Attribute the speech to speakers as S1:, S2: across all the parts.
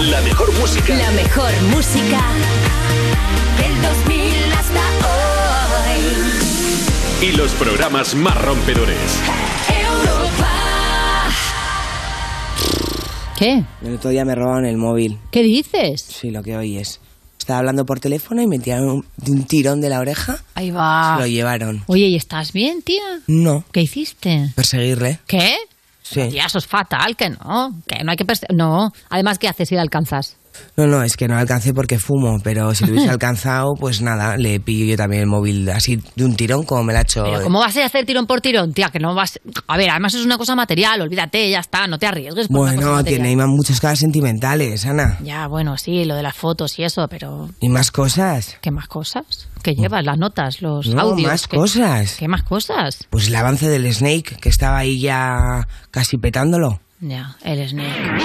S1: La mejor música.
S2: La mejor música del 2000 hasta hoy.
S1: Y los programas más rompedores.
S3: ¿Qué?
S4: El otro día me robaron el móvil.
S3: ¿Qué dices?
S4: Sí, lo que hoy es. Estaba hablando por teléfono y me tiraron un, de un tirón de la oreja.
S3: Ahí va.
S4: Se lo llevaron.
S3: Oye, ¿y estás bien, tía?
S4: No.
S3: ¿Qué hiciste?
S4: Perseguirle.
S3: ¿Qué?
S4: Sí.
S3: Tía, eso es fatal, que no, que no hay que... perse- No, además, ¿qué haces si la alcanzas?
S4: No, no, es que no alcancé porque fumo, pero si lo hubiese alcanzado, pues nada, le pillo yo también el móvil así de un tirón como me la ha hecho.
S3: Pero ¿cómo vas a hacer tirón por tirón, tía? Que no vas... A ver, además es una cosa material, olvídate, ya está, no te arriesgues por una cosa
S4: Bueno,
S3: material.
S4: tiene muchas cosas sentimentales, Ana.
S3: Ya, bueno, sí, lo de las fotos y eso, pero
S4: Y más cosas.
S3: ¿qué más cosas? ¿Qué llevas? Las notas, los
S4: Mm. No,
S3: audios.
S4: más
S3: ¿qué-
S4: cosas.
S3: ¿Qué más cosas?
S4: Pues el avance del Snake, que estaba ahí ya casi petándolo.
S3: Ya, el Snake.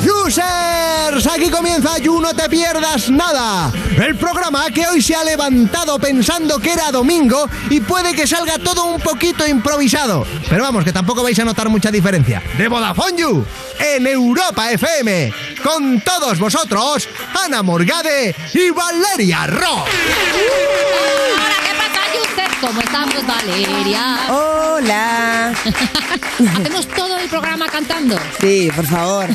S5: Users, aquí comienza You No Te Pierdas Nada, el programa que hoy se ha levantado pensando que era domingo y puede que salga todo un poquito improvisado. Pero vamos, que tampoco vais a notar mucha diferencia. De Vodafone You, en Europa FM, con todos vosotros, Ana Morgade y Valeria Ross.
S3: Ahora, ¿qué pasa, Yuster? ¿Cómo estamos, Valeria?
S4: Hola.
S3: Hacemos todo el programa cantando.
S4: Sí, por favor.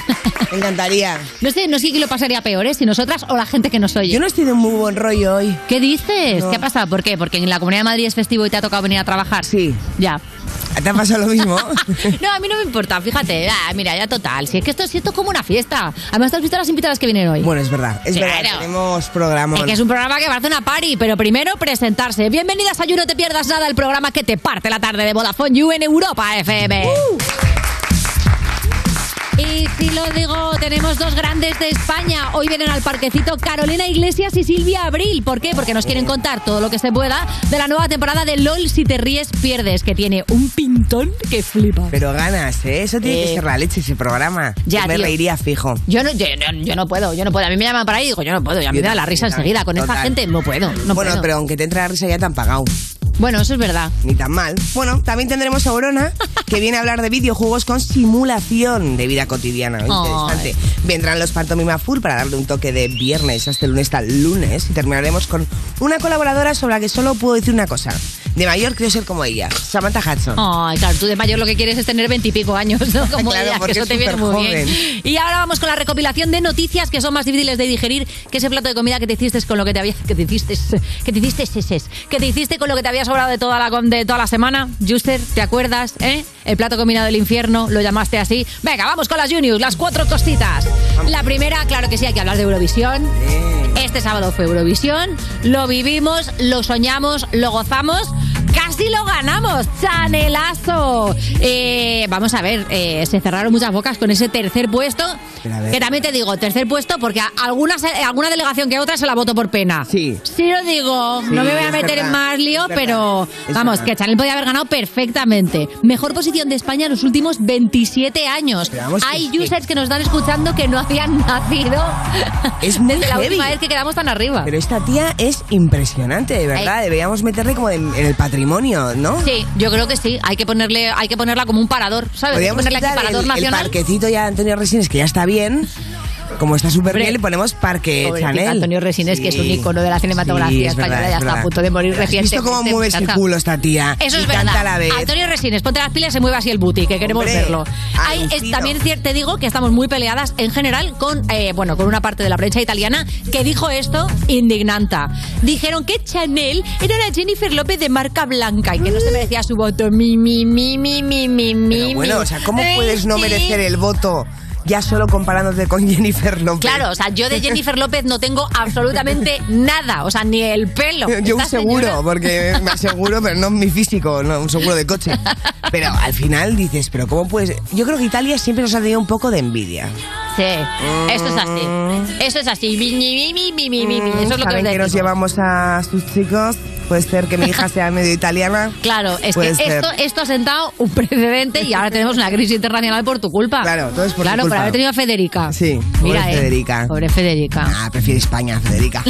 S4: Me encantaría.
S3: No sé, no sé quién lo pasaría peor, ¿eh? Si nosotras o la gente que nos oye.
S4: Yo no estoy de muy buen rollo hoy.
S3: ¿Qué dices?
S4: No.
S3: ¿Qué ha pasado? ¿Por qué? ¿Porque en la Comunidad de Madrid es festivo y te ha tocado venir a trabajar?
S4: Sí.
S3: Ya.
S4: ¿Te ha pasado lo mismo?
S3: No, a mí no me importa, fíjate. Ah, mira, ya total. Si es que esto, si esto es como una fiesta. Además, ¿te has visto las invitadas que vienen hoy?
S4: bueno, es verdad. Es verdad.
S3: Claro.
S4: Tenemos programa.
S3: Es que es un programa que parece una party, pero primero presentarse. Bienvenidas a You No Te Pierdas Nada, el programa que te parte la tarde de Vodafone You en Europa FM.
S4: Uh.
S3: Y si lo digo, tenemos dos grandes de España. Hoy vienen al parquecito Carolina Iglesias y Silvia Abril. ¿Por qué? Porque nos quieren contar todo lo que se pueda de la nueva temporada de LOL Si Te Ríes Pierdes, que tiene un pintón que flipa.
S4: Pero ganas, ¿eh? Eso tiene
S3: Eh.
S4: que ser la leche ese programa.
S3: Ya,
S4: Yo me
S3: tío.
S4: reiría fijo.
S3: Yo no, yo, no- yo no puedo, yo no puedo. A mí me llaman para ahí y digo, yo no puedo. Y a mí
S4: Yo
S3: me da la risa
S4: tampoco,
S3: enseguida. Con esta
S4: total.
S3: gente no puedo. No
S4: bueno,
S3: puedo.
S4: pero aunque te entre la risa ya te han pagado.
S3: Bueno, eso es verdad.
S4: Ni tan mal. Bueno, también tendremos a Aurona, que viene a hablar de videojuegos con simulación de vida cotidiana. Interesante. Vendrán los Pantomima Full para darle un toque de viernes hasta el lunes hasta el lunes. Y terminaremos con una colaboradora sobre la que solo puedo decir una cosa. De mayor quiero ser como ella, Samantha Hudson.
S3: Ay, claro, tú de mayor lo que quieres es tener veintipico años, ¿no? Como
S4: Claro,
S3: ella, que
S4: porque
S3: eso
S4: es
S3: te viene muy
S4: superjoven.
S3: bien. Y ahora vamos con la recopilación de noticias que son más difíciles de digerir que ese plato de comida que te hiciste con lo que te habías que te hiciste que te hiciste seses, que te hiciste con lo que te había sobrado de toda la com- de toda la semana. Juster, ¿te acuerdas? eh? El plato combinado del infierno, lo llamaste así. Venga, vamos con las juniors, las cuatro cositas. La primera, claro que sí, hay que hablar de Eurovisión. Este sábado fue Eurovisión, lo vivimos, lo soñamos, lo gozamos. Casi lo ganamos, Chanelazo. Eh, vamos a ver, eh, se cerraron muchas bocas con ese tercer puesto.
S4: Pero a ver.
S3: Que también te digo, tercer puesto, porque a- algunas, eh, alguna delegación que otra se la voto por pena.
S4: Sí.
S3: Sí lo digo,
S4: Sí,
S3: no me voy a
S4: es
S3: meter en
S4: verdad,
S3: más lío,
S4: es verdad,
S3: pero
S4: es
S3: vamos,
S4: verdad.
S3: que Chanel podía haber ganado perfectamente. Mejor posición de España en los últimos 27 años.
S4: Pero vamos,
S3: Hay
S4: es que-
S3: users que nos están escuchando que no habían nacido
S4: Es muy
S3: desde la
S4: heavy.
S3: última vez que quedamos tan arriba.
S4: Pero esta tía es impresionante, de verdad. Deberíamos meterle como en, en el patrimonio, ¿no?
S3: Sí, yo creo que sí. Hay que ponerle, hay que ponerla como un parador, ¿sabes? Hay que
S4: Podríamos
S3: ponerle aquí
S4: quitar el,
S3: parador
S4: el
S3: nacional.
S4: parquecito ya de Antonio Resines, que ya está bien. Como está súper
S3: Hombre.
S4: bien, le ponemos Parque
S3: Pobrecito
S4: Chanel.
S3: Antonio Resines, que es un ícono de la cinematografía
S4: es verdad,
S3: española, ya
S4: es
S3: está
S4: verdad.
S3: a punto de morir
S4: ¿Has
S3: recientemente,
S4: visto cómo mueve ese
S3: muchacha?
S4: culo esta tía?
S3: Eso
S4: Y
S3: es
S4: canta
S3: verdad.
S4: a la vez.
S3: Antonio Resines, ponte las pilas y mueve así el booty, que queremos
S4: Hombre,
S3: verlo. Hay, es,
S4: alucino.
S3: también es cier- te digo que estamos muy peleadas en general con, eh, bueno, con una parte de la prensa italiana que dijo esto indignanta. Dijeron que Chanel era la Jennifer López de marca blanca y que no se merecía su voto. Mi, mi, mi, mi, mi, mi, mi.
S4: Pero bueno, o sea, ¿cómo
S3: Ay,
S4: puedes no
S3: sí.
S4: merecer el voto ya solo comparándote con Jennifer López?
S3: Claro, o sea, yo de Jennifer López no tengo absolutamente nada, o sea, ni el pelo.
S4: Yo un
S3: Esta
S4: seguro,
S3: señora-
S4: porque me aseguro, pero no mi físico, no un seguro de coche. Pero al final dices, pero ¿cómo puedes? Yo creo que Italia siempre nos ha tenido un poco de envidia. Mm.
S3: Sí, eso es así. Eso es así. Mi, mi, mi, mi, mi, mi, mi. Eso es lo que os
S4: Saben que nos
S3: decimos.
S4: llevamos a sus chicos Puede ser que mi hija sea medio italiana.
S3: Claro, es
S4: Puede
S3: que
S4: ser.
S3: esto, esto ha sentado un precedente y ahora tenemos una crisis internacional por tu culpa. Claro, todo es
S4: por tu
S3: Claro, por
S4: culpa.
S3: haber tenido a Federica.
S4: Sí,
S3: Mira,
S4: pobre
S3: eh,
S4: Federica.
S3: Pobre Federica.
S4: Ah, prefiero España, Federica.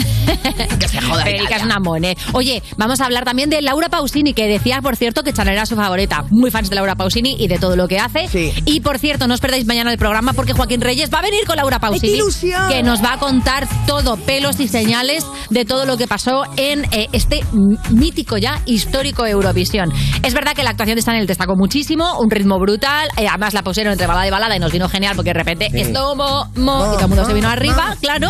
S3: que se joda. Federica es una mone. Oye, vamos a hablar también de Laura Pausini, que decías, por cierto, que Chanel era su favorita. Muy fans de Laura Pausini y de todo lo que hace. Y por cierto, no os perdáis mañana el programa porque Joaquín Reyes va a venir con Laura Pausini.
S4: ¡Qué ilusión!
S3: Que nos va a contar todo, pelos y señales de todo lo que pasó en eh, este m- mítico ya histórico Eurovisión. Es verdad que la actuación de Chanel destacó muchísimo, un ritmo brutal. eh, además, la pusieron entre balada y balada y nos vino genial porque de repente
S6: Sí.
S3: esto, mo, mo, y todo el mundo se vino arriba, claro.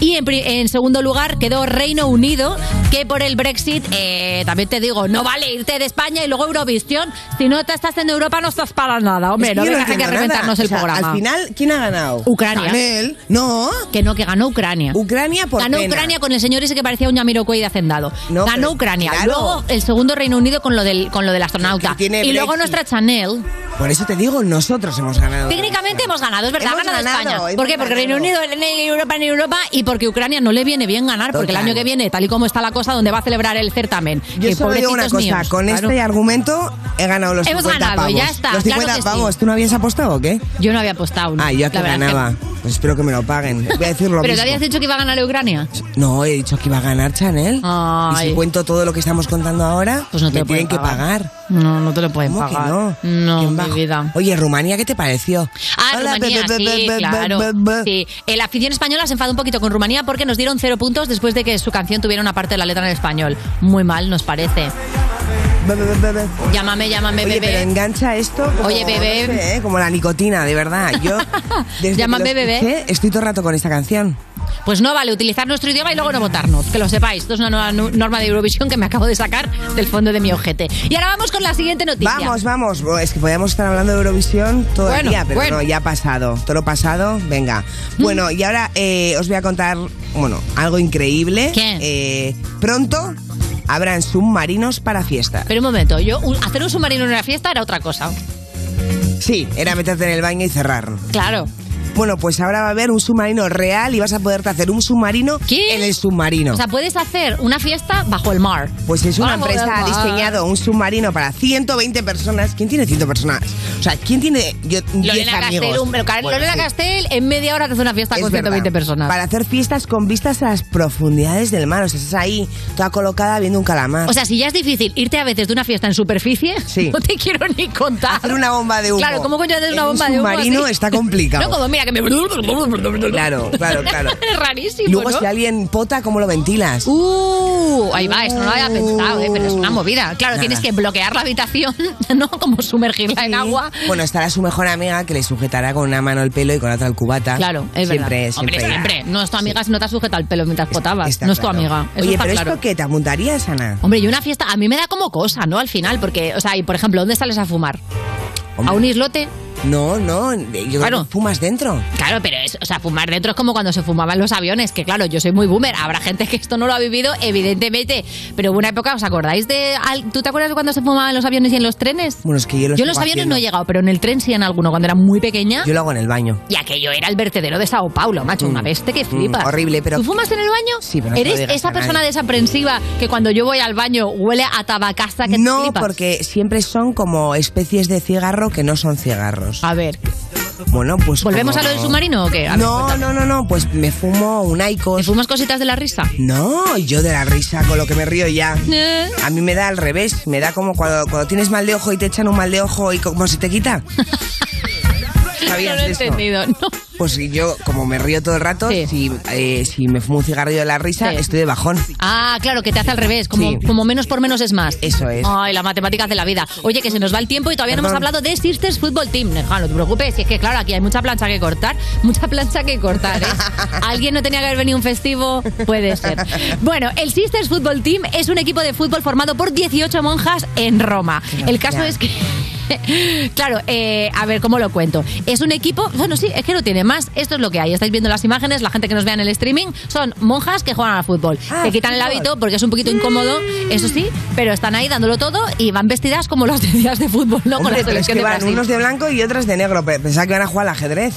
S3: Y en, pri- en segundo lugar quedó Reino Unido, que por el Brexit, eh, también te digo, no vale irte de España y luego Eurovisión. Si no te estás en Europa, no estás para nada, hombre.
S4: Es que
S3: no
S4: yo
S3: vengas aquí a
S4: entiendo
S3: reventarnos
S4: nada.
S3: el
S4: O sea,
S3: programa.
S4: Al final, ¿quién ha ganado?
S3: Ucrania.
S4: Chanel. No.
S3: Que no, que ganó Ucrania.
S4: Ucrania por
S3: ganó
S4: pena.
S3: Ucrania con el señor ese que parecía un Yamiroquai de hacendado. ganó
S4: pero-
S3: Ucrania.
S4: claro.
S3: Luego el segundo Reino Unido con lo del, con lo del astronauta. Y
S4: tiene
S3: luego
S4: Brexit. Ah,
S3: nuestra Chanel.
S4: Por eso te digo, nosotros hemos ganado.
S3: Técnicamente hemos ganado, es verdad,
S4: Hemos
S3: ha ganado,
S4: ganado,
S3: España.
S4: hemos
S3: ¿Por qué? Porque Reino Unido ni Europa ni Europa y porque Ucrania no le viene bien ganar, porque el año que viene, tal y como está la cosa, donde va a celebrar el certamen.
S4: Yo
S3: Que
S4: solo digo una
S3: pobrecitos
S4: cosa,
S3: míos,
S4: con
S3: claro.
S4: este argumento he ganado los
S3: Hemos
S4: 50
S3: ganado,
S4: pavos.
S3: ya está,
S4: Los
S3: claro
S4: 50
S3: que sí.
S4: pavos, ¿tú no habías apostado o qué?
S3: Yo no había apostado.
S4: Ah, yo a que
S3: la verdad es que-
S4: ganaba. Pues espero que me lo paguen. Voy a decir lo
S3: Pero te
S4: mismo.
S3: habías dicho que iba a ganar Ucrania.
S4: No, he dicho que iba a ganar Chanel. Y si cuento todo lo que estamos contando ahora, pues no
S3: te
S4: me
S3: lo pueden
S4: tienen que
S3: pagar.
S4: pagar.
S3: No, no te lo pueden
S4: ¿Cómo
S3: pagar.
S4: Que no, no mi vida. Oye, Rumanía, ¿qué te pareció?
S3: Ah,
S4: Hola,
S3: Rumanía,
S4: be- be-
S3: sí,
S4: be- be-
S3: claro.
S4: be- be-
S3: Sí. Eh, La afición española se enfadó un poquito con Rumanía porque nos dieron cero puntos después de que su canción tuviera una parte de la letra en español. Muy mal, nos parece.
S4: be- be- be- be-
S3: Llámame, llámame,
S4: Oye,
S3: bebé.
S4: pero engancha esto. como,
S3: Oye, bebé.
S4: no sé, ¿eh? como la nicotina, de verdad. Yo, desde que
S3: Llámame,
S4: lo
S3: bebé.
S4: escuché, estoy todo el rato con esta canción.
S3: Pues no vale utilizar nuestro idioma y luego no votarnos. Que lo sepáis. Esto es una nueva nu- norma de Eurovisión que me acabo de sacar del fondo de mi ojete. Y ahora vamos con la siguiente noticia.
S4: Vamos, vamos. Bueno, Es que podíamos estar hablando de Eurovisión todo el
S3: Bueno,
S4: día, pero
S3: bueno. Mm.
S4: no, ya ha pasado. Todo lo pasado, venga. Bueno, y ahora eh, os voy a contar, bueno, algo increíble. Eh, pronto habrán submarinos para fiestas.
S3: Pero un momento, yo un- hacer un submarino en una fiesta era otra cosa.
S4: Sí, era meterte en el baño y cerrar.
S3: Claro.
S4: Bueno, pues ahora va a haber un submarino real y vas a poderte hacer un submarino en el submarino.
S3: O sea, puedes hacer una fiesta bajo el mar.
S4: Pues es una
S3: Bajo el
S4: empresa ha
S3: mar.
S4: diseñado un submarino para 120 personas. ¿Quién tiene 100 personas? O sea, ¿quién tiene yo, 10
S3: Lorena
S4: amigos?
S3: Castel, un- pero Karen-
S4: Bueno,
S3: Lorena
S4: sí.
S3: Castel en media hora te hace una fiesta
S4: Es
S3: con
S4: verdad.
S3: 120 personas.
S4: Para hacer fiestas con vistas a las profundidades del mar. O sea, estás ahí, toda colocada viendo un calamar.
S3: O sea, si ya es difícil irte a veces de una fiesta en superficie, no te quiero ni contar. Hacer
S4: una bomba de humo.
S3: Claro, ¿cómo coño haces
S4: En
S3: una
S4: un
S3: bomba de humo?
S4: submarino
S3: así?
S4: está complicado.
S3: No, como mira que me.
S4: Claro, claro, claro.
S3: Es rarísimo.
S4: Y luego
S3: ¿no?
S4: si alguien pota, ¿cómo lo ventilas?
S3: Uh, ahí va, esto no lo había pensado, ¿eh? pero es una movida. Claro,
S4: Nada.
S3: tienes que bloquear la habitación, ¿no? Como sumergirla en agua.
S4: Bueno, estará su mejor amiga que le sujetará con una mano el pelo y con la otra el cubata.
S3: Claro, es
S4: siempre,
S3: verdad.
S4: Siempre,
S3: Hombre, siempre. No es tu amiga si no te has sujetado el pelo mientras potabas. no es tu
S4: claro.
S3: amiga. Eso
S4: Oye,
S3: está
S4: pero
S3: claro.
S4: esto que te apuntarías, Ana.
S3: Hombre, y una fiesta a mí me da como cosa, ¿no? Al final, porque, o sea, y por ejemplo, ¿dónde sales a fumar? ¿A un islote?
S4: No, no, yo creo
S3: Claro.
S4: que fumas dentro.
S3: Claro, pero es, o sea, fumar dentro es como cuando se fumaba en los aviones, que claro, yo soy muy boomer, habrá gente que esto no lo ha vivido, evidentemente, pero hubo una época, ¿os acordáis de... al- ¿Tú te acuerdas de cuando se fumaba en los aviones y en los trenes?
S4: Bueno, es que yo lo
S3: Yo en los
S4: sigo
S3: aviones no ¿eh? he
S4: haciendo.
S3: llegado, pero en el tren sí en alguno, cuando era muy pequeña.
S4: Yo lo hago en el baño.
S3: Y aquello era el vertedero de Sao Paulo, macho, una bestia que flipas.
S4: mm, horrible, pero-
S3: ¿Tú fumas en el baño?
S4: Sí, pero no se lo
S3: ¿Eres
S4: digas
S3: esa
S4: a nadie.
S3: persona desaprensiva que cuando yo voy al baño huele a tabacasta que te
S4: No,
S3: flipas?
S4: porque siempre son como especies de cigarro que no son cigarros.
S3: A ver.
S4: Bueno, pues.
S3: ¿Volvemos
S4: como-
S3: a lo del submarino o qué? A ver,
S4: No,
S3: cuéntame.
S4: no, no, no. Pues me fumo un Icos.
S3: ¿Fumas cositas de la risa?
S4: No, yo de la risa, con lo que me río ya. A mí me da al revés. Me da como cuando, cuando tienes mal de ojo y te echan un mal de ojo y como se te quita. ¿Sabías
S3: no lo he
S4: eso?
S3: entendido, no.
S4: Pues yo, como me río todo el rato, si, eh, si me fumo un cigarrillo de la risa,
S3: Sí.
S4: estoy de bajón.
S3: Ah, claro, que te hace al revés, como,
S4: Sí.
S3: como menos por menos es más.
S4: Eso es.
S3: Ay, las matemáticas de la vida. Oye, que se nos va el tiempo y todavía no hemos
S4: Perdón.
S3: hablado de Sisters Football Team. Neja, no te preocupes, si es que claro, aquí hay mucha plancha que cortar, mucha plancha que cortar, ¿eh? ¿Alguien no tenía que haber venido un festivo? Puede ser. Bueno, el Sisters Football Team es un equipo de fútbol formado por 18 monjas en Roma. El caso es que... Claro, eh, a ver cómo lo cuento. Es un equipo, bueno, sí, es que no tiene más. Esto es lo que hay. Estáis viendo las imágenes, la gente que nos vea en el streaming son monjas que juegan al fútbol.
S6: Ah,
S3: Se quitan el
S6: fútbol.
S3: hábito porque es un poquito incómodo, eso sí, pero están ahí dándolo todo y van vestidas como las tías de fútbol, ¿no? Con
S4: Hombre,
S3: la
S4: pero es
S3: selección
S4: que van
S3: de Brasil.
S4: unos de blanco y otros de negro. pe- Pensaba que iban a jugar al ajedrez.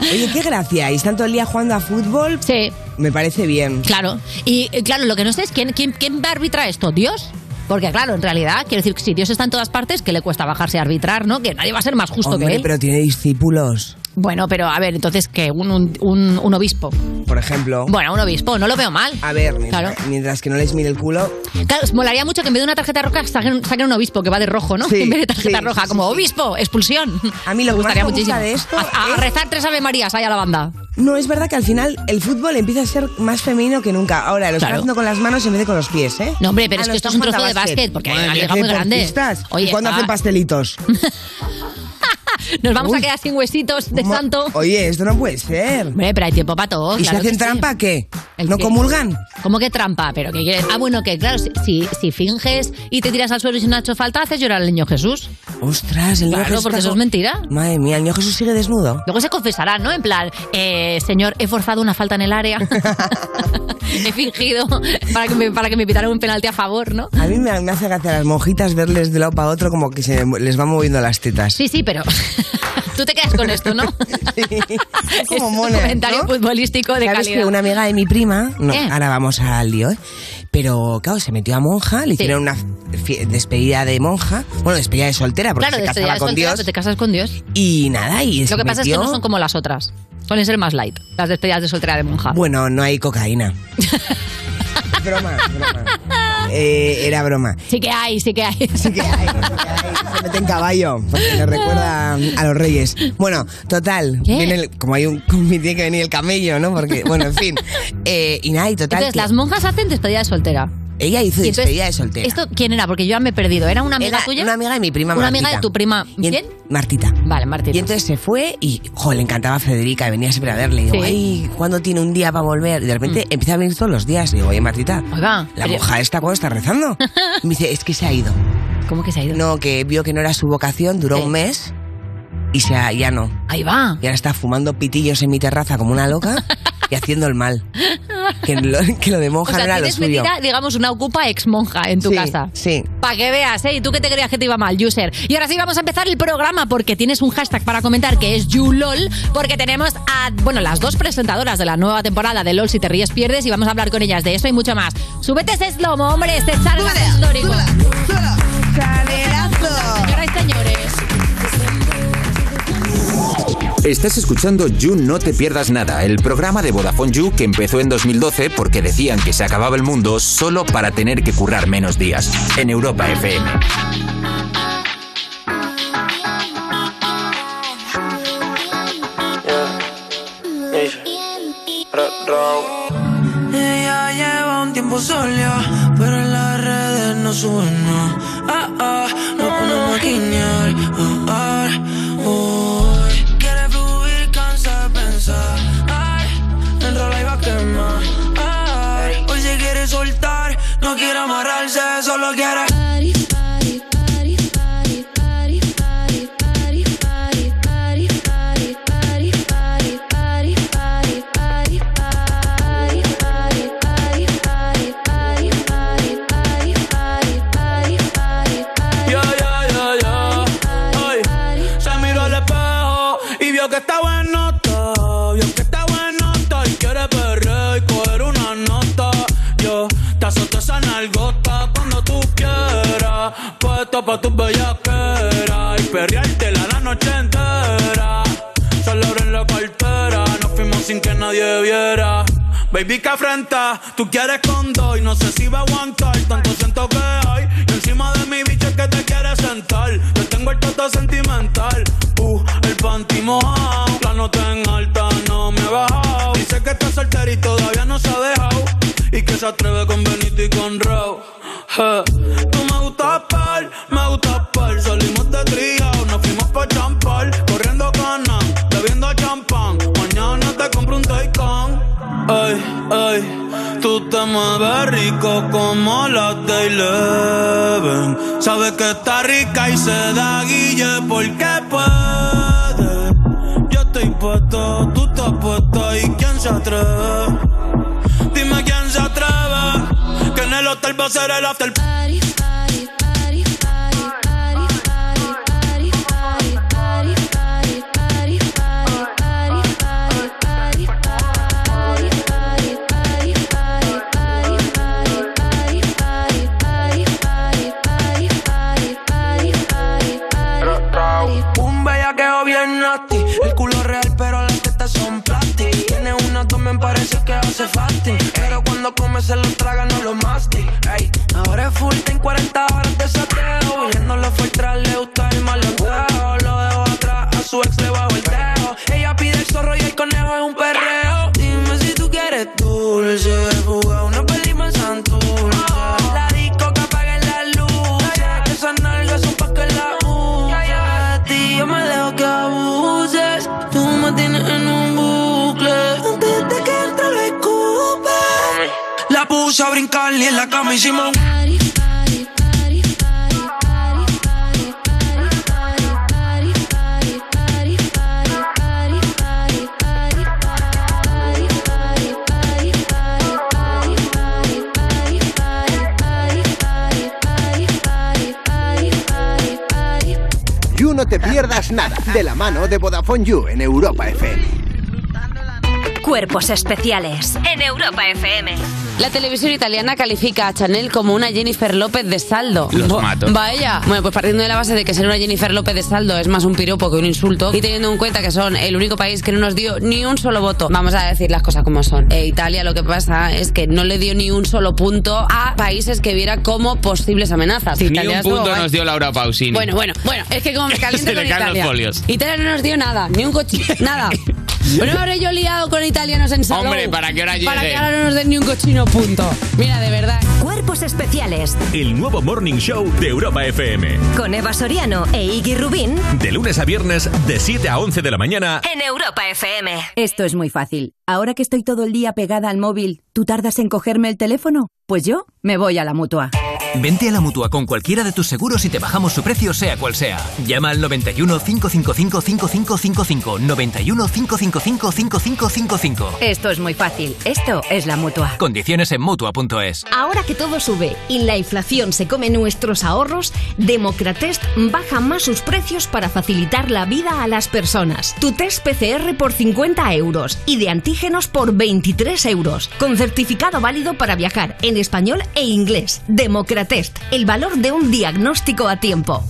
S4: Oye, qué gracia. ¿Y tanto el día jugando a fútbol?
S3: Sí.
S4: Me parece bien.
S3: Claro. Y eh, claro, lo que no sé es quién, quién, quién va a arbitrar esto, Dios. Porque claro, en realidad, quiero decir que si Dios está en todas partes, que le cuesta bajarse a arbitrar, ¿no? Que nadie va a ser más justo
S4: Hombre,
S3: que él.
S4: pero tiene discípulos,
S3: Bueno, pero a ver, entonces que un, un, un- un obispo.
S4: por ejemplo.
S3: Bueno, un obispo, no lo veo mal.
S4: A ver, mientras,
S3: Claro.
S4: mientras que no les mire el culo.
S3: Claro, os molaría mucho que en vez de una tarjeta roja saquen, saquen un obispo que va de rojo, ¿no?
S4: Sí,
S3: en vez de tarjeta
S4: sí,
S3: roja,
S4: sí,
S3: como
S4: sí.
S3: obispo, expulsión.
S4: A mí lo que más
S3: gustaría
S4: me gusta
S3: muchísimo.
S4: de esto
S3: a, a- a
S4: es-
S3: rezar tres Ave Marías ahí a la banda.
S4: No, es verdad que al final el fútbol empieza a ser más femenino que nunca. Ahora, lo
S3: Claro.
S4: están haciendo con las manos en vez de con los pies, ¿eh?
S3: No, hombre, pero es que esto es un trozo de
S4: básquet.
S3: básquet, porque hay
S4: Madre
S3: una
S4: mía,
S3: liga
S4: qué
S3: muy grande.
S4: deportistas.
S3: Oye, ah.
S4: ¿Y cuándo
S3: está-
S4: hacen pastelitos?
S3: Nos vamos a
S4: Uy.
S3: quedar sin huesitos de santo.
S4: Oye, esto no puede ser.
S3: Hombre, pero hay tiempo para todo.
S4: ¿Y
S3: claro
S4: si
S3: que
S4: hacen
S3: sí.
S4: trampa, qué?
S3: ¿El
S4: ¿No
S3: qué?
S4: comulgan?
S3: ¿Cómo que trampa? ¿Pero qué quieres? Ah, bueno, que claro, si, si, si finges y te tiras al suelo y si no ha hecho falta, haces llorar al niño Jesús.
S4: Ostras, Pues el niño
S3: Claro,
S4: Jesús
S3: porque
S4: está
S3: eso es
S4: con-
S3: mentira.
S4: Madre mía, el niño Jesús sigue desnudo.
S3: Luego se confesarán, ¿no? En plan, eh, señor, he forzado una falta en el área. he fingido para que, me, para que me pitaran un penalti a favor, ¿no?
S4: A mí me, me hace gracia las monjitas verles de lado para otro como que se mu- les van moviendo las tetas.
S3: Sí, sí, pero tú te quedas con esto, ¿no?
S4: Son como
S3: Es un
S4: monas,
S3: comentario
S4: ¿no?
S3: futbolístico de
S4: ¿Sabes
S3: calidad.
S4: que una amiga de mi prima, no,
S3: ¿Qué?
S4: ahora vamos al lío, ¿eh? pero claro, se metió a monja, le
S3: Sí.
S4: hicieron una fie- despedida de monja, bueno, despedida de soltera porque
S3: Claro,
S4: se
S3: despedida
S4: casaba
S3: de
S4: con
S3: soltera,
S4: Dios
S3: pero te casas con Dios.
S4: y nada, y
S3: Lo
S4: se
S3: que pasa es que
S4: metió-
S3: no son como las otras. Suelen ser más light, las despedidas de soltera de monja.
S4: Bueno, no hay cocaína. broma, broma. Eh, era broma.
S3: Sí que hay, sí que hay.
S4: Sí que hay, sí que hay. Se mete en caballo, porque le recuerda a los reyes. Bueno, total,
S3: ¿Qué?
S4: viene el- como hay un tiene que venir el camello, ¿no? Porque, bueno, en fin. Eh, y nada, y total.
S3: Entonces,
S4: que
S3: las monjas hacen despedida de soltera.
S4: ella hizo
S3: Y entonces,
S4: despedida de soltera.
S3: ¿Esto quién era? Porque yo ya me he perdido. ¿Era una amiga
S4: Era
S3: tuya?
S4: Una amiga de mi prima
S3: Una
S4: Martita.
S3: amiga de tu prima.
S4: Y en-
S3: ¿Quién?
S4: Martita.
S3: Vale, Martín.
S4: Y entonces se fue y, jo, le encantaba a Federica, venía siempre a verle. Y digo,
S3: Sí. Mm.
S4: ay, ¿cuándo tiene un día para volver? Y de repente empieza a venir todos los días. Y digo, oye, Martita,
S3: Oiga,
S4: ¿la
S3: pero-
S4: monja esta cuándo está rezando? Y me dice, es que se ha ido.
S3: ¿Cómo que se ha ido?
S4: No, que vio que no era su vocación, duró
S3: Sí.
S4: un mes y se ha- ya no.
S3: Ahí va.
S4: Y ahora está fumando pitillos en mi terraza como una loca y haciendo el mal. Que lo, que lo de
S3: O
S4: monja
S3: sea,
S4: no era lo
S3: tienes
S4: suyo.
S3: metida, digamos, una ocupa ex monja en tu
S4: Sí,
S3: casa.
S4: sí.
S3: Para que veas, ¿eh? ¿Y tú qué te creías que te iba mal, user? Y ahora sí vamos a empezar el programa porque tienes un hashtag para comentar que es YouLol, porque tenemos a, bueno, las dos presentadoras de la nueva temporada de LOL Si Te Ríes Pierdes y vamos a hablar con ellas de eso y mucho más. Súbete ese slomo, hombre, este charla histórico. Señoras y señores.
S7: Estás escuchando You No Te Pierdas Nada, el programa de Vodafone You que empezó en 2012 porque decían que se acababa el mundo solo para tener que currar menos días. En Europa FM.
S8: Ella lleva un tiempo sola, pero en las redes no sube nada. Ah, ah, no ponemos a guiñar. Ah, ah, uy. Quiere fluir, cansa de pensar. Ay, enrola y va a quemar. Ay, hoy se quiere soltar, no quiere amarrarse, solo quiere. Ya, ya, ya, ya. Ay, Se miró al espejo y vio que estaba en nota. Vio que estaba en nota y quiere perder y coger una nota. Yo te azoto esa nalgota cuando tú quieras. Puesto pa' tus bellaqueras y perreártela la noche entera. Solo en la cartera, nos fuimos sin que nadie viera. Baby, que afrenta, tú quieres con dos y no sé si va a aguantar tanto siento que hay. Y encima de mi bicho es que te quieres sentar. Te tengo el toto sentimental, uh, el panty mojado. La nota en alta no me ha bajado. Dice que está soltera y todavía no se ha dejado. Y que se atreve con Benito y con Rao. Eh, Tú me gustas par, me gustas par. Salimos de trío, nos fuimos pa' champar. Corriendo canas, bebiendo champán. Mañana te compro un Taycan. Ey, ey, tú te mueves rico como las de Eleven. Sabes que está rica y se da guille porque puede. Yo estoy puesto, tú estás puesta y quién se atreve. Dime quién se atreve, que en el hotel va a ser el after
S9: Bye.
S10: hice fasting. Pero cuando come se lo traga, no lo mastic. Ey, ahora es full, en 40 horas de sateo. Y no lo fue tras, le gusta el malandreo. Lo dejo atrás, a su ex le bajo el dedo. Ella pide el zorro y el conejo es un perreo. Dime si tú quieres dulce. Jugar una peli más santurce. La disco que apaguen las luces. Que esas nalgas son pa' que la uses. De ti yo me dejo que abuses. Tú me tienes en un bucle. Antes de que el te lo escupe. La puse a brincar y en la cama hicimos un-
S9: You No Te Pierdas Nada, de la mano de Vodafone You en Europa FM.
S2: Cuerpos especiales en Europa FM.
S11: La televisión italiana califica a Chanel como una Jennifer López de saldo.
S12: Los
S11: Va-
S12: mato.
S11: Vaya. Bueno, pues partiendo de la base de que ser una Jennifer López de saldo es más un piropo que un insulto y teniendo en cuenta que son el único país que no nos dio ni un solo voto, vamos a decir las cosas como son. E Italia lo que pasa es que no le dio ni un solo punto a países que viera como posibles amenazas.
S12: Ni
S11: Italia
S12: un
S11: estuvo
S12: punto
S11: guay.
S12: nos dio Laura Pausini.
S11: Bueno, bueno, bueno, es que como me caliento
S12: Se le
S11: con
S12: caen los
S11: Italia.
S12: folios.
S11: Italia no nos dio nada, ni un coche, nada. Pero no habré yo liado con italianos en salón.
S12: Hombre, ¿para qué hora
S11: Para
S12: llegue?
S11: que ahora no nos den ni un cochino punto. Mira, de verdad.
S2: Cuerpos especiales
S1: El nuevo Morning Show de Europa FM.
S2: con Eva Soriano e Iggy Rubín
S1: De lunes a viernes, de 7 a 11 de la mañana.
S2: en Europa FM.
S13: Esto es muy fácil. Ahora que estoy todo el día pegada al móvil, ¿tú tardas en cogerme el teléfono? Pues yo me voy a la mutua.
S14: Vente a la mutua con cualquiera de tus seguros y te bajamos su precio, sea cual sea. Llama al 91 555 5555. 91 555 5555.
S13: Esto es muy fácil. Esto es la mutua.
S14: Condiciones en mutua.es.
S3: Ahora que todo sube y la inflación se come nuestros ahorros, Democratest baja más sus precios para facilitar la vida a las personas. Tu test PCR por 50 euros y de antígenos por 23 euros, con certificado válido para viajar en español e inglés. Democratest, el valor de un diagnóstico a tiempo.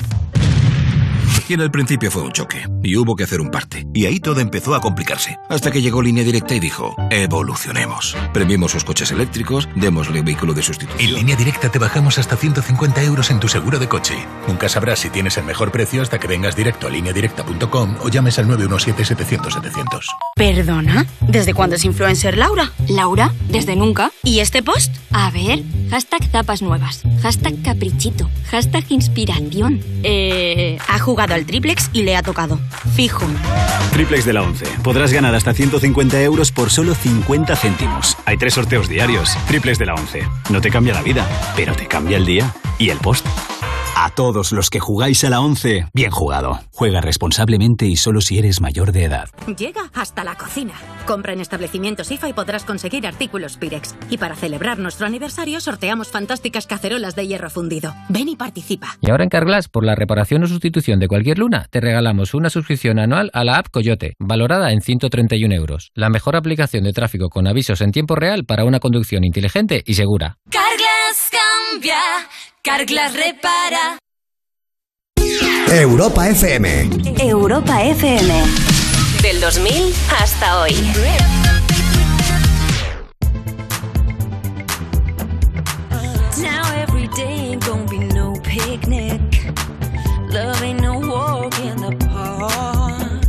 S15: Y en el principio fue un choque, y hubo que hacer un parte. Y ahí todo empezó a complicarse, hasta que llegó Línea Directa y dijo, evolucionemos. Premiemos sus coches eléctricos, démosle vehículo de sustitución.
S16: En línea directa te bajamos hasta 150 euros en tu seguro de coche. Nunca sabrás si tienes el mejor precio hasta que vengas directo a lineadirecta.com o llames al 917-700-700.
S17: Perdona, ¿desde cuándo es influencer Laura? Laura, desde nunca. ¿Y este post?
S18: A ver, hashtag tapas nuevas, hashtag caprichito, hashtag inspiración.
S17: Eh, ha jugado al triplex y le ha tocado. Fijo.
S19: Triplex de la 11. Podrás ganar hasta 150 euros por solo 50 céntimos. Hay tres sorteos diarios. Triplex de la 11. No te cambia la vida, pero te cambia el día y el post. A todos los que jugáis a la 11, bien jugado. Juega responsablemente y solo si eres mayor de edad.
S20: Llega hasta la cocina. Compra en establecimientos IFA y podrás conseguir artículos Pirex. Y para celebrar nuestro aniversario sorteamos fantásticas cacerolas de hierro fundido. Ven y participa.
S21: Y ahora en Carglass, por la reparación o sustitución de cualquier luna, te regalamos una suscripción anual a la app Coyote, valorada en 131 euros. La mejor aplicación de tráfico con avisos en tiempo real para una conducción inteligente y segura.
S22: Carglas cambia, Carglas repara.
S5: Europa FM.
S2: Europa FM. Del 2000 hasta hoy.
S23: Now every day ain't gonna be no picnic. Love ain't no walk in the park.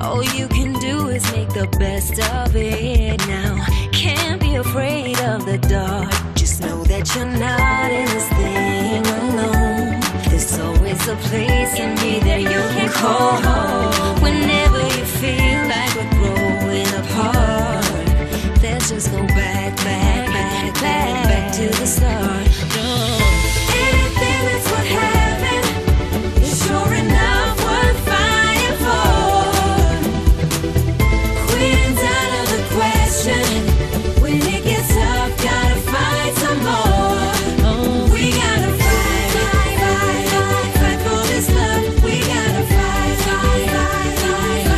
S23: All you can do is make the best of it now. Can't be afraid of the dark. Just know that you're not in this thing alone. There's always a place in me that you can call home. Whenever you feel like we're growing apart. Let's just go back, back, back, back, back to the start. No. Anything that's what happened is sure enough worth fighting for. Quitting's out of the question. When it gets tough, gotta fight some more. We gotta fight, fight, fight, fight, fight for this love. We gotta fight, fight, fight.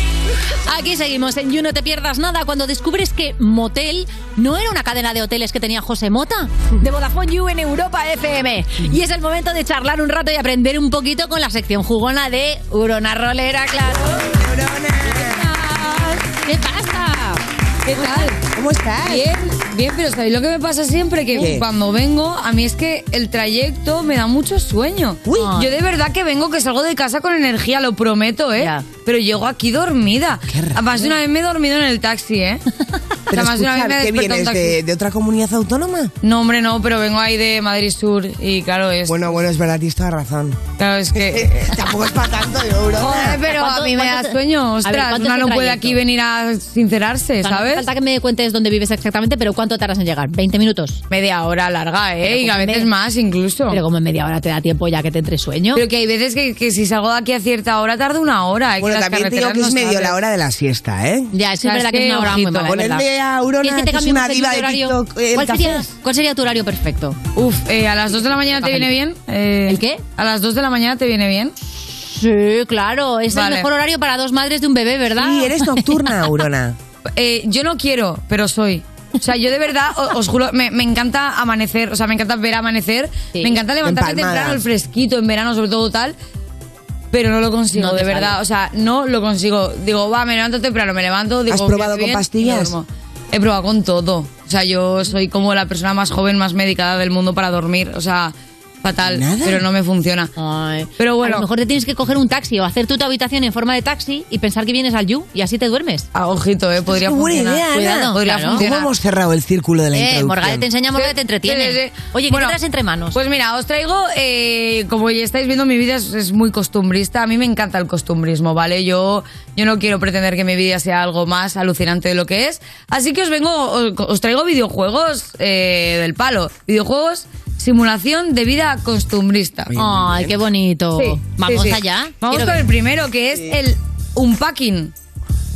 S3: Aquí seguimos en You No Te Pierdas Nada cuando descubres que Motel no era una cadena de hoteles que tenía José Mota de Vodafone You en Europa FM. Y es el momento de charlar un rato y aprender un poquito con la sección jugona de Urona Rolera, claro. ¿Qué pasa? ¿Qué tal?
S4: ¿Cómo estás?
S6: ah, Bien, bien, pero ¿sabéis lo que me pasa siempre? Que
S4: ¿Qué?
S6: cuando vengo, a mí es que el trayecto me da mucho sueño. Yo de verdad que vengo, que salgo de casa con energía, lo prometo, ¿eh? Pero llego aquí dormida. Más de una vez me he dormido en el taxi, ¿eh? O
S4: Pero
S6: sea, más de una
S4: escucha,
S6: vez me ha
S4: ¿qué
S6: despertado un
S4: vienes
S6: taxi.
S4: de, de otra comunidad autónoma?
S6: No, hombre, no, pero vengo ahí de Madrid Sur y claro, es...
S4: Bueno, bueno, es verdad, tienes toda razón.
S6: Claro, es que...
S4: Tampoco
S3: Pues
S4: es para tanto, yo, bro.
S6: Joder, pero a
S3: ¿Cuánto-
S6: mí me
S3: cuánto
S6: da
S3: te-
S6: sueño,
S3: A ver,
S6: ostras,
S3: ¿cuánto
S6: una
S3: es
S6: no
S3: el
S6: puede
S3: trayecto?
S6: aquí venir a sincerarse,
S3: Tan-
S6: ¿sabes?
S3: Falta que me cuentes dónde vives exactamente, pero ¿cuánto tardas en llegar? ¿20 minutos?
S6: Media hora larga, ¿eh? Y a veces más incluso.
S3: Pero como en media hora te da tiempo ya que te entre sueño.
S6: Pero que hay veces que, que si salgo de aquí a cierta hora tarda una hora. eh,
S4: Bueno, también te digo que es medio la hora de la siesta, ¿eh?
S3: Ya, es verdad que, es una hora muy mala. es verdad.
S4: Ponedle a Urona,
S3: ¿Quieres
S4: que es
S3: cambiemos
S4: una
S3: el
S4: diva de
S3: horario?
S4: TikTok, eh, el
S3: ¿Cuál, sería,
S4: café.
S3: cuál sería tu horario perfecto?
S6: Uf, eh, a las 2 de la mañana te viene bien. Eh,
S3: ¿El qué?
S6: ¿A las 2 de la mañana te viene bien?
S3: Sí, claro. Es el mejor horario para dos madres de un bebé, ¿verdad?
S6: Sí,
S4: eres nocturna, Urona.
S6: Eh, yo no quiero, pero soy. O sea, yo de verdad, o- os juro, me, me encanta amanecer, o sea, me encanta ver amanecer,
S3: Sí.
S6: me encanta levantarme
S3: Empalmada.
S6: temprano, el fresquito, en verano sobre todo tal, pero no lo consigo,
S3: No
S6: de
S3: te
S6: verdad,
S3: sale.
S6: o sea, no lo consigo. Digo, va, me levanto temprano, me levanto, digo...
S4: ¿Has
S6: me
S4: probado
S6: hace
S4: con
S6: bien,
S4: pastillas?
S6: y duermo. He probado con todo, o sea, yo soy como la persona más joven, más medicada del mundo para dormir, o sea, fatal,
S3: Nada.
S6: pero no me funciona. Pero
S3: A
S6: bueno...
S3: lo mejor te tienes que coger un taxi o hacer tú tu habitación en forma de taxi y pensar que vienes al You y así te duermes.
S6: A ojito, eh, podría
S4: Qué buena idea, Ana.
S3: Cuidado, claro.
S4: ¿Cómo hemos cerrado el círculo de la
S3: Eh,
S4: introducción?
S3: Morgade te enseña, Morgade te entretiene.
S6: Sí, sí, sí.
S3: Oye, ¿qué
S6: Bueno,
S3: te traes entre manos?
S6: Pues mira, os traigo, eh, como ya estáis viendo, mi vida es, es muy costumbrista. A mí me encanta el costumbrismo, ¿vale? Yo, yo no quiero pretender que mi vida sea algo más alucinante de lo que es. Así que os vengo, os, os traigo videojuegos eh, del palo. Videojuegos, simulación de vida costumbrista.
S3: Ay, qué bonito.
S6: Sí,
S3: Vamos
S6: sí, sí.
S3: allá.
S6: Vamos
S3: Quiero
S6: con
S3: ver.
S6: el primero, que es el unpacking.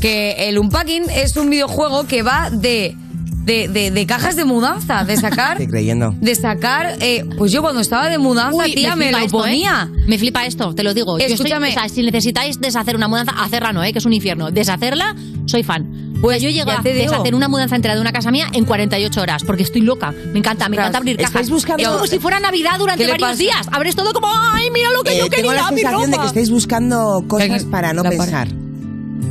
S6: Que el unpacking es un videojuego que va de, de, de- de cajas de mudanza, de sacar.
S4: Estoy creyendo.
S6: De sacar, eh, pues yo cuando estaba de mudanza,
S3: Uy,
S6: tía, me,
S3: flipa
S6: lo
S3: esto,
S6: ponía.
S3: ¿eh? Me flipa esto, te lo digo. Yo estoy-
S6: Escúchame.
S3: o sea, si necesitáis deshacer una mudanza, hacerla no, ¿eh? que es un infierno. Deshacerla, soy fan. Pues yo llego
S6: ya
S3: a
S6: te digo.
S3: deshacer una mudanza entera de una casa mía en 48 horas, porque estoy loca. Me encanta, me encanta abrir
S4: estáis
S3: cajas.
S4: buscando-
S3: Es como si fuera Navidad durante
S4: ¿Qué le
S3: varios
S4: pasa?
S3: días. Abres todo como, ¡ay, mira lo que
S4: Eh,
S3: yo
S4: tengo
S3: quería!
S4: la
S3: mi
S4: sensación de que
S3: ropa!
S4: estáis buscando cosas para no pensar.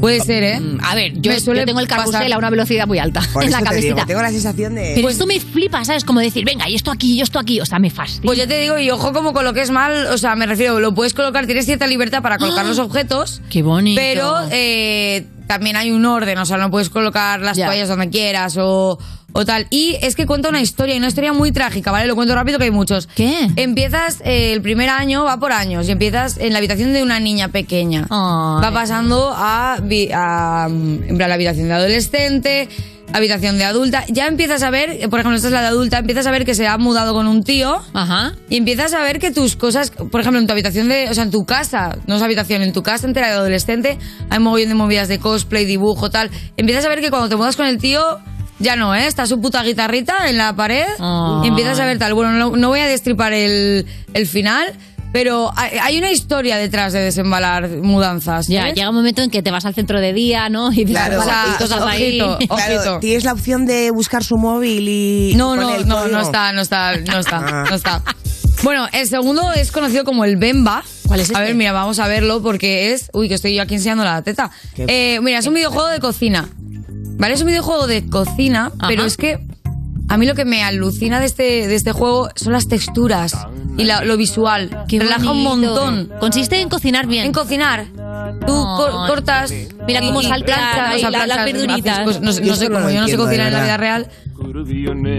S6: Puede ser, ¿eh?
S3: A ver, yo,
S4: Me suele
S3: yo Mm. tengo el carrusel
S4: pasar.
S3: a una velocidad muy alta
S4: Por
S3: en
S4: eso
S3: la
S4: te digo,
S3: cabecita.
S4: tengo la sensación de...
S3: Pero esto me flipa, ¿sabes? Como decir, venga, y esto aquí, y esto aquí. O sea, me fascina.
S6: Pues yo te digo, y ojo como coloques mal, o sea, me refiero, lo puedes colocar, tienes cierta libertad para
S3: ¡Ah!
S6: colocar los objetos.
S3: Qué bonito.
S6: Pero eh, también hay un orden, o sea, no puedes colocar las toallas donde quieras o, o tal. Y es que cuenta una historia, y una historia muy trágica, ¿vale? Lo cuento rápido que hay muchos.
S3: ¿Qué?
S6: Empiezas eh, el primer año, va por años, y empiezas en la habitación de una niña pequeña. Va pasando a, vi- a, mm, en plan, la habitación de adolescente, habitación de adulta. Ya empiezas a ver, eh, por ejemplo, esta es la de adulta, empiezas a ver que se ha mudado con un tío.
S3: Ajá.
S6: Y empiezas a ver que tus cosas, por ejemplo, en tu habitación de, o sea, en tu casa, no es habitación, en tu casa entera de adolescente, hay mogollón de movidas de cosplay, dibujo, tal. Empiezas a ver que cuando te mudas con el tío, ya no, ¿eh? Está su puta guitarrita en la pared.
S3: Ah.
S6: Y empiezas a ver tal. Bueno, no, no voy a destripar el, el final, pero hay, hay una historia detrás de desembalar mudanzas.
S3: Ya,
S6: ¿sabes?
S3: llega un momento en que te vas al centro de día, ¿no? Y dices,
S6: Claro,
S3: "Vale,
S6: o sea,
S3: y cosas ahí.
S6: ojito,
S4: Claro, tienes la opción de buscar su móvil y...
S6: No,
S4: y
S6: no,
S4: poner el
S6: no,
S4: código.
S6: no está, no está, no
S4: Ah.
S6: está, no está. Bueno, el segundo es conocido como el Bemba. ¿Cuál es A
S3: este?
S6: ver, mira, vamos a verlo porque es. Uy, que estoy yo aquí enseñando la teta.
S3: Qué-
S6: Eh, mira, es un videojuego de cocina. ¿Vale? Es un videojuego de cocina, pero es que a mí lo que me alucina de este, de este juego son las texturas y la- lo visual.
S3: Qué
S6: Relaja un
S3: bonito.
S6: montón.
S3: Consiste en cocinar bien.
S6: En cocinar. Tú cor-
S3: Ay.
S6: cortas.
S3: Mira
S6: y-
S3: cómo
S6: y
S3: saltan
S6: planchas,
S3: ahí
S6: o sea,
S3: la- las
S6: planchas,
S3: verduritas.
S6: haces cosas- no sé-
S4: Yo
S6: no sé
S4: eso no
S6: cómo,
S4: lo
S6: yo no sé
S4: entiendo, de
S6: cocinar en la
S4: verdad.
S6: vida real.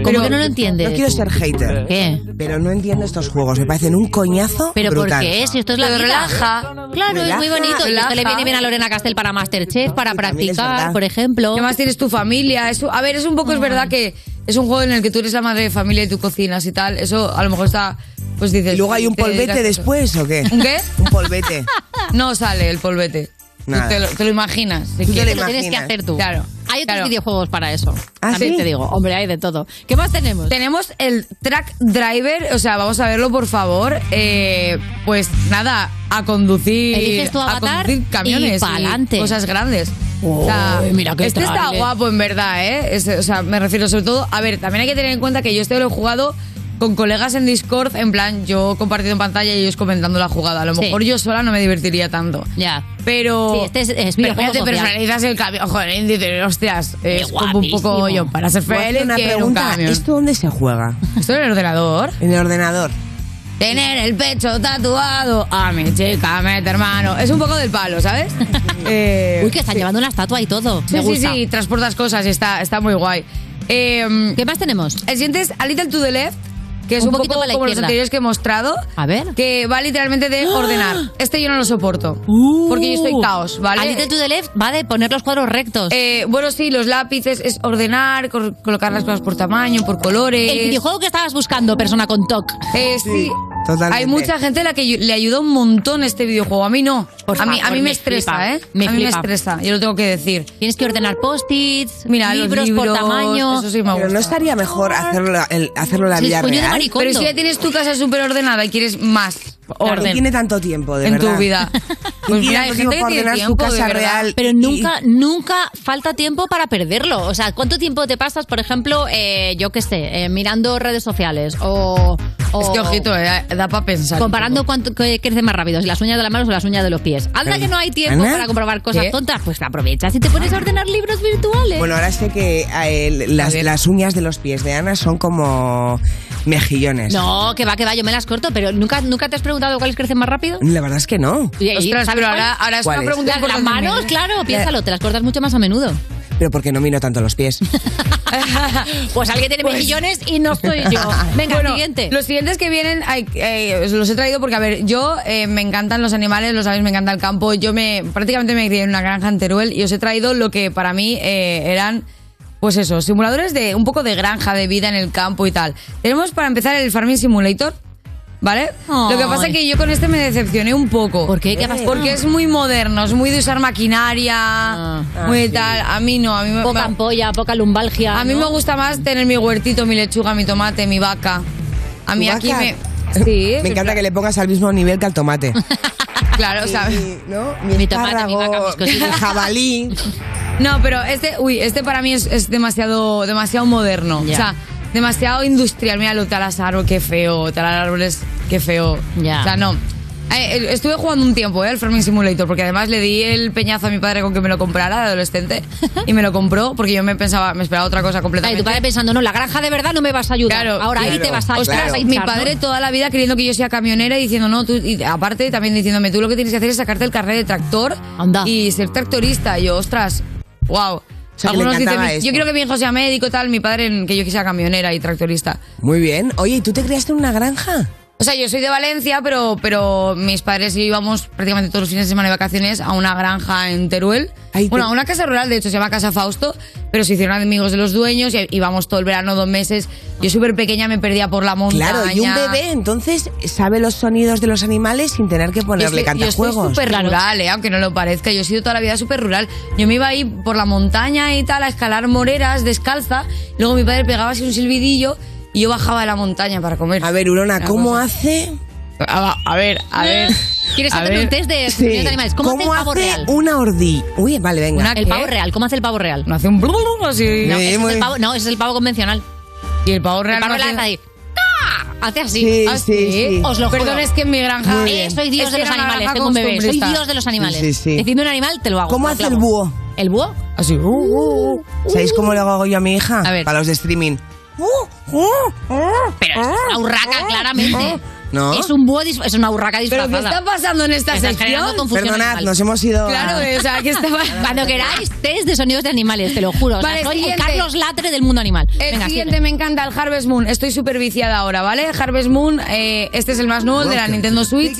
S3: ¿Cómo que no lo entiendes?
S4: No quiero ser hater.
S3: ¿Qué?
S4: Pero no entiendo estos juegos. Me parecen un coñazo
S3: Pero
S4: brutal.
S3: ¿por qué? Si esto es la
S6: Pero
S3: vida.
S6: relaja.
S3: Claro, es muy
S6: Relaja,
S3: bonito. Y esto le
S6: relaja.
S3: viene bien a Lorena Castel para Masterchef, para practicar, por ejemplo.
S6: ¿Qué más tienes tu familia? Eso, a ver, es un poco, es verdad que es un juego en el que tú eres la madre de familia y tú cocinas y tal. Eso a lo mejor está, pues dices...
S4: ¿Y luego hay un
S6: te dedicas
S4: polvete
S6: a eso.
S4: después o qué?
S6: ¿Un qué?
S4: Un polvete.
S6: No sale el polvete.
S5: Nada.
S6: Tú te lo, te lo imaginas. Si
S3: Tú te
S6: quieres.
S3: lo tienes que hacer tú.
S6: Claro.
S3: Hay otros
S6: videojuegos para eso.
S3: ¿Ah, También sí? te digo.
S6: hombre, hay de todo. ¿Qué más tenemos? Tenemos el track driver, o sea, vamos a verlo por favor. Eh, pues nada, a conducir,
S3: Eliges tu
S6: a
S3: avatar
S6: conducir camiones,
S3: y pa'lante.
S6: cosas grandes. O sea,
S3: Uy, mira qué
S6: este está
S3: trailer.
S6: guapo en verdad, ¿eh? Es- o sea, me refiero sobre todo, a ver, también hay que tener en cuenta que yo este lo he jugado con colegas en Discord, en plan, yo compartido en pantalla y ellos comentando la jugada. A lo
S3: Sí.
S6: mejor yo sola no me divertiría tanto.
S3: Ya.
S6: Pero.
S3: Sí, este es- es
S6: pero
S3: videojuego
S6: fíjate,
S3: social.
S6: personalizas el camión. Joder, y dices, hostias, es como un poco
S4: guapísimo.
S6: yo para ser
S4: Voy a hacer
S6: feliz.
S4: una
S6: quiero un
S4: pregunta,
S6: camión.
S4: ¿esto dónde se juega?
S6: Esto en el ordenador.
S4: En el ordenador.
S6: Tener el pecho tatuado a mi chica, mete hermano. Es un poco del palo, ¿sabes? Eh,
S3: Uy, que están llevando una estatua y todo.
S6: Sí,
S3: Me
S6: sí,
S3: gusta.
S6: sí, transportas cosas y está, está muy guay. ¿Qué
S3: más tenemos?
S6: El siguiente es A Little to the Left, que es
S3: Un
S6: un,
S3: poquito
S6: poco
S3: para la
S6: como los
S3: izquierda. ¡Ah!
S6: anteriores que he mostrado.
S3: A ver.
S6: Que va literalmente de ordenar. Este yo no lo soporto. porque yo estoy caos, ¿vale?
S3: Uh. A Little to the Left va de poner los cuadros rectos.
S6: Eh, bueno, sí, los lápices es ordenar, cor- colocar las cosas por tamaño, por colores.
S3: El videojuego que estabas buscando, persona con TOC.
S6: Eh, sí.
S3: Sí, totalmente.
S6: Hay mucha gente a la que yo- le ayuda un montón este videojuego. A mí no.
S3: Por
S6: a mí, a
S3: favor,
S6: mí me,
S3: me
S6: estresa,
S3: flipa,
S6: ¿eh?
S3: me
S6: a mí me
S3: flipa.
S6: estresa, yo lo tengo que decir.
S3: Tienes que ordenar post-its,
S6: Mira, los
S3: libros, por
S6: libros,
S3: tamaño.
S6: eso sí me
S4: Pero no estaría mejor hacerlo, la- el- hacerlo la
S6: Sí,
S4: vida
S6: coño de
S4: real.
S6: maricondo. Pero si ya tienes tu casa súper ordenada y quieres más
S4: Claro,
S6: orden.
S4: ¿quién tiene tanto tiempo, de
S6: en
S4: verdad?
S6: tu vida. Pues
S4: ¿Quién tiene tiempo para ordenar pues su
S6: de
S4: casa
S6: verdad.
S4: real?
S3: Pero nunca, nunca falta tiempo para perderlo. O sea, ¿cuánto tiempo te pasas, por ejemplo, eh, yo qué sé, eh, mirando redes sociales o... o-
S6: Es que ojito, eh, da para pensar.
S3: Comparando cuánto que crece más rápido, si las uñas de las manos o las uñas de los pies. Anda
S4: Pero,
S3: que no hay tiempo
S4: Ana,
S3: para comprobar cosas
S4: ¿qué?
S3: tontas, pues aprovechas y te pones a ordenar libros virtuales.
S4: Bueno, ahora sé que eh, las, las uñas de los pies de Ana son como mejillones.
S3: No, que va, que va, yo me las corto, pero ¿nunca, nunca te has preguntado cuáles crecen más rápido?
S4: La verdad es que no.
S3: Y- ¿sabes cuál?
S4: ¿Cuál es?
S3: Las- Las manos,
S4: Eh,
S3: claro, piénsalo, te las cortas mucho más a menudo.
S4: Pero porque no miro tanto los pies.
S3: pues alguien tiene mejillones y no soy yo. Venga,
S6: Bueno,
S3: siguiente.
S6: Los siguientes que vienen ay, eh, os los he traído porque, a ver, yo eh, me encantan los animales, lo sabéis, me encanta el campo. Yo me prácticamente me crié en una granja en Teruel y os he traído lo que para mí eh, eran, pues eso, simuladores de un poco de granja, de vida en el campo y tal. Tenemos para empezar el Farming Simulator. ¿Vale? Lo que pasa
S3: Ay.
S6: es que yo con este me decepcioné un poco. ¿Por
S3: qué? ¿Qué ha pasado?
S6: Porque es muy moderno, es muy de usar maquinaria, muy de tal. A mí no, a mí me-
S3: Ah. Poca
S6: me-
S3: ampolla, poca lumbalgia.
S6: a mí
S3: ¿no?
S6: me gusta más tener mi huertito, mi lechuga, mi tomate, mi vaca. A mí
S4: ¿Tu
S6: aquí
S4: vaca?
S6: me. Sí,
S4: Me encanta que le pongas al mismo nivel que al tomate.
S6: claro, o sea.
S4: Mi, tomate, mi vaca, jabalí.
S6: No, pero este, uy, este para mí es, es demasiado, demasiado moderno.
S3: Ya.
S6: O sea, demasiado industrial. Mira, lo talas árbol, qué feo. Talar árboles, qué feo.
S3: Ya.
S6: O sea, no. Eh, eh, Estuve jugando un tiempo, ¿eh? Al Farming Simulator, porque además le di el peñazo a mi padre con que me lo comprara de adolescente y me lo compró porque yo me pensaba, me esperaba otra cosa completamente.
S3: Ay, tu padre pensando, no, la granja de verdad no me vas a ayudar. Ahora ahí te vas a
S6: Ostras,
S3: te vas a
S6: mi
S3: hinchar, ¿no?
S6: padre toda la vida queriendo que yo sea camionera y diciendo no, tú, y aparte también diciéndome, tú lo que tienes que hacer es sacarte el carnet de tractor y ser tractorista. Y yo, ostras, wow.
S4: sea, que le encantaba esto.
S6: yo quiero que mi hijo sea médico, tal, mi padre en- que yo que sea camionera y tractorista.
S4: Muy bien. Oye, ¿y tú te criaste en una granja?
S6: O sea, yo soy de Valencia, pero, pero mis padres y yo íbamos prácticamente todos los fines de semana de vacaciones a una granja en Teruel. bueno, a una casa rural, de hecho, se llama Casa Fausto, pero se hicieron amigos de los dueños y íbamos todo el verano, dos meses. Yo súper pequeña me perdía por la montaña.
S4: Claro, y un bebé entonces sabe los sonidos de los animales sin tener que ponerle
S6: yo soy- Yo
S4: cantajuegos.
S6: soy súper rural, eh, aunque no lo parezca. Yo he sido toda la vida súper rural. Yo me iba ahí por la montaña y tal a escalar moreras descalza. Luego mi padre pegaba así un silbidillo y yo bajaba de la montaña para comer. A ver,
S4: Urona, ¿cómo
S6: hace? A, a ver, a ver.
S3: ¿Quieres
S6: a
S3: hacer
S6: ver.
S3: un test de
S4: Sí.
S3: sonidos de animales? ¿Cómo, hace el pavo real?
S4: Una ordí. Uy, vale, venga.
S3: el pavo real, ¿cómo hace el pavo real?
S6: No hace un blum así.
S3: No, ese es el pavo, no, ese es el pavo convencional.
S6: Y el pavo real
S3: El pavo
S6: no
S3: real hace
S6: hace-
S3: ahí. ¡Ah! Hace así.
S6: Sí,
S3: Ah,
S6: sí, sí.
S3: Os lo
S6: Perdón,
S3: juro.
S6: es que en mi granja- Muy
S3: Eh,
S6: bien.
S3: soy dios
S6: Es
S3: de
S6: que
S3: los
S6: era una
S3: animales.
S6: granja
S3: Tengo un bebé. Soy
S6: costumbrista.
S3: dios de los animales.
S4: Sí, sí, sí.
S3: Decidme un animal, te lo hago.
S4: ¿Cómo
S3: te lo
S4: hace el
S3: clamo.
S4: búho?
S3: ¿El búho?
S6: Así. uh, uh,
S4: uh. ¿Sabéis cómo lo hago yo a mi hija? Para los de streaming.
S3: Pero es una urraca, claramente.
S4: ¿No?
S3: Es un búho, dis- es una urraca disfrazada.
S6: ¿Pero qué está pasando en esta
S3: Estás
S6: sección?
S3: generando confusión
S4: Perdonad,
S3: animal.
S4: nos hemos ido a-
S6: Claro, eh, o sea, que estaba...
S3: Cuando queráis, test de sonidos de animales, te lo juro. O sea,
S6: Vale,
S3: soy el
S6: siguiente.
S3: Carlos Latre del mundo animal.
S6: El
S3: Venga,
S6: siguiente
S3: sigue.
S6: me encanta, el Harvest Moon. Estoy súper viciada ahora, ¿vale? Harvest Moon, eh, este es el más nuevo, el de la Nintendo Switch,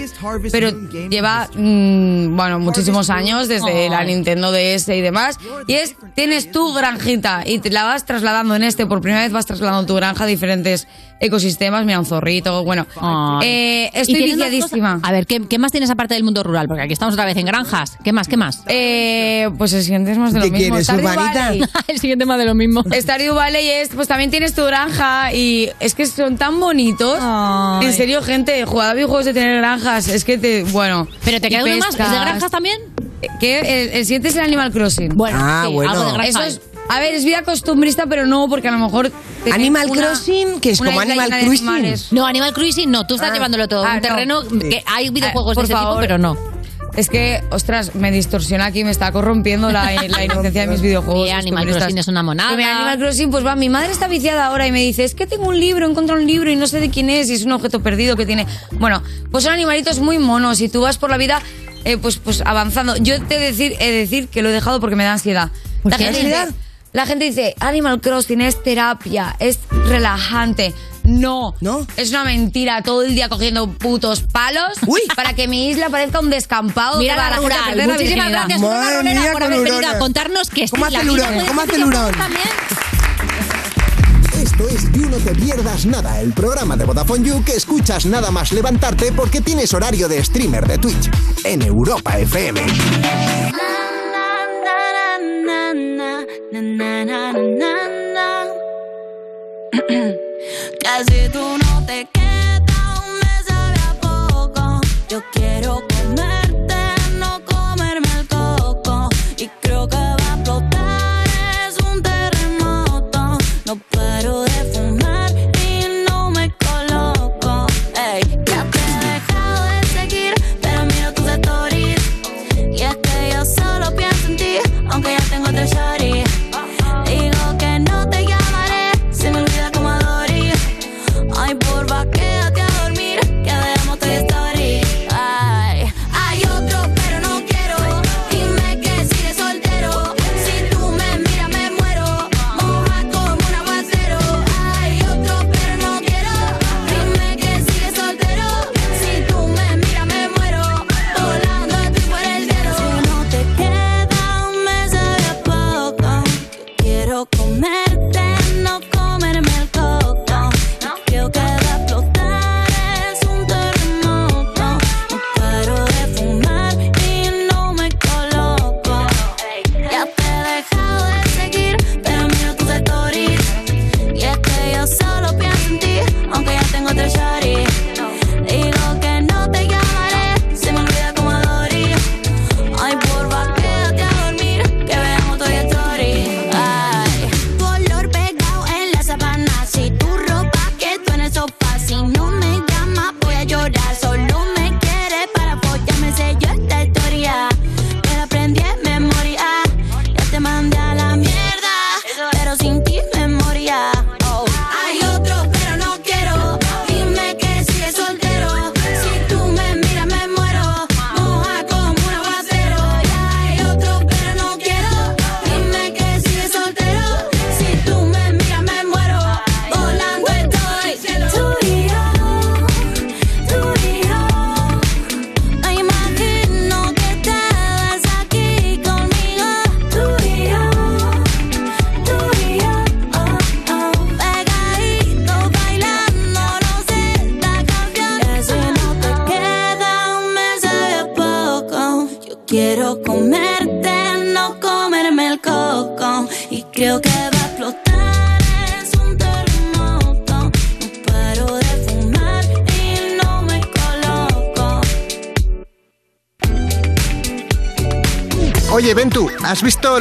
S6: pero lleva, mm, bueno, muchísimos años desde la Nintendo DS y demás. Y es, tienes tu granjita y te la vas trasladando en este, por primera vez vas trasladando tu granja a diferentes ecosistemas, mira, un zorrito, bueno.
S3: No.
S6: Eh, estoy viciadísima.
S3: A ver, ¿qué, ¿qué más tienes aparte del mundo rural? Porque aquí estamos otra vez en granjas. ¿Qué más? ¿Qué más?
S6: pues el siguiente es más de lo ¿Qué mismo. quieres, Stardew urbanita? Valley.
S3: el siguiente más de lo mismo.
S6: Stardew Valley es, pues también tienes tu granja y es que son tan bonitos. En serio, gente, jugad a videojuegos de tener granjas, es que te, bueno.
S3: Pero te
S6: queda
S3: queda uno más. ¿Es de granjas también?
S6: Que el, el siguiente es el Animal Crossing.
S3: Bueno, Ah, sí, bueno. algo de granja
S6: Eso
S3: hay.
S6: es, a ver, es vida costumbrista, pero no, porque a lo mejor. tenés
S4: Animal
S6: una-
S4: Crossing, que es
S6: una
S4: como
S6: isla
S4: Animal
S6: llena de
S4: Cruising.
S6: animales.
S3: No, Animal Cruising no. Tú estás llevándolo todo.
S6: Ah,
S3: un
S6: no.
S3: terreno que hay videojuegos
S6: Ah,
S3: Pues de
S6: por
S3: ese tipo,
S6: favor.
S3: pero no.
S6: Es que, ostras, me distorsiona aquí, me está corrompiendo la, la inocencia de mis videojuegos.
S3: Animal Crossing es una monada.
S6: Mi Animal Crossing, pues va, mi madre está viciada ahora y me dice, es que tengo un libro, he encontrado un libro y no sé de quién es y es un objeto perdido que tiene. Bueno, pues son animalitos muy monos y tú vas por la vida eh, pues, pues avanzando. Yo te decir, he de decir que lo he dejado porque me da ansiedad.
S3: ¿Por
S6: La
S3: qué?
S6: gente, dice, la gente dice, Animal Crossing es terapia, es relajante. No, no, es una mentira. Todo el día cogiendo putos palos para que mi isla parezca un descampado.
S3: Mira la
S6: para gente
S3: rural.
S6: perder la
S3: Muchísimas
S6: virginidad.
S3: gracias, Madre Urban Herrera, mía, por con haber venido a Urona. contarnos que
S6: ¿Cómo
S3: sí,
S6: hace
S3: la vida
S6: Lurón?
S3: puede
S6: ¿Cómo
S3: ser
S6: hace
S3: videojuegos
S6: Lurón?
S3: también.
S5: Esto es You No Te Pierdas Nada, el programa de Vodafone You que escuchas nada más levantarte porque tienes horario de streamer de Twitch en Europa FM.
S24: Casi tú no te quedas, me sabe a poco. Yo quiero comerte, no comerme el coco. Y creo que va a explotar, es un terremoto. No paro de fumar y no me coloco. Ey, ya te he dejado de seguir, pero miro tus stories. Y es que yo solo pienso en ti, aunque ya tengo otro shorty. Digo que no te llamaré, se me olvida como Dory. Ay, porfa, quédate a dormir, que veamos tu story. Ay, hay otro, pero no quiero. Dime que sigues soltero. Si tú me miras, me muero. Moja como un aguacero. Hay otro, pero no quiero. Dime que sigues soltero. Si tú me miras, me muero. Volando estoy por el cielo. Si no te queda, me sabe a poco. Quiero comerte, no comerme el coco. No quiero que va a explotar, es un terremoto. No paro de fumar y no me coloco. Ya te he dejado de seguir, pero miro tus stories. Y es que yo solo pienso en ti, aunque ya tengo otro shorty. Digo que no te llamaré, se me olvida como Dory. Ay, porfa, quédate a dormir, que veamos tu story. Ay, tu olor pegado en la sabana, si tu ropa que tú en el sofá, si no me llamas voy a llorar, solo me quieres para follarme, sé yo esta historia, me la aprendí en memoria, ya te mandé a la mierda, pero sin ti me moría. Oh. Hay otro, pero no quiero, dime que sigues soltero, si tú me miras me muero, moja como un aguacero, ya hay otro, pero no quiero, dime que sigues soltero, si tú me miras me muero, volando estoy, tú y yo, tú y yo. No imagino que estabas aquí conmigo, tú y yo, tú y yo, oh, oh. Pegadito bailando, no sé, la canción. Que si no te queda, me sabe a poco. Yo quiero comerte, no comerme el coco. Y creo que va a explotar, es un terremoto. No paro de fumar y no me coloco.
S5: Oye, Ventu, ¿has visto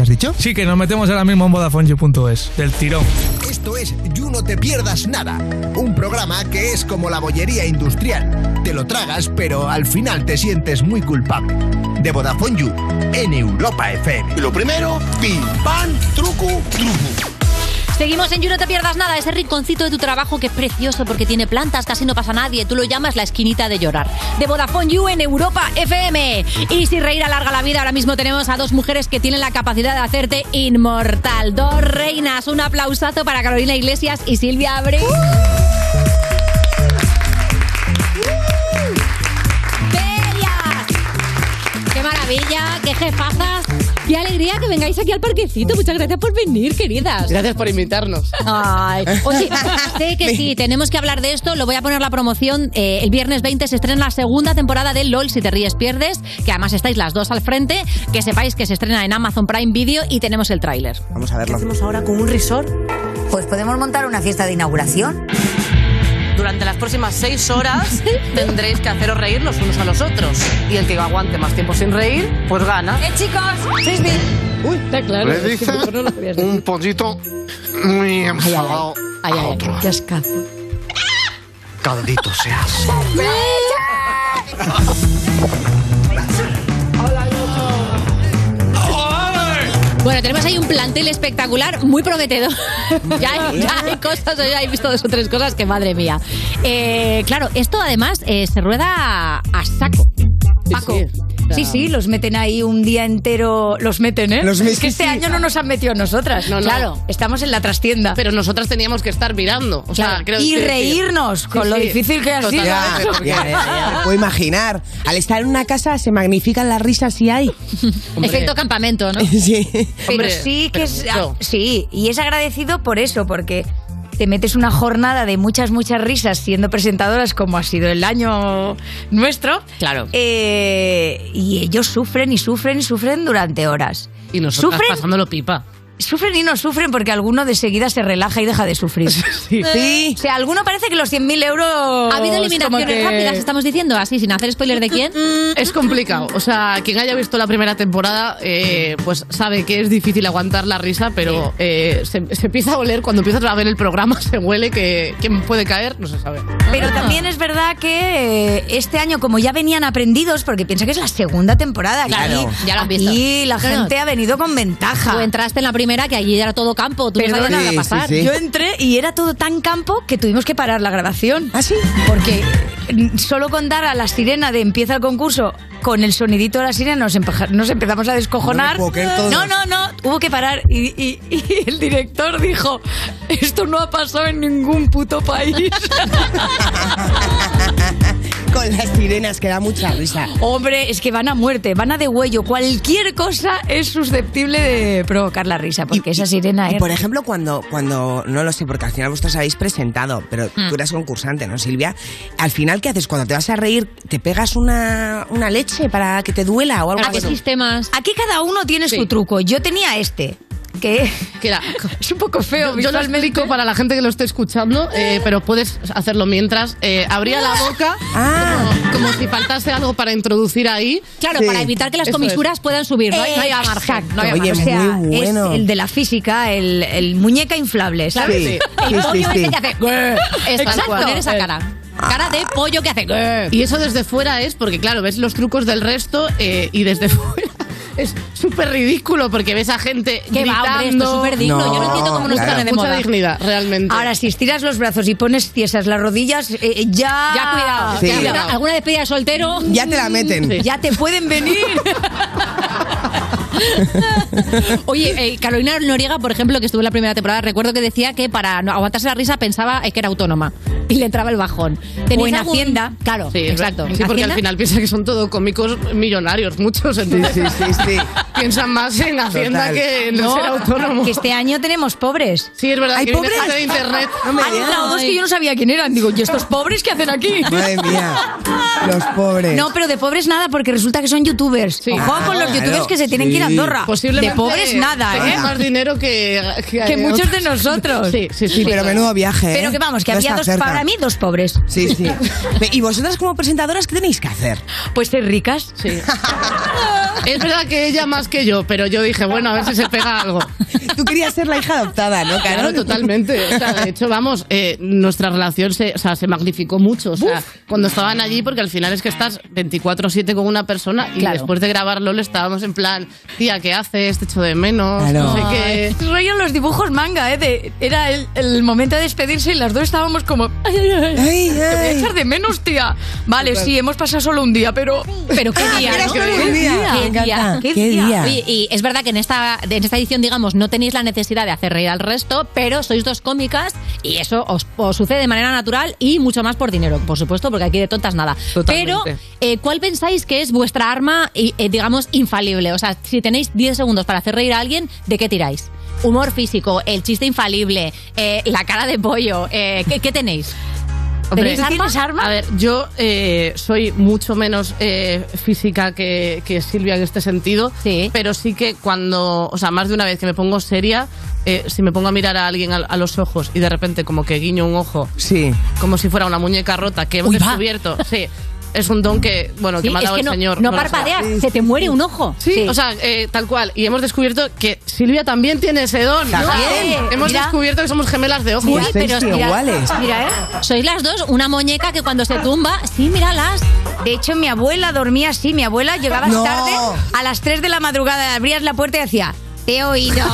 S5: has dicho?
S25: Sí, que nos metemos ahora mismo en VodafoneYou.es, del tirón.
S5: Esto es You No Te Pierdas Nada, un programa que es como la bollería industrial. Te lo tragas, pero al final te sientes muy culpable. De Vodafone You, en Europa FM. Lo primero, pim, pan, truco, truco.
S3: Seguimos en You, no te pierdas nada, ese rinconcito de tu trabajo que es precioso porque tiene plantas, casi no pasa nadie, tú lo llamas la esquinita de llorar. De Vodafone You en Europa FM. Y si reír alarga la vida, ahora mismo tenemos a dos mujeres que tienen la capacidad de hacerte inmortal. Dos reinas, un aplausazo para Carolina Iglesias y Silvia Abril. ¡Bellas! ¡Qué maravilla! ¡Qué jefazas! ¡Qué alegría que vengáis aquí al parquecito! Muchas gracias por venir, queridas.
S26: Gracias por invitarnos. Ah,
S3: Ay, oye, sé que sí, tenemos que hablar de esto. Lo voy a poner la promoción. eh, el viernes 20 se estrena la segunda temporada de LOL, si te ríes pierdes, que además estáis las dos al frente. Que sepáis que se estrena en Amazon Prime Video y tenemos el tráiler.
S4: Vamos a verlo.
S20: ahora con un resort? Pues podemos montar una fiesta de inauguración.
S26: Durante las próximas seis horas tendréis que haceros reír los unos a los otros. Y el que aguante más tiempo sin reír, pues gana. ¡Eh, chicos! ¡Frisbee! Uy, está claro.
S11: Le dice un pollito muy enfadado.
S26: Ay, ay, ay, qué ascazo.
S11: Caldito seas.
S3: Bueno, tenemos ahí un plantel espectacular, muy prometedor. ya, hay, ya hay cosas, yo ya he visto dos o tres cosas que madre mía. Eh, claro, esto además eh, se rueda a saco. Paco.
S20: Sí, sí, los meten ahí un día entero. Los meten, ¿eh?
S26: Los
S20: es
S26: meten,
S20: que este
S26: sí.
S20: año no nos han metido a nosotras.
S26: No, no.
S20: Claro, estamos en la trastienda.
S26: Pero nosotras teníamos que estar mirando. O sea,
S20: Claro,
S26: creo
S20: y
S26: que-
S20: reírnos con lo difícil que ha sido.
S26: Totalmente,
S20: Ya,
S26: porque-
S20: ya, ya,
S4: Puedo imaginar. Al estar en una casa se magnifican las risas si hay.
S3: Efecto campamento, ¿no?
S4: Sí.
S20: Pero sí que es, ah, sí, y es agradecido por eso, porque te metes una jornada de muchas, muchas risas siendo presentadoras como ha sido el año nuestro.
S26: Claro.
S20: Eh, y ellos sufren y sufren y sufren durante horas.
S26: Y nosotras
S20: Sufren-
S26: pasándolo pipa.
S20: Sufren y no sufren porque alguno de seguida se relaja y deja de sufrir. Sí. O sea, alguno parece que los 100.000 euros...
S3: Ha habido eliminaciones rápidas, estamos diciendo así, sin hacer spoiler de quién.
S26: Es complicado. O sea, quien haya visto la primera temporada, eh, pues sabe que es difícil aguantar la risa, pero eh, se, se empieza a oler. Cuando empiezas a ver el programa, se huele que quien puede caer, no se sabe.
S20: Pero
S3: Ah.
S20: también es verdad que eh, este año, como ya venían aprendidos, porque piensa que es la segunda temporada, aquí-
S3: Claro, ya lo han visto.
S20: aquí la
S3: Claro.
S20: gente ha venido con ventaja.
S3: Tú entraste en la primera, que allí era todo campo, tú no
S20: Perdona,
S3: sabías nada pasar.
S20: Yo entré y era todo tan campo que tuvimos que parar la grabación. ¿Ah, sí? Porque mm, solo con dar a la sirena de empieza el concurso, con el sonidito de la sirena nos, empeja- nos empezamos a descojonar.
S4: No me puedo creer todo.
S20: no, no, no, hubo que parar. Y, y- y el director dijo, esto no ha pasado en ningún puto país.
S4: Con las sirenas que da mucha risa.
S20: Hombre, es que van a muerte, van a de huello. Cualquier cosa es susceptible de provocar la risa, porque esa sirena
S4: Y
S20: es...
S4: por ejemplo, cuando, cuando, no lo sé, porque al final vosotros habéis presentado, pero
S20: Mm.
S4: tú eras concursante, ¿no, Silvia? Al final, ¿qué haces? Cuando te vas a reír, ¿te pegas una, una leche para que te duela o algo
S20: Aquí
S4: así?
S3: sistemas?
S20: Aquí cada uno tiene este su truco. Yo tenía este. Que es un poco feo.
S26: Yo, yo lo explico para la gente que lo esté escuchando, eh, pero puedes hacerlo mientras. Eh, abría la
S3: Ah.
S26: boca como, como si faltase algo para introducir ahí. Eh.
S3: Claro, para evitar que las comisuras puedan subir, ¿no? hay- no hay margen, no hay
S20: Exacto.
S3: margen.
S20: O sea,
S3: Oye, muy bueno.
S20: es el de la física, el, el muñeca inflable, ¿sabes?
S3: Sí, sí,
S20: el
S3: sí,
S20: pollo
S3: sí.
S20: ese que hace...
S3: Es tal
S20: Exacto.
S3: cual, poner esa cara. Cara de pollo que hace. Eh.
S26: Y eso desde fuera es, porque claro, ves los trucos del resto eh, y desde fuera es súper ridículo porque ves a gente
S20: Qué va,
S26: gritando.
S20: hombre, esto es súper digno. Yo no entiendo cómo no se pone de
S26: Mucha
S20: moda.
S26: dignidad, realmente.
S20: Ahora, si estiras los brazos y pones tiesas las rodillas, eh, eh, ya...
S3: Ya cuidado,
S4: Sí.
S3: ya cuidado. ¿Alguna despedida de soltero?
S4: Ya te la meten. Sí.
S20: Ya te pueden venir.
S3: Oye, eh, Carolina Noriega, por ejemplo, que estuvo en la primera temporada, recuerdo que decía que para no aguantarse la risa pensaba eh, que era autónoma y le entraba el bajón.
S26: O en Hacienda.
S3: Claro,
S26: Sí, es
S3: exacto.
S26: verdad. Sí, porque al
S3: Hacienda-
S26: final piensa que son todo cómicos millonarios, muchos. Entonces, Piensan más en Hacienda que en
S20: No,
S26: ser autónomo.
S20: Que este año tenemos pobres.
S26: Sí, es verdad, ¿Hay que viene pobres? gente de internet. No me
S20: Han
S26: digas.
S20: entrado dos que yo no sabía quién eran. Digo, ¿y estos pobres qué hacen aquí?
S4: Madre mía, los pobres.
S20: No, pero de pobres nada, porque resulta que son youtubers. Ojo
S4: Ah,
S20: con los youtubers
S4: claro,
S20: que se tienen que ir a
S4: sí.
S20: Andorra.
S26: Posiblemente
S20: de pobres nada,
S26: tengan
S20: ¿eh?
S26: más dinero que,
S20: Que muchos de nosotros.
S26: Sí, sí, sí.
S4: Sí, pero menudo viaje. ¿eh?
S20: Pero que vamos, que
S4: No
S20: había
S4: está
S20: dos
S4: cerca.
S20: para mí, dos pobres.
S4: Sí, sí. Ve, ¿Y vosotras como presentadoras qué tenéis que hacer?
S20: Pues ser ricas.
S26: Sí. Es verdad que ella más que yo, pero yo dije, bueno, a ver si se pega algo.
S4: Tú querías ser la hija adoptada, ¿no, Carol?
S26: Claro, totalmente. O sea, de hecho, vamos, eh, nuestra relación se, o sea, se magnificó mucho. O sea, cuando estaban allí, porque al final es que estás 24-7 con una persona y
S20: Claro.
S26: después de grabar LOL estábamos en plan, tía, ¿qué haces? Te echo de menos. No sé qué.
S20: Ay, rollo los dibujos manga, ¿eh? de- era el, el momento de despedirse y las dos estábamos como... Ay, ay, ay, te voy a echar de menos, tía. Vale, sí, hemos pasado solo un día, pero...
S3: Pero qué día, ¿no?
S20: Ah, Qué día. Qué
S3: Qué día.
S20: día.
S3: Oye, y es verdad que en esta, en esta edición, digamos, no tenéis la necesidad de hacer reír al resto, pero sois dos cómicas y eso os, os sucede de manera natural y mucho más por dinero, por supuesto, porque aquí de tontas nada.
S7: Totalmente.
S3: Pero, eh, ¿cuál pensáis que es vuestra arma, y, eh, digamos, infalible? O sea, si tenéis 10 segundos para hacer reír a alguien, ¿de qué tiráis? Humor físico, el chiste infalible, eh, la cara de pollo, eh, ¿qué, qué tenéis?
S26: Hombre,
S3: ¿Tenéis arma?
S26: A ver, yo eh, soy mucho menos eh, física que, que Silvia en este sentido, pero sí que cuando, o sea, más de una vez que me pongo seria, eh, si me pongo a mirar a alguien a, a los ojos y de repente como que guiño un ojo,
S4: Sí.
S26: como si fuera una muñeca rota que hemos
S3: Uy, va.
S26: descubierto, sí. Es un don que, bueno,
S3: Sí,
S26: que me ha
S3: es
S26: dado
S3: que
S26: el
S3: no-
S26: señor.
S3: no
S26: Bueno, o sea,
S3: parpadear, se te muere un ojo.
S26: Sí,
S3: Sí.
S26: o sea, eh, tal cual. Y hemos descubierto que Silvia también tiene ese don.
S3: También.
S26: Ah, Hemos
S3: Mira.
S26: descubierto que somos gemelas de ojos.
S3: Sí, pero mira, mira, ¿eh? Sois las dos una muñeca que cuando se tumba, sí, míralas.
S20: De hecho, mi abuela dormía así. Mi abuela llegaba
S3: No.
S20: tarde a las 3 de la madrugada, abrías la puerta y decía, te he oído.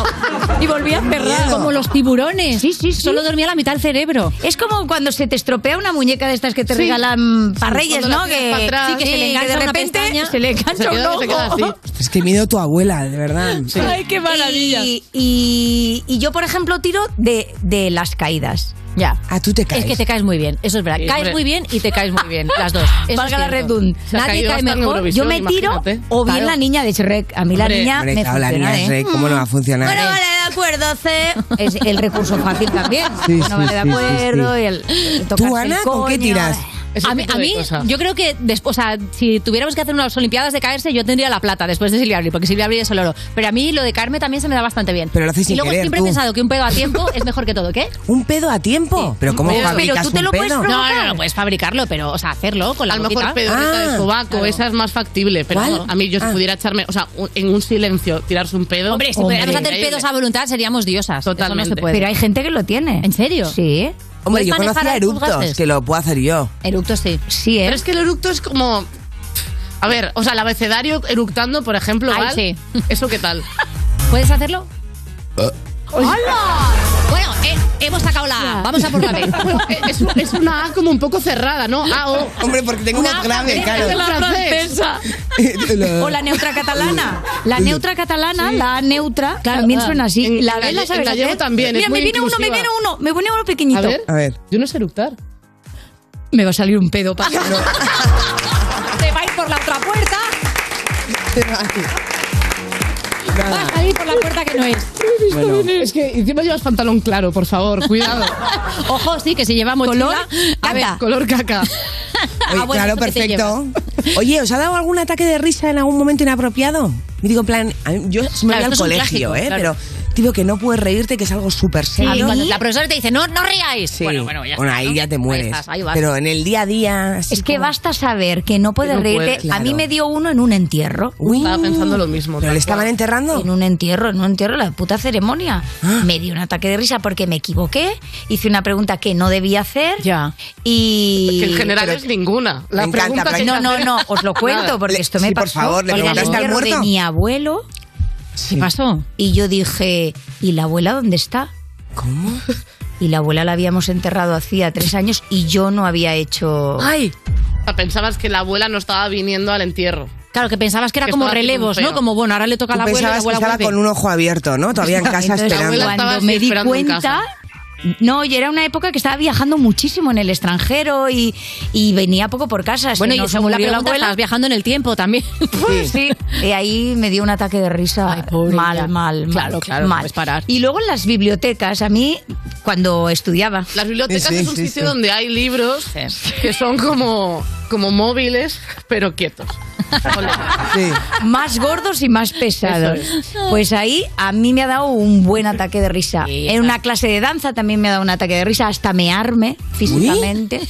S20: y volvías a cerrar.
S3: Como los tiburones. Sí, sí, sí. Solo dormía la mitad del cerebro.
S20: Es como cuando se te estropea una muñeca de estas que te
S3: Sí.
S20: regalan para
S3: Sí,
S20: Reyes,
S3: cuando la
S20: ¿no?
S3: tiras
S20: Que,
S3: para atrás.
S20: sí, que se le engancha
S3: una
S20: de repente
S3: pestaña.
S20: se le engancha
S3: Se
S20: un
S3: queda- se queda
S20: ojo.
S3: así.
S4: Es que miedo tu abuela, de verdad.
S20: Ay, qué maravilla. Y, y- y yo, por ejemplo, tiro de, de las caídas.
S3: Ya.
S4: Ah, tú te caes.
S3: Es que te caes muy bien, eso es verdad.
S20: Sí,
S3: caes
S20: hombre.
S3: muy bien y te caes muy bien, las dos. Eso
S20: Valga
S3: es
S20: la
S3: cierto.
S20: redund.
S3: Se ha
S20: Nadie
S3: caído
S20: cae
S3: hasta en
S20: mejor. Yo
S3: Eurovisión,
S20: me tiro
S3: imagínate.
S20: o bien
S3: Claro.
S20: la niña de Shrek. A mí la
S4: Hombre,
S20: niña
S4: hombre,
S20: me
S4: claro, la
S20: funciona,
S4: niña
S20: ¿eh?
S4: Shrek, ¿cómo no va a funcionar?
S20: Bueno, vale, de acuerdo, C. Es el recurso fácil también.
S4: Sí,
S20: Bueno,
S4: sí,
S20: vale, de
S4: sí, sí,
S20: acuerdo.
S4: sí.
S20: y el- el
S4: ¿Tú,
S20: tocarse el
S4: Ana, con qué
S20: coño. eh.
S4: tiras?
S3: A mí,
S20: tipo
S3: a
S20: de
S3: mí,
S20: cosas.
S3: yo creo que después, o sea, si tuviéramos que hacer unas Olimpiadas de caerse, yo tendría la plata después de Silvia Abril, porque Silvia Abril es el oro. Pero a mí lo de caerme también se me da bastante bien.
S4: Pero lo haces
S3: y
S4: sin
S3: luego
S4: querer,
S3: siempre
S4: tú.
S3: he pensado que un pedo a tiempo es mejor que todo, ¿qué?
S4: ¿Un pedo a tiempo? ¿Pero cómo
S3: Pero-
S4: fabricas
S3: pero tú te
S4: un
S3: lo
S4: pedo?
S3: puedes provocar. No, no, no puedes fabricarlo, pero, o sea, hacerlo con la
S26: A lo mejor
S3: boquita.
S4: Ah,
S3: Ah,
S26: pedorita de sobaco, esa es más factible, pero
S3: ¿Cuál?
S26: a mí yo si
S3: Ah.
S26: pudiera echarme, o sea, un- en un silencio, tirarse un pedo.
S3: Hombre, si pudiéramos hacer pedos a voluntad seríamos diosas. Totalmente.
S26: Totalmente.
S3: puede.
S26: Pero
S20: hay gente que lo tiene.
S3: ¿En serio?
S20: Sí.
S4: Hombre,
S3: ¿Puedes
S4: yo
S3: manejar
S4: conocía
S3: a tus
S4: eructos,
S3: gastes?
S4: que lo puedo hacer yo.
S3: Eructos sí.
S20: Sí, ¿eh?
S26: Pero es que el eructo es como. A ver, o sea, el abecedario eructando, por ejemplo,
S3: Ay,
S26: ¿vale? ¿Eso qué tal?
S3: ¿Puedes hacerlo? ¡Hala! Bueno, eh, hemos sacado la A. Vamos a por la B.
S26: es, es una A como un poco cerrada, ¿no? A o.
S4: Hombre, porque tengo una grave, claro.
S26: La francesa.
S20: O la neutra catalana. La neutra catalana, la neutra, también
S26: ah.
S20: suena así.
S26: En-
S20: la
S26: en
S20: B la
S26: galle-
S20: sabes
S26: en gallego
S20: hacer.
S26: también, es
S20: Mira, me
S26: muy
S20: viene uno, me
S26: inclusiva.
S20: viene uno. Me viene uno pequeñito.
S26: A ver.
S4: A ver.
S26: Yo no sé eructar.
S20: Me va a salir un pedo, para Te va a ir por la otra puerta.
S3: Va a salir por la puerta que no es.
S26: Es que encima llevas pantalón claro, por favor, cuidado.
S3: Ojo, sí, que si llevamos
S26: Color
S3: A ver,
S26: caca. color caca.
S4: Oye,
S3: Ah, bueno,
S4: claro,
S3: eso que te
S4: perfecto. Oye, ¿os ha dado algún ataque de risa en algún momento inapropiado? Y digo, en plan, a mí- yo se me voy al
S3: Claro, esto es un
S4: colegio,
S3: clásico,
S4: ¿eh?
S3: claro.
S4: Pero digo que no puedes reírte, que es algo súper serio.
S3: Y cuando la profesora te dice, no, no ríais.
S4: Sí.
S3: Bueno, bueno, ya
S4: Bueno,
S3: está,
S4: ahí
S3: ¿no?
S4: ya te mueres.
S3: estás, ahí vas.
S4: Pero en el día a día. así
S20: Es que
S4: como-
S20: basta saber que no puedes
S4: Que no
S20: reírte.
S4: puedes,
S20: A mí
S4: claro.
S20: me dio uno en un entierro.
S26: Estaba pensando lo mismo.
S4: ¿Pero le estaban enterrando?
S20: En un entierro, en un entierro, la puta ceremonia. Me dio un ataque de risa porque me equivoqué, hice una pregunta que no debía hacer. Ya. Y.
S26: Que en general es ninguna. La
S20: Me encanta,
S26: pregunta que
S20: No, no, no, os lo cuento
S26: Nada.
S20: porque
S26: Le-
S20: esto me
S26: sí, por
S20: pasó.
S26: favor, ¿le
S20: en el
S26: preguntaste al
S20: entierro de
S26: muerto?
S20: mi abuelo.
S4: ¿Qué
S3: pasó?
S20: Y yo dije, ¿y la abuela dónde está?
S4: ¿Cómo?
S20: Y la abuela la habíamos enterrado hacía tres años y yo no había hecho.
S26: Ay. Pensabas que la abuela no estaba viniendo al entierro.
S3: Claro, que pensabas que era
S26: Que
S3: como
S26: estaba haciendo
S3: relevos,
S26: un
S3: ¿no?
S26: feo.
S3: Como, bueno, ahora le toca a
S4: Tú
S3: la abuela y la
S4: pensabas que
S3: abuela
S4: estaba
S3: vuelve.
S4: con un ojo abierto, ¿no? Todavía en casa
S20: Entonces,
S4: esperando.
S20: Cuando me di cuenta, no, y era una época que estaba viajando muchísimo en el extranjero y, y venía poco por casa.
S3: Bueno, y según la pregunta,
S20: abuela,
S3: estabas viajando en el tiempo también.
S20: Pues sí. Y ahí me dio un ataque de risa. mal, mal, mal.
S3: Claro, claro, no
S20: mal.
S3: puedes parar.
S20: Y luego en las bibliotecas, a mí, cuando estudiaba.
S26: Las bibliotecas es un sitio donde hay libros que son como, como móviles, pero quietos.
S20: Más gordos y más pesados.
S26: Eso es.
S20: Pues ahí a mí me ha dado un buen ataque de risa. en una clase de danza también me ha dado un ataque de risa, hasta mearme físicamente.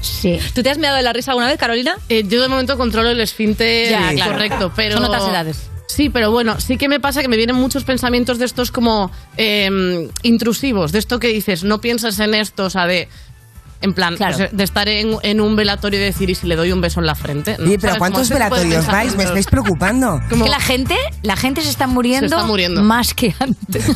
S20: Sí.
S3: ¿Tú te has meado de la risa alguna vez, Carolina?
S26: Eh, yo de momento controlo el esfínter
S3: Ya,
S26: eh,
S3: claro.
S26: correcto, pero...
S3: Son otras edades.
S26: Sí, pero bueno, sí que me pasa que me vienen muchos pensamientos de estos como eh, intrusivos, de esto que dices, no piensas en esto, o sea, de... En plan,
S4: Claro.
S26: o sea, de estar en, en un velatorio y decir, ¿y si le doy un beso en la frente? ¿No?
S4: Oye, pero
S26: ¿Sabes? Como
S4: ¿cuántos
S26: ese tipo de
S4: velatorios vais? Me
S26: pensamientos.
S4: estáis preocupando.
S20: Es que la gente, la gente se está muriendo,
S26: Se está muriendo.
S20: más que antes.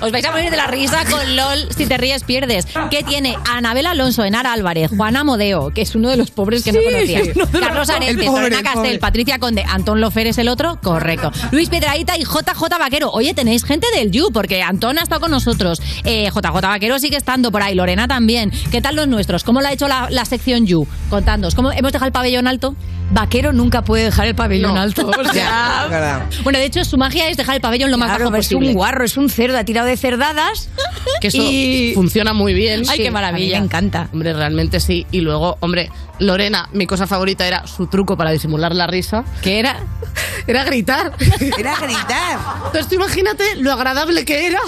S3: Os vais a morir de la risa con LOL. Si te ríes, pierdes. ¿Qué tiene Anabel Alonso, Enara Álvarez, Juana Modeo, que es uno de los pobres que no
S20: Sí,
S3: conocías,
S20: sí, no, de
S3: Carlos
S20: verdad.
S3: Areces,
S20: El pobre,
S3: Lorena
S20: el
S3: Castel,
S20: pobre.
S3: Patricia Conde, Antón Lofer es el otro, correcto. Luis Piedraíta y JJ Vaquero. Oye, tenéis gente del You, porque Antón ha estado con nosotros. Eh, JJ Vaquero sigue estando por ahí, Lorena también. ¿Qué tal los nuestros? ¿Cómo lo ha hecho la, la sección You? Contadnos, ¿cómo hemos dejado el pabellón alto? Vaquero nunca puede dejar el pabellón alto.
S20: o sea-
S3: bueno, de hecho, su magia es dejar el pabellón lo más
S20: Claro,
S3: bajo
S20: es
S3: posible.
S20: un guarro, es un cerdo, ha tirado de cerdadas.
S26: que eso
S20: y-
S26: funciona muy bien.
S20: Ay, qué maravilla.
S26: me encanta. Hombre, realmente sí. Y luego, hombre, Lorena, mi cosa favorita era su truco para disimular la risa.
S3: ¿Qué era?
S26: Era gritar.
S4: Era gritar.
S26: Entonces tú imagínate lo agradable que era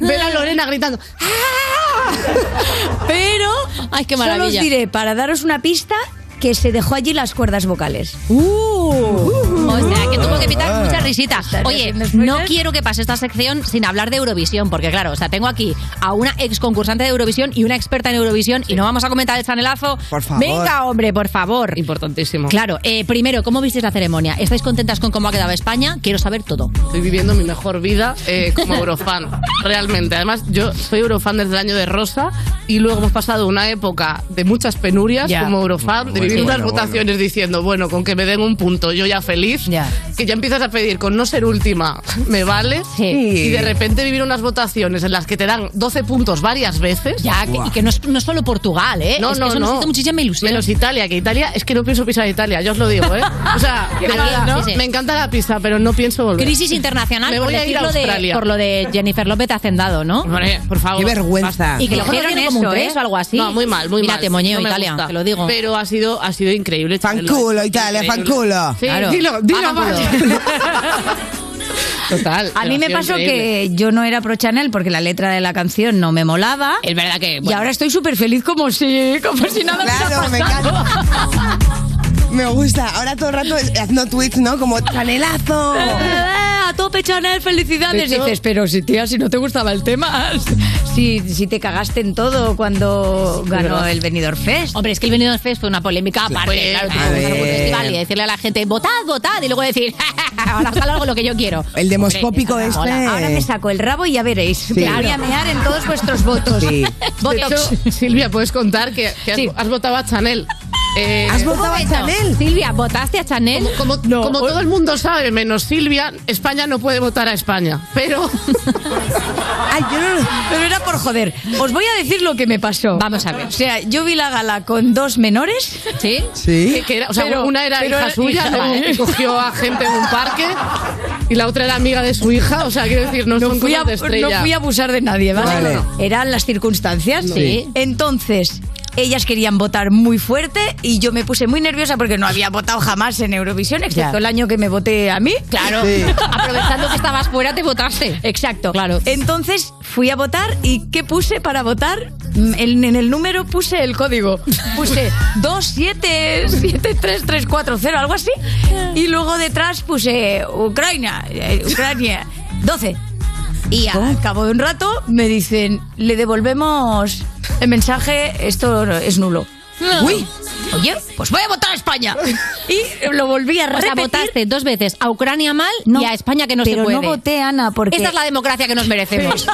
S26: ver a Lorena gritando. ¡Ah!
S20: Pero
S3: Ay, qué
S20: solo
S3: maravilla.
S20: os diré, para daros una pista, que se dejó allí las cuerdas vocales.
S3: Uh. O sea, que
S26: Ah,
S3: tuvo que pitar muchas risitas. Oye, no quiero que pase esta sección sin hablar de Eurovisión, porque claro, o sea, tengo aquí a una ex concursante de Eurovisión y una experta en Eurovisión y no vamos a comentar el chanelazo.
S26: Por favor.
S3: Venga, hombre, por favor.
S26: Importantísimo.
S3: Claro, eh, primero, ¿cómo visteis la ceremonia? ¿Estáis contentas con cómo ha quedado España? Quiero saber todo.
S26: Estoy viviendo mi mejor vida eh, como eurofan, realmente. Además, yo soy eurofan desde el año de Rosa y luego hemos pasado una época de muchas penurias
S3: Ya.
S26: como eurofan, de
S3: Bueno,
S26: vivir unas
S3: bueno,
S26: votaciones diciendo, bueno, con que me den un punto, yo ya feliz, que ya empiezas a pedir con no ser última, me vale, y de repente vivir unas votaciones en las que te dan 12 puntos varias veces.
S3: Ya, que- y que no es, no es solo Portugal, ¿eh?
S26: No,
S3: Es que
S26: no,
S3: eso nos
S26: no.
S3: hizo muchísima ilusión.
S26: Menos Italia, que Italia, es que no pienso pisar Italia, yo os lo digo, ¿eh? O sea, de
S3: Qué
S26: verdad,
S3: mal,
S26: ¿no?
S3: sí, sí.
S26: me encanta la pista, pero no pienso volver.
S3: Crisis internacional
S26: Me
S3: por,
S26: voy a ir a
S3: decirlo de-
S26: Australia.
S3: por lo de Jennifer López Hacendado, ¿no?
S26: Hombre, por favor.
S3: Y que lo
S26: Cogieron
S3: cogieron como un
S26: eso, ¿eh?
S3: tres o algo así.
S26: No, muy mal, muy
S3: Mira,
S26: mal.
S3: te moñeo,
S26: No me
S3: Italia,
S26: gusta.
S3: te lo digo.
S26: Pero ha sido, ha sido increíble.
S4: Fanculo, Italia, fanculo.
S26: Sí,
S4: Claro.
S26: dilo, dilo,
S20: Fanculo.
S26: Total.
S20: A mí me pasó
S26: increíble.
S20: que yo no era pro Chanel porque la letra de la canción no me molaba.
S26: Es verdad que.
S20: Y ahora estoy súper feliz como si, como si nada
S4: Claro, me
S20: hubiera pasado.
S4: encanta. Me gusta. Ahora todo el rato es- haciendo tweets, ¿no? Como chanelazo.
S20: A tope Chanel, felicidades.
S4: De hecho-
S20: dices, pero si tía, si no te gustaba el tema, si, si te cagaste en todo cuando ganó
S3: verdad.
S20: el Benidorm Fest.
S3: Hombre, es que el Benidorm Fest fue una polémica aparte.
S20: Fue-
S3: Claro,
S20: a
S3: tuvo que pasar por
S20: ver.
S3: el festival y decirle a la gente, votad, votad, y luego decir, ahora salgo algo lo que yo quiero.
S4: El demoscópico
S3: Hombre, esa
S4: este.
S3: mola.
S20: Ahora me saco el rabo y ya veréis. Me voy a mear en todos vuestros votos.
S4: Sí.
S26: De
S20: Botox.
S26: hecho, Silvia, puedes contar que, que has, has votado a Chanel. Eh,
S4: ¿Has votado a
S3: Momento.
S4: Chanel?
S3: Silvia, ¿votaste a Chanel?
S26: Como, como todo el mundo sabe, menos Silvia, España no puede votar a España. Pero.
S4: Ay, yo no.
S20: Pero era por joder. Os voy a decir lo que me pasó.
S3: Vamos a ver.
S20: O sea, yo vi la gala con dos menores.
S3: ¿Sí?
S4: Sí.
S26: Que, que era- o sea,
S20: Pero-
S26: una era
S20: pero
S26: hija
S20: era-
S26: suya,
S20: hija,
S26: ¿no?
S20: ¿eh?
S26: que cogió a gente en un parque, y la otra era amiga de su hija. O sea, quiero decir, no,
S20: No
S26: son
S20: fui, a,
S26: cosas de estrella.
S20: no fui a abusar de nadie, ¿vale?
S26: Vale.
S20: No, no. Eran las circunstancias.
S3: Sí.
S20: Entonces, ellas querían votar muy fuerte y yo me puse muy nerviosa porque no había votado jamás en Eurovisión, excepto
S3: Ya.
S20: el año que me voté a mí.
S3: Claro.
S20: Sí.
S3: Aprovechando que estabas fuera, te votaste.
S20: Exacto. Claro. Entonces fui a votar y ¿qué puse para votar? Mm, En, en el número puse el código. Puse 2773340, algo así. Y luego detrás puse Ucrania, eh, Ucrania, 12. Y al cabo de un rato me dicen, le devolvemos el mensaje, esto es nulo. Uy, oye, pues voy a votar a España. Y lo volví a
S3: O sea,
S20: repetir.
S3: votaste dos veces a Ucrania mal y a España que no se
S20: pero
S3: puede.
S20: no voté, Ana, porque...
S3: Esta es la democracia que nos merecemos.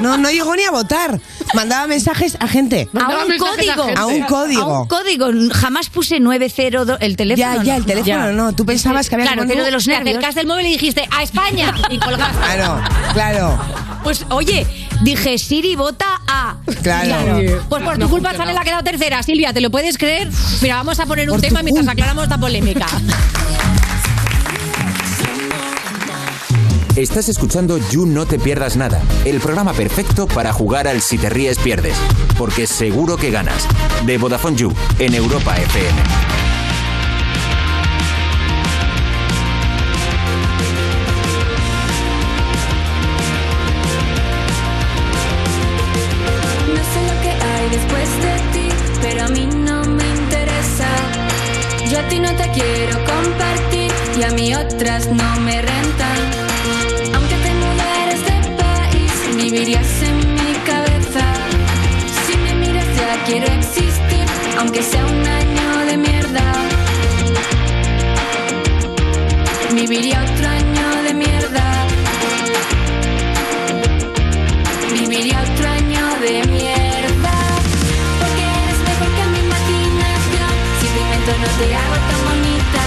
S4: No, no llegó ni a votar. Mandaba mensajes a gente.
S20: a un código.
S4: A un código.
S20: A un código. Jamás puse 902 el teléfono.
S4: Ya, ya, el teléfono no. Tú pensabas que había
S20: Claro,
S4: como
S20: pero
S4: tú-
S20: de los
S3: Te
S20: nervios.
S3: acercaste el móvil y dijiste, ¡a España! Y colgaste.
S4: Claro, claro.
S20: Pues oye, dije Siri vota a.
S4: Claro.
S3: Pues por tu culpa Chanel ha quedado tercera, Silvia, ¿te lo puedes creer? Mira, vamos a poner un
S4: Por tu
S3: tema mientras
S4: culpa.
S3: aclaramos esta polémica.
S7: Estás escuchando You No Te Pierdas Nada, el programa perfecto para jugar al Si Te Ríes Pierdes, porque seguro que ganas. De Vodafone You, en Europa FM.
S22: No sé lo que hay después de ti,
S27: y no te quiero compartir y a mí otras no me rentan. Aunque te mudaras de país, vivirías en mi cabeza. Si me miras ya quiero existir, aunque sea un año de mierda. Viviría otro año de mierda. Viviría otro año de mierda. Porque eres mejor que mi imaginación. Si te invento no te hago tan bonita.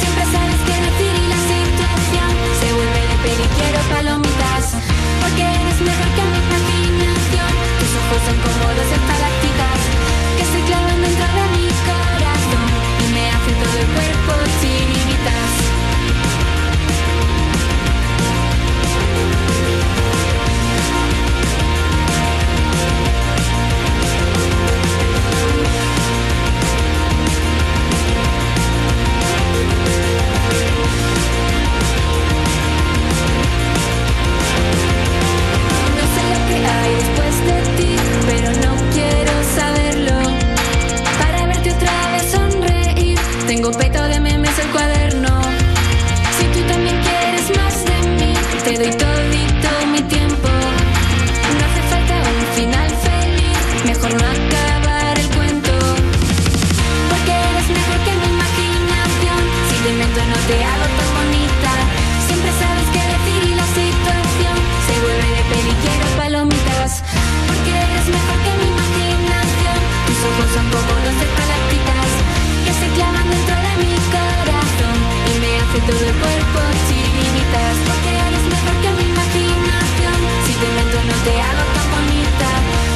S27: Siempre sabes qué decir y la situación se vuelve de peli quiero palomitas. Porque eres mejor que mi imaginación. Tus ojos son como dos estalactitas que se clavan dentro de mi corazón y me hace todo el cuerpo chiribitas. No sé lo que hay después de ti, pero no quiero saberlo. Para verte otra vez sonreír, tengo peto de memes el cuaderno. Si tú también quieres más de mí, te doy todito mi tiempo. No hace falta un final feliz, mejor no acabar el cuento. Porque eres mejor que mi imaginación, si te invento no te hago tan bonita. Siempre sabes qué decir y la situación se vuelve de peli quiero palomitas. Porque eres mejor que mi imaginación. Tus ojos son como los de estalactitas que se clavan dentro de mi corazón y me hace todo el cuerpo chiribitas. Porque eres mejor que mi imaginación. Si te invento no te hago tan bonita.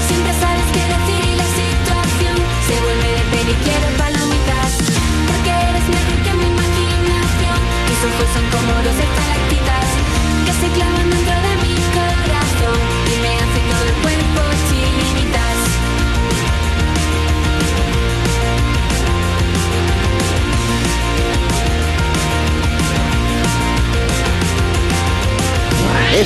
S27: Siempre sabes qué decir y la situación se vuelve de peli quiero palomitas. Porque eres mejor que mi imaginación. Tus ojos son como dos estalactitas que se clavan dentro de mi corazón y me hacen todo el cuerpo chilitas.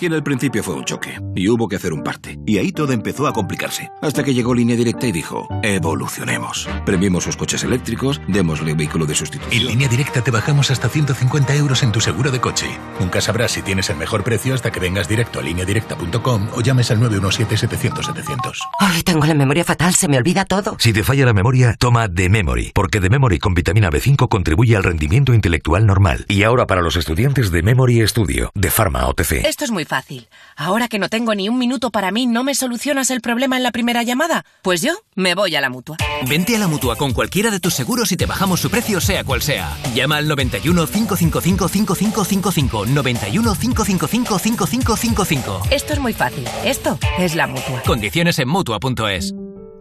S28: Y en el principio fue un choque. Y hubo que hacer un parte. Y ahí todo empezó a complicarse. Hasta que llegó Línea Directa y dijo, evolucionemos. Premiemos sus coches eléctricos, démosle vehículo de sustitución.
S16: En línea directa te bajamos hasta 150 euros en tu seguro de coche. Nunca sabrás si tienes el mejor precio hasta que vengas directo a lineadirecta.com o llames al 917-700-700.
S29: Ay, tengo la memoria fatal, se me olvida todo.
S15: Si te falla la memoria, toma The Memory, porque The Memory con vitamina B5 contribuye al rendimiento intelectual normal. Y ahora para los estudiantes de Memory Studio, de Pharma OTC.
S3: Esto es muy fácil. Ahora que no tengo ni un minuto para mí, ¿no me solucionas el problema en la primera llamada? Pues yo me voy a la mutua.
S14: Vente a la mutua con cualquiera de tus seguros y te bajamos su precio, sea cual sea. Llama al 91 555 5555. 91 555 5555.
S3: Esto es muy fácil. Esto es la mutua.
S14: Condiciones en mutua.es.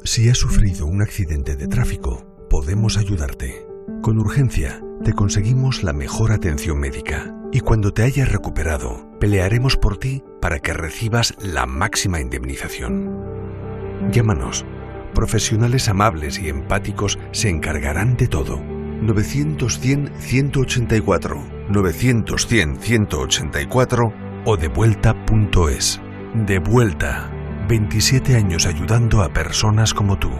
S30: Si has sufrido un accidente de tráfico, podemos ayudarte. Con urgencia, te conseguimos la mejor atención médica. Y cuando te hayas recuperado, pelearemos por ti para que recibas la máxima indemnización. Llámanos. Profesionales amables y empáticos se encargarán de todo. 910-184, 910-184 o devuelta.es. De vuelta. 27 años ayudando a personas como tú.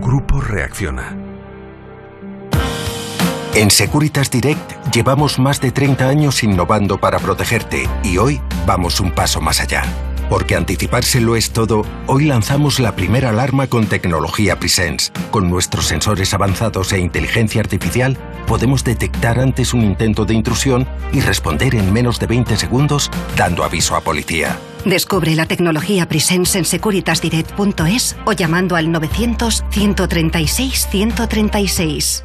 S30: Grupo Reacciona.
S31: En Securitas Direct llevamos más de 30 años innovando para protegerte y hoy vamos un paso más allá. Porque anticipárselo es todo, hoy lanzamos la primera alarma con tecnología Presence. Con nuestros sensores avanzados e inteligencia artificial, podemos detectar antes un intento de intrusión y responder en menos de 20 segundos dando aviso a policía.
S26: Descubre la tecnología Presence en securitasdirect.es o llamando al 900 136 136.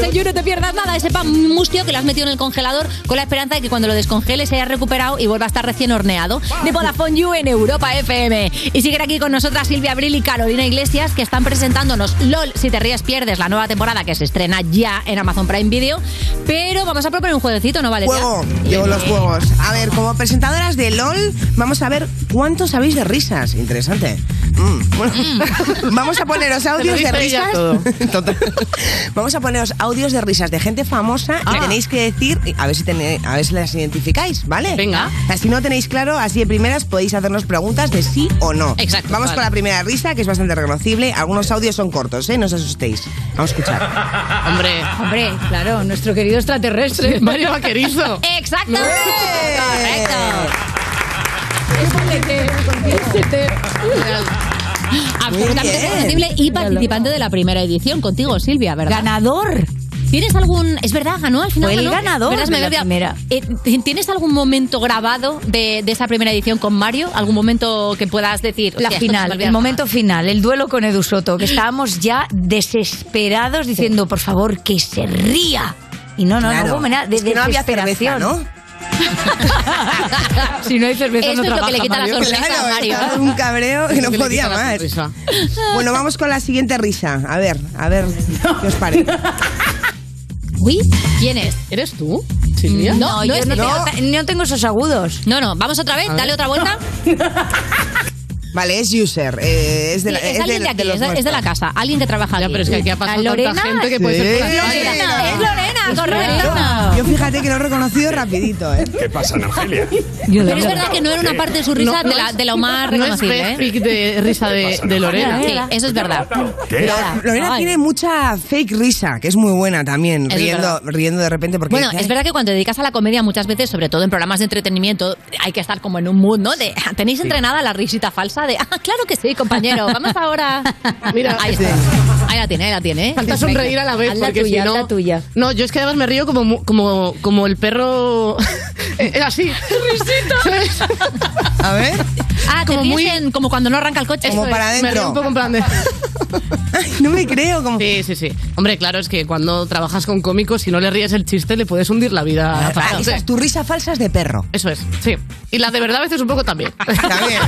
S3: en You, no te pierdas nada. Ese pan mustio que lo has metido en el congelador con la esperanza de que cuando lo descongeles se haya recuperado y vuelva a estar recién horneado. De Vodafone You en Europa FM. Y siguen aquí con nosotras Silvia Abril y Carolina Iglesias que están presentándonos LOL Si te ríes pierdes, la nueva temporada que se estrena ya en Amazon Prime Video. Pero vamos a proponer un jueguecito, ¿no, Valeria?
S4: Juego, llevo los juegos. A ver, como presentadoras de LOL, vamos a ver cuántos sabéis de risas. Interesante. Mm, bueno, vamos a poneros audios de
S26: dice ella
S4: risas.
S26: todo.
S4: Total. Vamos a poneros audios de risas de gente famosa y tenéis que decir, a ver si tenéis, a ver si las identificáis, ¿vale? Venga. Si no tenéis claro, así de primeras podéis hacernos preguntas de sí o no.
S32: Exacto,
S4: Vamos
S32: vale.
S4: con la primera risa, que es bastante reconocible. Algunos audios son cortos, ¿eh? No os asustéis. Vamos a escuchar.
S20: Hombre. Hombre, claro, nuestro querido extraterrestre.
S26: Mario Vaquerizo.
S20: Exacto.
S3: Absolutamente
S20: bien.
S3: reconocible y participante de la primera edición contigo, Silvia, ¿verdad? Ganador. ¿Tienes algún.? Es verdad, ganó al final.
S20: Fue el
S3: ganó.
S20: ganador
S3: ¿Verdad?
S20: de
S3: Me
S20: la
S3: había
S20: primera.
S3: olvidado. Eh, ¿Tienes algún momento grabado de, de esa primera edición con Mario? ¿Algún momento que puedas decir?
S20: La
S3: "Hostia, esto se me
S20: final,
S3: olvidaba"?
S20: el momento final, el duelo con Edu Soto, que estábamos ya desesperados diciendo, por favor, que se ría. Y no, no,
S4: Claro.
S20: no hubo manera de
S4: Es que no había cerveza,
S20: desesperación.
S4: ¿no?
S20: si no hay cerveza,
S3: Esto
S20: no
S3: es lo que
S20: trabaja,
S3: le quita la
S20: Mario.
S3: sonrisa
S4: Claro,
S3: a Mario.
S4: estaba un cabreo que no
S20: que le
S4: podía
S20: quita la
S4: más. Bueno, vamos con la siguiente risa. A ver, a ver qué os parece.
S3: Uy, ¿quién es?
S26: ¿Eres tú?
S3: No, no,
S20: yo
S3: es
S20: no,
S3: Silvia.
S20: tengo, no tengo esos agudos.
S3: No, no, vamos otra vez,
S20: A
S3: dale
S20: ver.
S3: otra vuelta.
S4: Vale, es user. eh, es de la,
S3: Sí, es
S4: es
S3: alguien de
S4: de,
S3: aquí,
S4: los
S3: es de- es de la
S4: nuestros.
S3: casa, alguien que trabaja aquí.
S4: pero es que aquí ha pasado
S3: ¿A
S4: tanta gente que puede ser por la calle.
S3: Es Lorena,
S4: Lorena.
S3: es Lorena,
S4: Es
S3: correcto.
S4: Lorena. Yo fíjate que lo he reconocido rapidito, ¿eh?
S33: ¿Qué pasa, Angelia?
S3: Pero es verdad que no era una parte de su risa de, la, de la más
S26: No es
S3: reconocible, ¿eh?
S26: fanfic de risa de, de Lorena.
S3: Sí, eso es verdad.
S4: Lo- Lorena tiene mucha fake risa, que es muy buena también,
S3: Es
S4: riendo,
S3: verdad.
S4: riendo de repente porque
S3: Bueno, es verdad que cuando te dedicas a la comedia muchas veces, sobre todo en programas de entretenimiento, hay que estar como en un mood, ¿no? De, ¿Tenéis entrenada la risita falsa de, ah, claro que sí, compañero, vamos ahora?
S26: Mira,
S3: ahí está. Ahí la tiene, ahí la tiene. ¿eh?
S26: Falta sonreír a la vez,
S3: Haz la
S26: porque
S3: tuya,
S26: si
S3: haz
S26: no...
S3: la tuya.
S26: No, yo es que además me río como, mu- como, como el perro... Eh, eh, así. Risita.
S4: A ver.
S3: Ah, te ríes en- como cuando no arranca el coche.
S26: Eso es, Me río un poco en plan de...
S4: no me creo. Como...
S26: Sí, sí, sí. Hombre, claro, es que cuando trabajas con cómicos, si no le ríes el chiste, le puedes hundir la vida.
S4: Ah,
S26: fatal.
S4: esa es tu risa falsa es de perro.
S26: Eso es, sí. Y la de verdad a veces un poco también.
S4: También,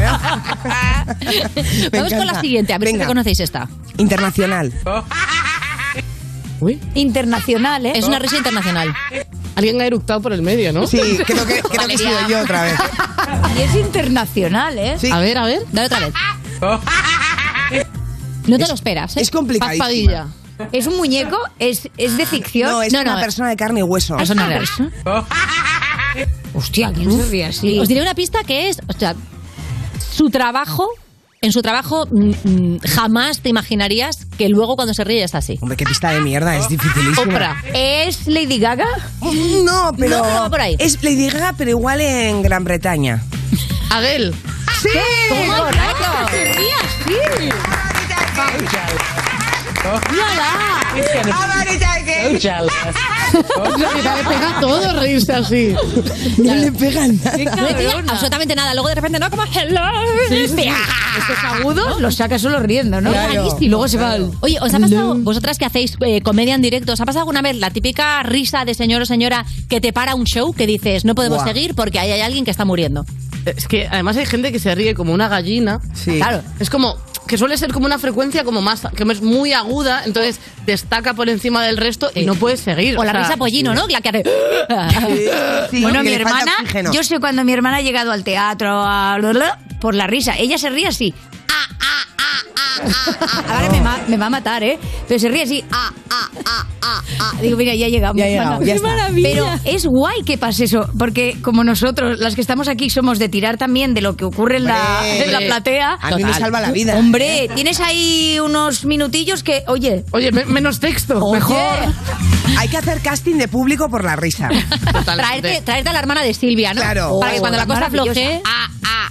S3: Vamos con la siguiente, a ver si reconocéis esta.
S4: Internacional.
S20: Internacional, ¿eh?
S3: Es una risa internacional.
S26: Alguien ha eructado por el medio, ¿no?
S4: Sí, creo que, creo que he sido yo otra vez.
S20: Y es internacional, ¿eh?
S4: Sí. A ver, a ver.
S3: Dale otra vez. No te lo esperas, ¿eh?
S4: Es complicadísima.
S3: Paspadilla.
S20: ¿Es un muñeco? ¿Es, es de ficción?
S4: No, es una persona de carne y hueso.
S3: Eso no era.
S20: Hostia, ¿quién se ríe así?
S3: Os diré una pista que es, o sea, su trabajo, en su trabajo mm, mm, jamás te imaginarías que luego cuando se ríe es así.
S4: Hombre, qué pista de mierda, es dificilísimo.
S20: ¿Es Lady Gaga?
S4: No, pero.
S20: No, pero va por ahí.
S4: Es Lady Gaga, pero igual en Gran Bretaña.
S26: Adel.
S4: ¡Sí!
S26: le pega todo reírse así.
S4: No le pegan nada.
S3: No le pillan absolutamente nada. Luego de repente, no, como hello.
S20: Estos agudos los saca solo riendo, ¿no? Y luego se va al...
S3: Oye, ¿os ha pasado, vosotras que hacéis eh, comedia en directo, ¿os ha pasado alguna vez la típica risa de señor o señora que te para un show que dices, no podemos
S26: Buah.
S3: seguir porque ahí hay alguien que está muriendo?
S26: Es que además hay gente que se ríe como una gallina.
S4: Sí.
S26: Claro. Es como que suele ser como una frecuencia como más que es muy aguda, entonces destaca por encima del resto y no puedes seguir.
S3: O la risa pollino, ¿no? La que hace...
S20: bueno,
S26: que
S20: mi
S26: le falta
S20: hermana,
S26: oxígeno.
S20: yo sé cuando mi hermana ha llegado al teatro a- por la risa, ella se ríe así. Ah, ah, ah, ah, ah, ah. Ahora me, ma- me va a matar, ¿eh? Pero se ríe así. Ah, ah, ah, ah, ah. Digo, mira, ya llegamos.
S4: Ya ha llegado,
S20: hermana.
S4: ya está.
S20: Pero es guay que pase eso, porque como nosotros, las que estamos aquí, somos de tirar también de lo que ocurre en, la,
S4: Hombre,
S20: en la platea.
S4: a mí me salva la vida. ¿eh?
S20: Hombre, tienes ahí unos minutillos que, oye,
S26: Oye, me- menos texto, mejor.
S4: Hay que hacer casting de público por la risa.
S3: Traerte, traerte a la hermana de Silvia, ¿no?
S4: Claro.
S3: Para que
S4: Oh,
S3: cuando la cosa
S20: maravillosa.
S3: floje...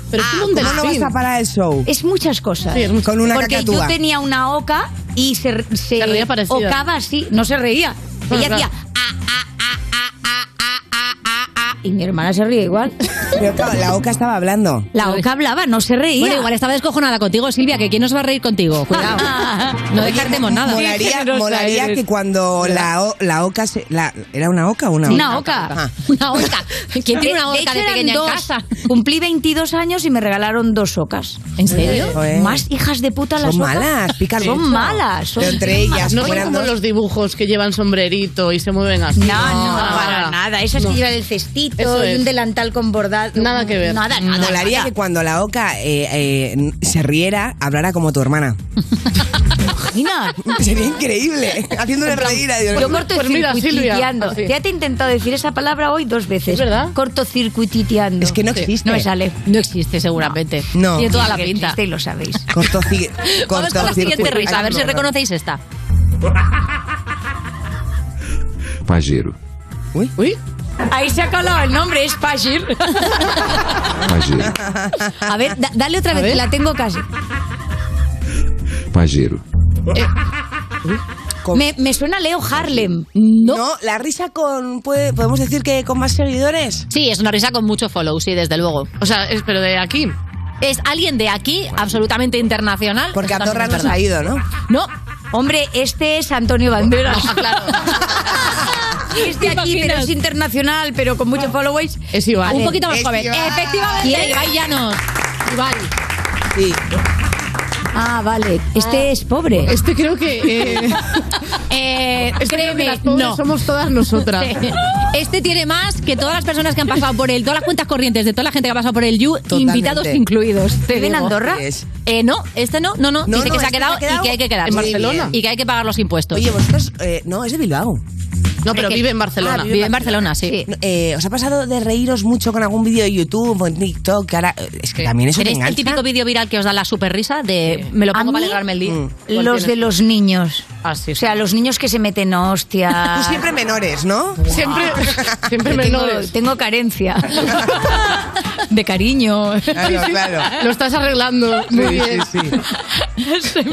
S26: Pero es Ah, como un
S4: Ah, ¿Cómo no
S26: delfín.
S4: vas a parar el show?
S20: es muchas cosas.
S4: Con una
S20: Porque
S4: cacatúa.
S20: yo tenía una oca y se, se, ocaba así, no se reía.
S26: Bueno,
S20: Ella
S26: claro.
S20: hacía "Ah, ah, ah, ah, ah, ah, ah, ah, ah", y mi hermana se ríe igual.
S4: Pero claro, la Oca estaba hablando.
S20: La Oca hablaba, no se reía.
S3: Bueno, igual estaba descojonada contigo, Silvia, que quién nos va a reír contigo. Cuidado. No descartemos nada.
S4: Molaría, molaría que cuando la, o- la Oca se- la- ¿Era una Oca o una
S20: Sí,
S4: oca? Ah.
S20: una oca.
S3: Una oca. ¿Quién tiene una oca
S20: hecho,
S3: de
S20: eran
S3: pequeña en
S20: dos.
S3: casa?
S20: Cumplí 22 años y me regalaron dos ocas. Eh,
S3: ¿En
S4: serio? Joder.
S20: Más hijas de puta las
S4: Son
S20: ocas.
S4: malas, pican
S20: Son
S4: mucho.
S20: malas. son
S4: Pero entre ellas,
S20: malas.
S26: Ah, No son como los dibujos que llevan sombrerito y se mueven así. Ah.
S20: No, no, para nada. Esas
S26: No.
S20: que llevan el cestito
S26: Eso
S20: y un
S26: es.
S20: delantal con bordado. Nada que
S3: Ah,
S20: ver. Nada, nada.
S4: Molaría
S20: nada.
S4: que cuando la Oca eh, eh, n- se riera, hablara como tu hermana.
S20: Imagina.
S4: Sería increíble. Haciéndole reír a Dios.
S20: Yo
S3: Pues
S20: cortocircuititeando.
S4: Así.
S20: ya te he intentado decir esa palabra hoy dos veces. ¿Verdad? Cortocircuititeando.
S4: Es que no existe.
S20: No me sale.
S3: No existe seguramente.
S4: No.
S3: Tiene toda la
S20: Que
S3: pinta.
S20: existe y lo sabéis.
S4: Cortoci-
S3: Vamos con la siguiente
S4: cortocircuitando.
S3: risa, a ver si reconocéis esta.
S34: Pajero,
S4: Uy.
S20: Ahí se ha colado el nombre, es Pashir.
S34: pajero,
S20: A ver, da- dale otra
S3: A
S20: vez,
S3: ver.
S20: que la tengo casi.
S34: pajero.
S3: Eh.
S20: Me, me suena Leo Harlem.
S4: No. la risa con. puede- podemos decir que con más seguidores.
S3: Sí, es una risa con mucho follow, sí, desde luego.
S26: O sea, es, pero de aquí.
S3: Es alguien de aquí, absolutamente internacional.
S4: Porque a
S3: Eso
S4: Torra
S3: también
S4: no
S3: es
S4: se ha
S3: verdad.
S4: ido, ¿no?
S20: No, hombre, este es Antonio Banderas.
S26: claro.
S20: Es de aquí, pero es internacional, pero con muchos followers.
S26: Es Ibai.
S3: Un poquito más joven. Efectivamente,
S20: ¿Quién?
S3: Ibai Llanos. Ibai.
S4: Sí.
S20: Ah, vale. Este es pobre.
S26: Este creo que. eh,
S3: Eh,
S26: este creo que
S3: créeme,
S26: las pobres
S3: no.
S26: somos todas nosotras.
S3: Este tiene más que todas las personas que han pasado por él, todas las cuentas corrientes de toda la gente que ha pasado por el You,
S4: Totalmente.
S3: invitados incluidos. ¿Te
S20: ¿Vive en
S3: digo.
S20: Andorra?
S4: Es-
S3: Eh, no, este no, no, no.
S4: No,
S3: Dice
S4: no,
S3: que se ha
S4: este
S3: quedado,
S4: se ha quedado
S3: y que hay que quedarse.
S4: en Barcelona.
S3: Y que hay que pagar los impuestos.
S4: Oye, vosotros. eh, no, es de Bilbao.
S26: No, pero vive en Barcelona.
S4: Ah,
S3: Vive en Barcelona, sí.
S4: Eh, ¿Os ha pasado de reíros mucho con algún vídeo de YouTube o en TikTok? Que ahora, eh, es Ah. que también eso te
S3: ¿Tenéis el
S4: engancha.
S3: típico vídeo viral que os da la super risa de me lo
S20: A
S3: pongo para
S20: mí,
S3: alegrarme el día?
S4: Mm.
S26: ¿Cuál
S20: Los
S26: tienes?
S20: de los niños.
S26: Ah, sí.
S20: O sea, los niños que se meten hostia.
S4: Tú siempre menores, ¿no?
S26: Siempre, siempre
S20: Tengo,
S26: menores.
S20: tengo carencia. De cariño.
S4: Claro, claro.
S26: Lo estás arreglando muy bien.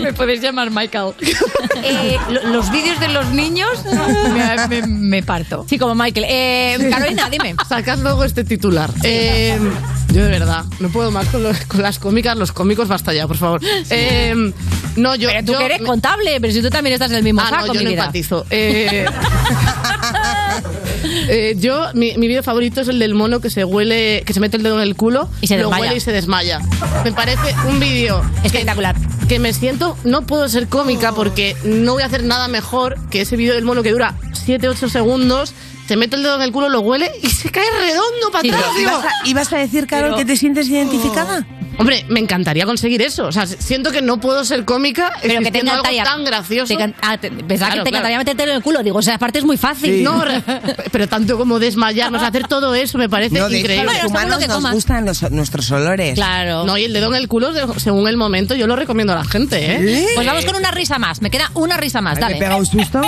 S3: me podéis llamar Michael.
S20: Eh, lo- los vídeos de los niños me, me- me parto.
S3: Sí, como Michael. Eh, Carolina, dime.
S26: Sacad luego este titular. Eh, yo de verdad, no puedo más con, los- con las cómicas. Los cómicos, basta ya, por favor. Eh, no, yo.
S3: Pero tú
S26: yo-
S3: que eres contable, pero si tú también estás en el mismo
S26: Ah, no,
S3: saco,
S26: yo
S3: mi
S26: no
S3: vida.
S26: empatizo. Eh, eh, yo, mi, mi vídeo favorito es el del mono que se huele, que se mete el dedo en el culo
S3: Y se
S26: lo
S3: desmaya.
S26: huele y se desmaya. Me parece un vídeo
S3: Espectacular.
S26: que me siento, no puedo ser cómica porque no voy a hacer nada mejor que ese vídeo del mono que dura 7-8 segundos. Se mete el dedo en el culo, lo huele y se cae redondo para
S3: Sí,
S26: atrás.
S3: pero
S26: digo,
S4: ¿Ibas a, ibas a decir, Carol,
S26: Pero-
S4: que te
S3: Oh.
S4: sientes identificada?
S26: Hombre, me encantaría conseguir eso. O sea, siento que no puedo ser cómica
S3: Pero que te
S26: existiendo algo
S3: encantaría.
S26: tan gracioso.
S3: Te can- ah, te- pensaba
S26: Claro,
S3: que te
S26: claro.
S3: encantaría metértelo en el culo. Digo, o sea, aparte es muy fácil.
S26: No, re- pero tanto como desmayarnos, hacer todo eso me parece
S4: No, de hecho, a
S26: increíble.
S4: los
S3: Bueno, según lo
S4: humanos
S3: que
S4: nos
S3: comas.
S4: gustan los- nuestros olores.
S3: Claro.
S26: No, y el dedo en el culo, de- según el momento, yo lo recomiendo a la gente, ¿eh?
S3: Pues vamos con una risa más. Me queda una risa más.
S4: ¿Te
S3: Dale.
S4: pega un susto?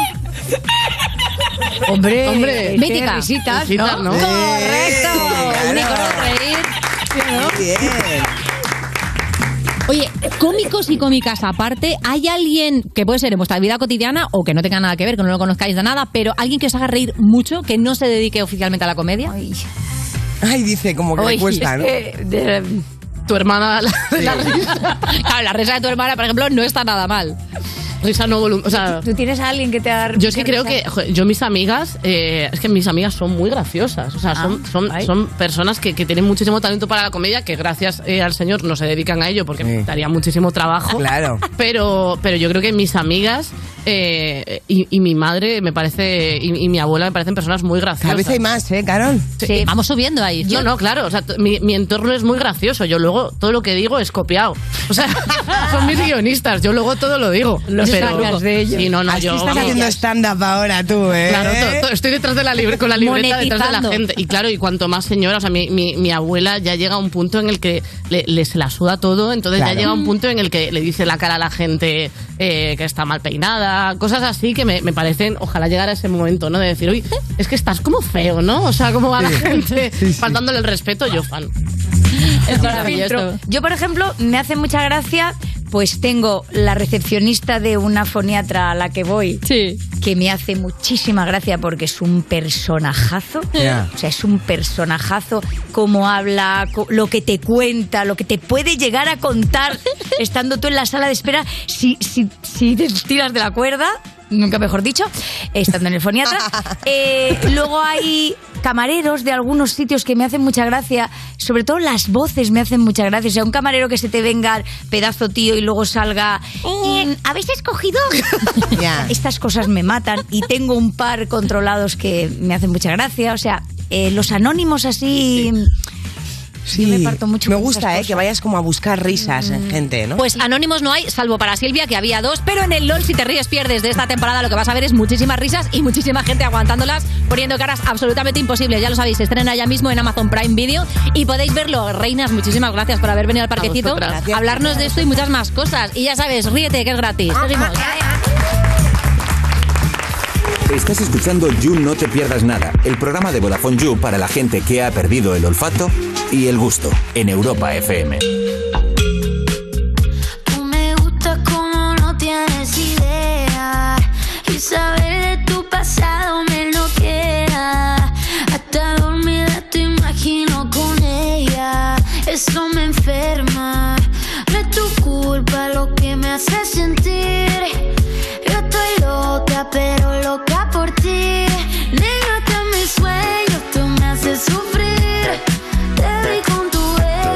S20: Hombre,
S26: Hombre,
S3: mítica.
S20: visitas,
S26: Visitas,
S20: ¿no?
S26: ¿no?
S20: Correcto.
S4: claro.
S3: Nicolás Reír.
S4: Bien.
S3: Oye, cómicos y cómicas aparte, ¿hay alguien que puede ser en vuestra vida cotidiana o que no tenga nada que ver, que no lo conozcáis de nada, pero alguien que os haga reír mucho, que no se dedique oficialmente a la comedia? eh,
S20: Ay,
S4: Ay, dice, como que le
S20: ay,
S4: cuesta, ¿no?
S20: es que, de-
S26: Tu hermana, la, la risa,
S3: Claro, la risa de tu hermana, por ejemplo, no está nada mal.
S26: risa no volum- O sea,
S20: ¿Tú tienes a alguien que te haga
S26: yo es que creo que jo, yo mis amigas, eh, es que mis amigas son muy graciosas. O sea, son, son,
S20: ay.
S26: son personas que, que tienen muchísimo talento para la comedia, que gracias eh, al Señor no se dedican a ello porque
S4: Sí.
S26: me daría muchísimo trabajo.
S4: Claro.
S26: Pero, pero yo creo que mis amigas eh, y, y mi madre me parece y, y mi abuela me parecen personas muy graciosas.
S4: Cada vez hay más, ¿eh, Carol?
S3: Sí, Vamos subiendo ahí.
S26: No, no, claro. O sea, t- mi, mi entorno es muy gracioso. Yo luego todo lo que digo es copiado. O sea, son mis guionistas. Yo luego todo lo digo. Lo
S20: sacas de ellos.
S26: Y no, no,
S4: Así
S26: yo.
S4: estás
S26: vamos,
S4: haciendo stand-up ahora tú, ¿eh?
S26: Claro, to- to- estoy detrás de la libre, con la libreta detrás de
S3: Monetizando.
S26: la gente. Y claro, y cuanto más señora, o sea, mi, mi, mi abuela ya llega a un punto en el que le, le se la suda todo, entonces
S4: Claro.
S26: ya llega a
S29: Mm.
S26: un punto en el que le dice la cara a la gente eh, que está mal peinada, cosas así que me, me parecen, ojalá llegara ese momento, ¿no? De decir, uy, es que estás como feo, ¿no? O sea, como a la gente, faltándole el respeto, yo fan.
S3: es
S20: Filtro. Yo, por ejemplo, me hace mucha gracia pues tengo la recepcionista de una foniatra a la que voy, que me hace muchísima gracia porque es un personajazo.
S11: Ya.
S20: O sea, es un personajazo, cómo habla, co- lo que te cuenta, lo que te puede llegar a contar estando tú en la sala de espera si, si, si te tiras de la cuerda. Nunca mejor dicho, estando en el foniatra. Eh, luego hay camareros de algunos sitios que me hacen mucha gracia, sobre todo las voces me hacen mucha gracia. O sea, un camarero que se te venga pedazo tío y luego salga. "Eh, ¿Habéis escogido? Estas cosas me matan y tengo un par controlados que me hacen mucha gracia. O sea, eh, los anónimos así. mm,
S4: Sí, me gusta, eh, que vayas como a buscar risas
S26: Mm.
S4: en gente, ¿no?
S3: Pues anónimos no hay, salvo para Silvia, que había dos, pero en el LOL, si te ríes, pierdes de esta temporada, lo que vas a ver es muchísimas risas y muchísima gente aguantándolas, poniendo caras absolutamente imposibles. Ya lo sabéis, se estrena ya mismo en Amazon Prime Video y podéis verlo. Reinas, muchísimas gracias por haber venido al parquecito,
S20: vosotras. Gracias.
S3: hablarnos de esto y muchas más cosas. Y ya sabes, ríete, que es gratis. Seguimos.
S7: Estás escuchando You No Te Pierdas Nada, el programa de Vodafone You para la gente que ha perdido el olfato y el gusto en Europa FM.
S22: Tú me gustas como no tienes idea. Y saber de tu pasado me lo queda. Hasta dormida te imagino con ella. Eso me enferma. No es tu culpa lo que me hace sentir. Yo estoy loca, pero loca por ti. Negate a mis sueños, tú me haces sufrir. Te vi con tu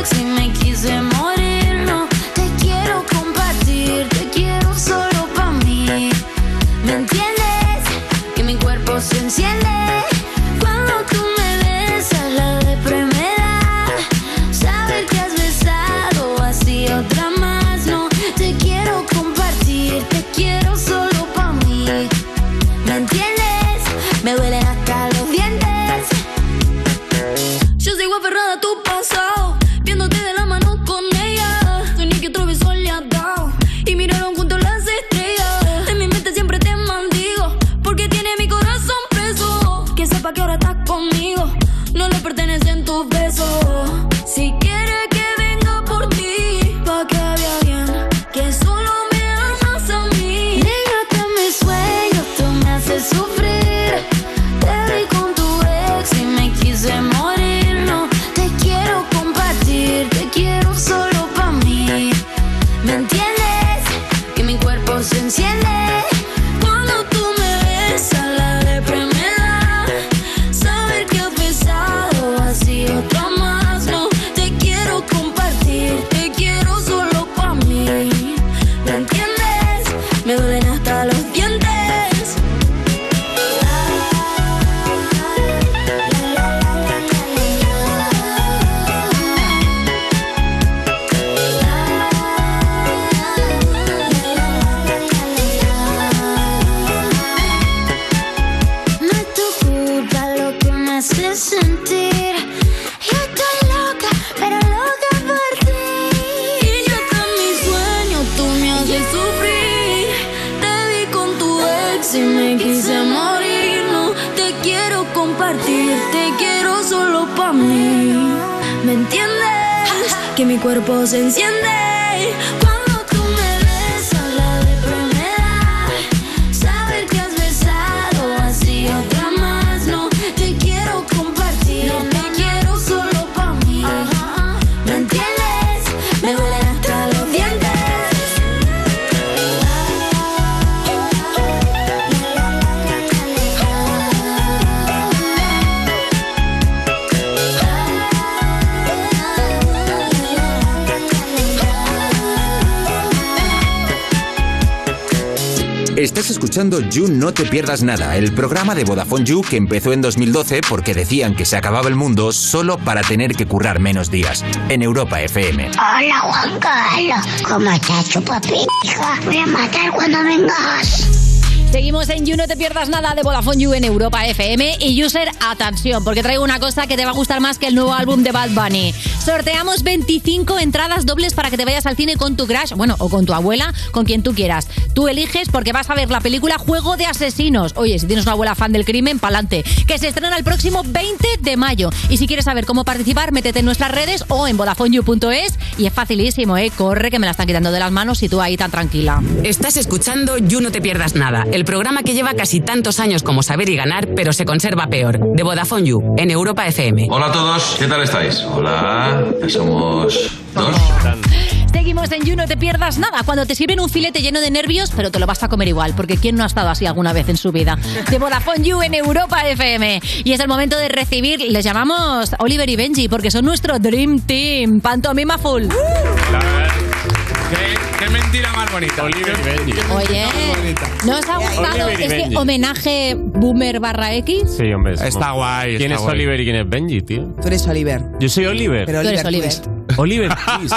S22: ex y me quise morir. No te quiero compartir, te quiero solo para mí. ¿Me entiendes? Que mi cuerpo se enciende. Cuando tú me besas, la depresión me da. Saber que has besado así otra más. No te quiero compartir, te quiero solo para mí. ¿Me entiendes? Me duelen hasta los dientes. Yo sigo aferrada a tu pasado, viéndote de la mano con ella. Soy ni que otro beso le ha dado. Y miraron juntos las estrellas. En mi mente siempre te mandigo, porque tiene mi corazón preso. Que sepa que ahora estás conmigo, no le pertenecen tus besos. Si quieres que venga por ti, pa' que vea bien, que solo me amas a mí. Negate a mis sueños, tú me haces sufrir. Te vi con tu ex y me quise morir. No te quiero compartir, te quiero solo para mí. ¿Me entiendes? Que mi cuerpo se enciende. Cuando tú me besas, la depresión me da. Saber que has besado así otra más. No te quiero compartir, te quiero solo para mí. ¿Me entiendes? Me duelen hasta los dientes. No es tu culpa lo que me hace sentir. Yo estoy loca, pero loca por ti. Y yo con mis sueños tú me haces sufrir. Te vi con tu ex y me quise morir. No te quiero compartir, te quiero solo para mí. ¿Me entiendes? Que mi cuerpo se enciende. Cuando tú me besas, la depresión me da. Saber que has besado así otra más No te quiero compartir No te quiero solo para mí ¿Me entiendes? Me duelen hasta los dientes
S7: Estás escuchando You No Te Pierdas Nada, el programa de Vodafone You que empezó en 2012 porque decían que se acababa el mundo solo para tener que currar menos días, en Europa FM.
S33: Hola Juan Carlos, ¿cómo estás, chupapi? Hija, voy a matar cuando vengas.
S3: Seguimos en You No Te Pierdas Nada de Vodafone You en Europa FM y User, atención, porque traigo una cosa que te va a gustar más que el nuevo álbum de Bad Bunny. Sorteamos 25 entradas dobles para que te vayas al cine con tu crush, bueno, o con tu abuela, con quien tú quieras. Tú eliges porque vas a ver la película Juego de Asesinos. Oye, si tienes una abuela fan del crimen, pa'lante, que se estrena el próximo 20 de mayo. Y si quieres saber cómo participar, métete en nuestras redes o en vodafoneyou.es y es facilísimo, ¿eh? Corre, que me la están quitando de las manos y tú ahí tan tranquila.
S32: Estás escuchando You No Te Pierdas Nada, el programa que lleva casi tantos años como saber y ganar, pero se conserva peor, de Vodafone You, en Europa FM.
S11: Hola a todos, ¿qué tal estáis? Hola, ya somos dos.
S3: Seguimos en You, no te pierdas nada. Cuando te sirven un filete lleno de nervios, pero te lo vas a comer igual, porque ¿quién no ha estado así alguna vez en su vida? De Vodafone You en Europa FM. Y es el momento de recibir, les llamamos Oliver y Benji, porque son nuestro Dream Team, Pantomima Full.
S33: La verdad, qué, qué mentira más bonita. Oliver y Benji.
S3: Oye, ¿no os ha gustado
S33: Oliver y
S3: este
S33: Benji.
S3: homenaje Boomer barra X?
S12: Sí, hombre.
S33: Está
S12: somos-
S33: guay,
S12: ¿Quién es
S33: está guay.
S12: Oliver y quién es Benji, tío?
S4: Tú eres Oliver.
S12: Yo soy Oliver.
S4: Pero Tú eres Oliver
S12: Twist. Oliver Twist.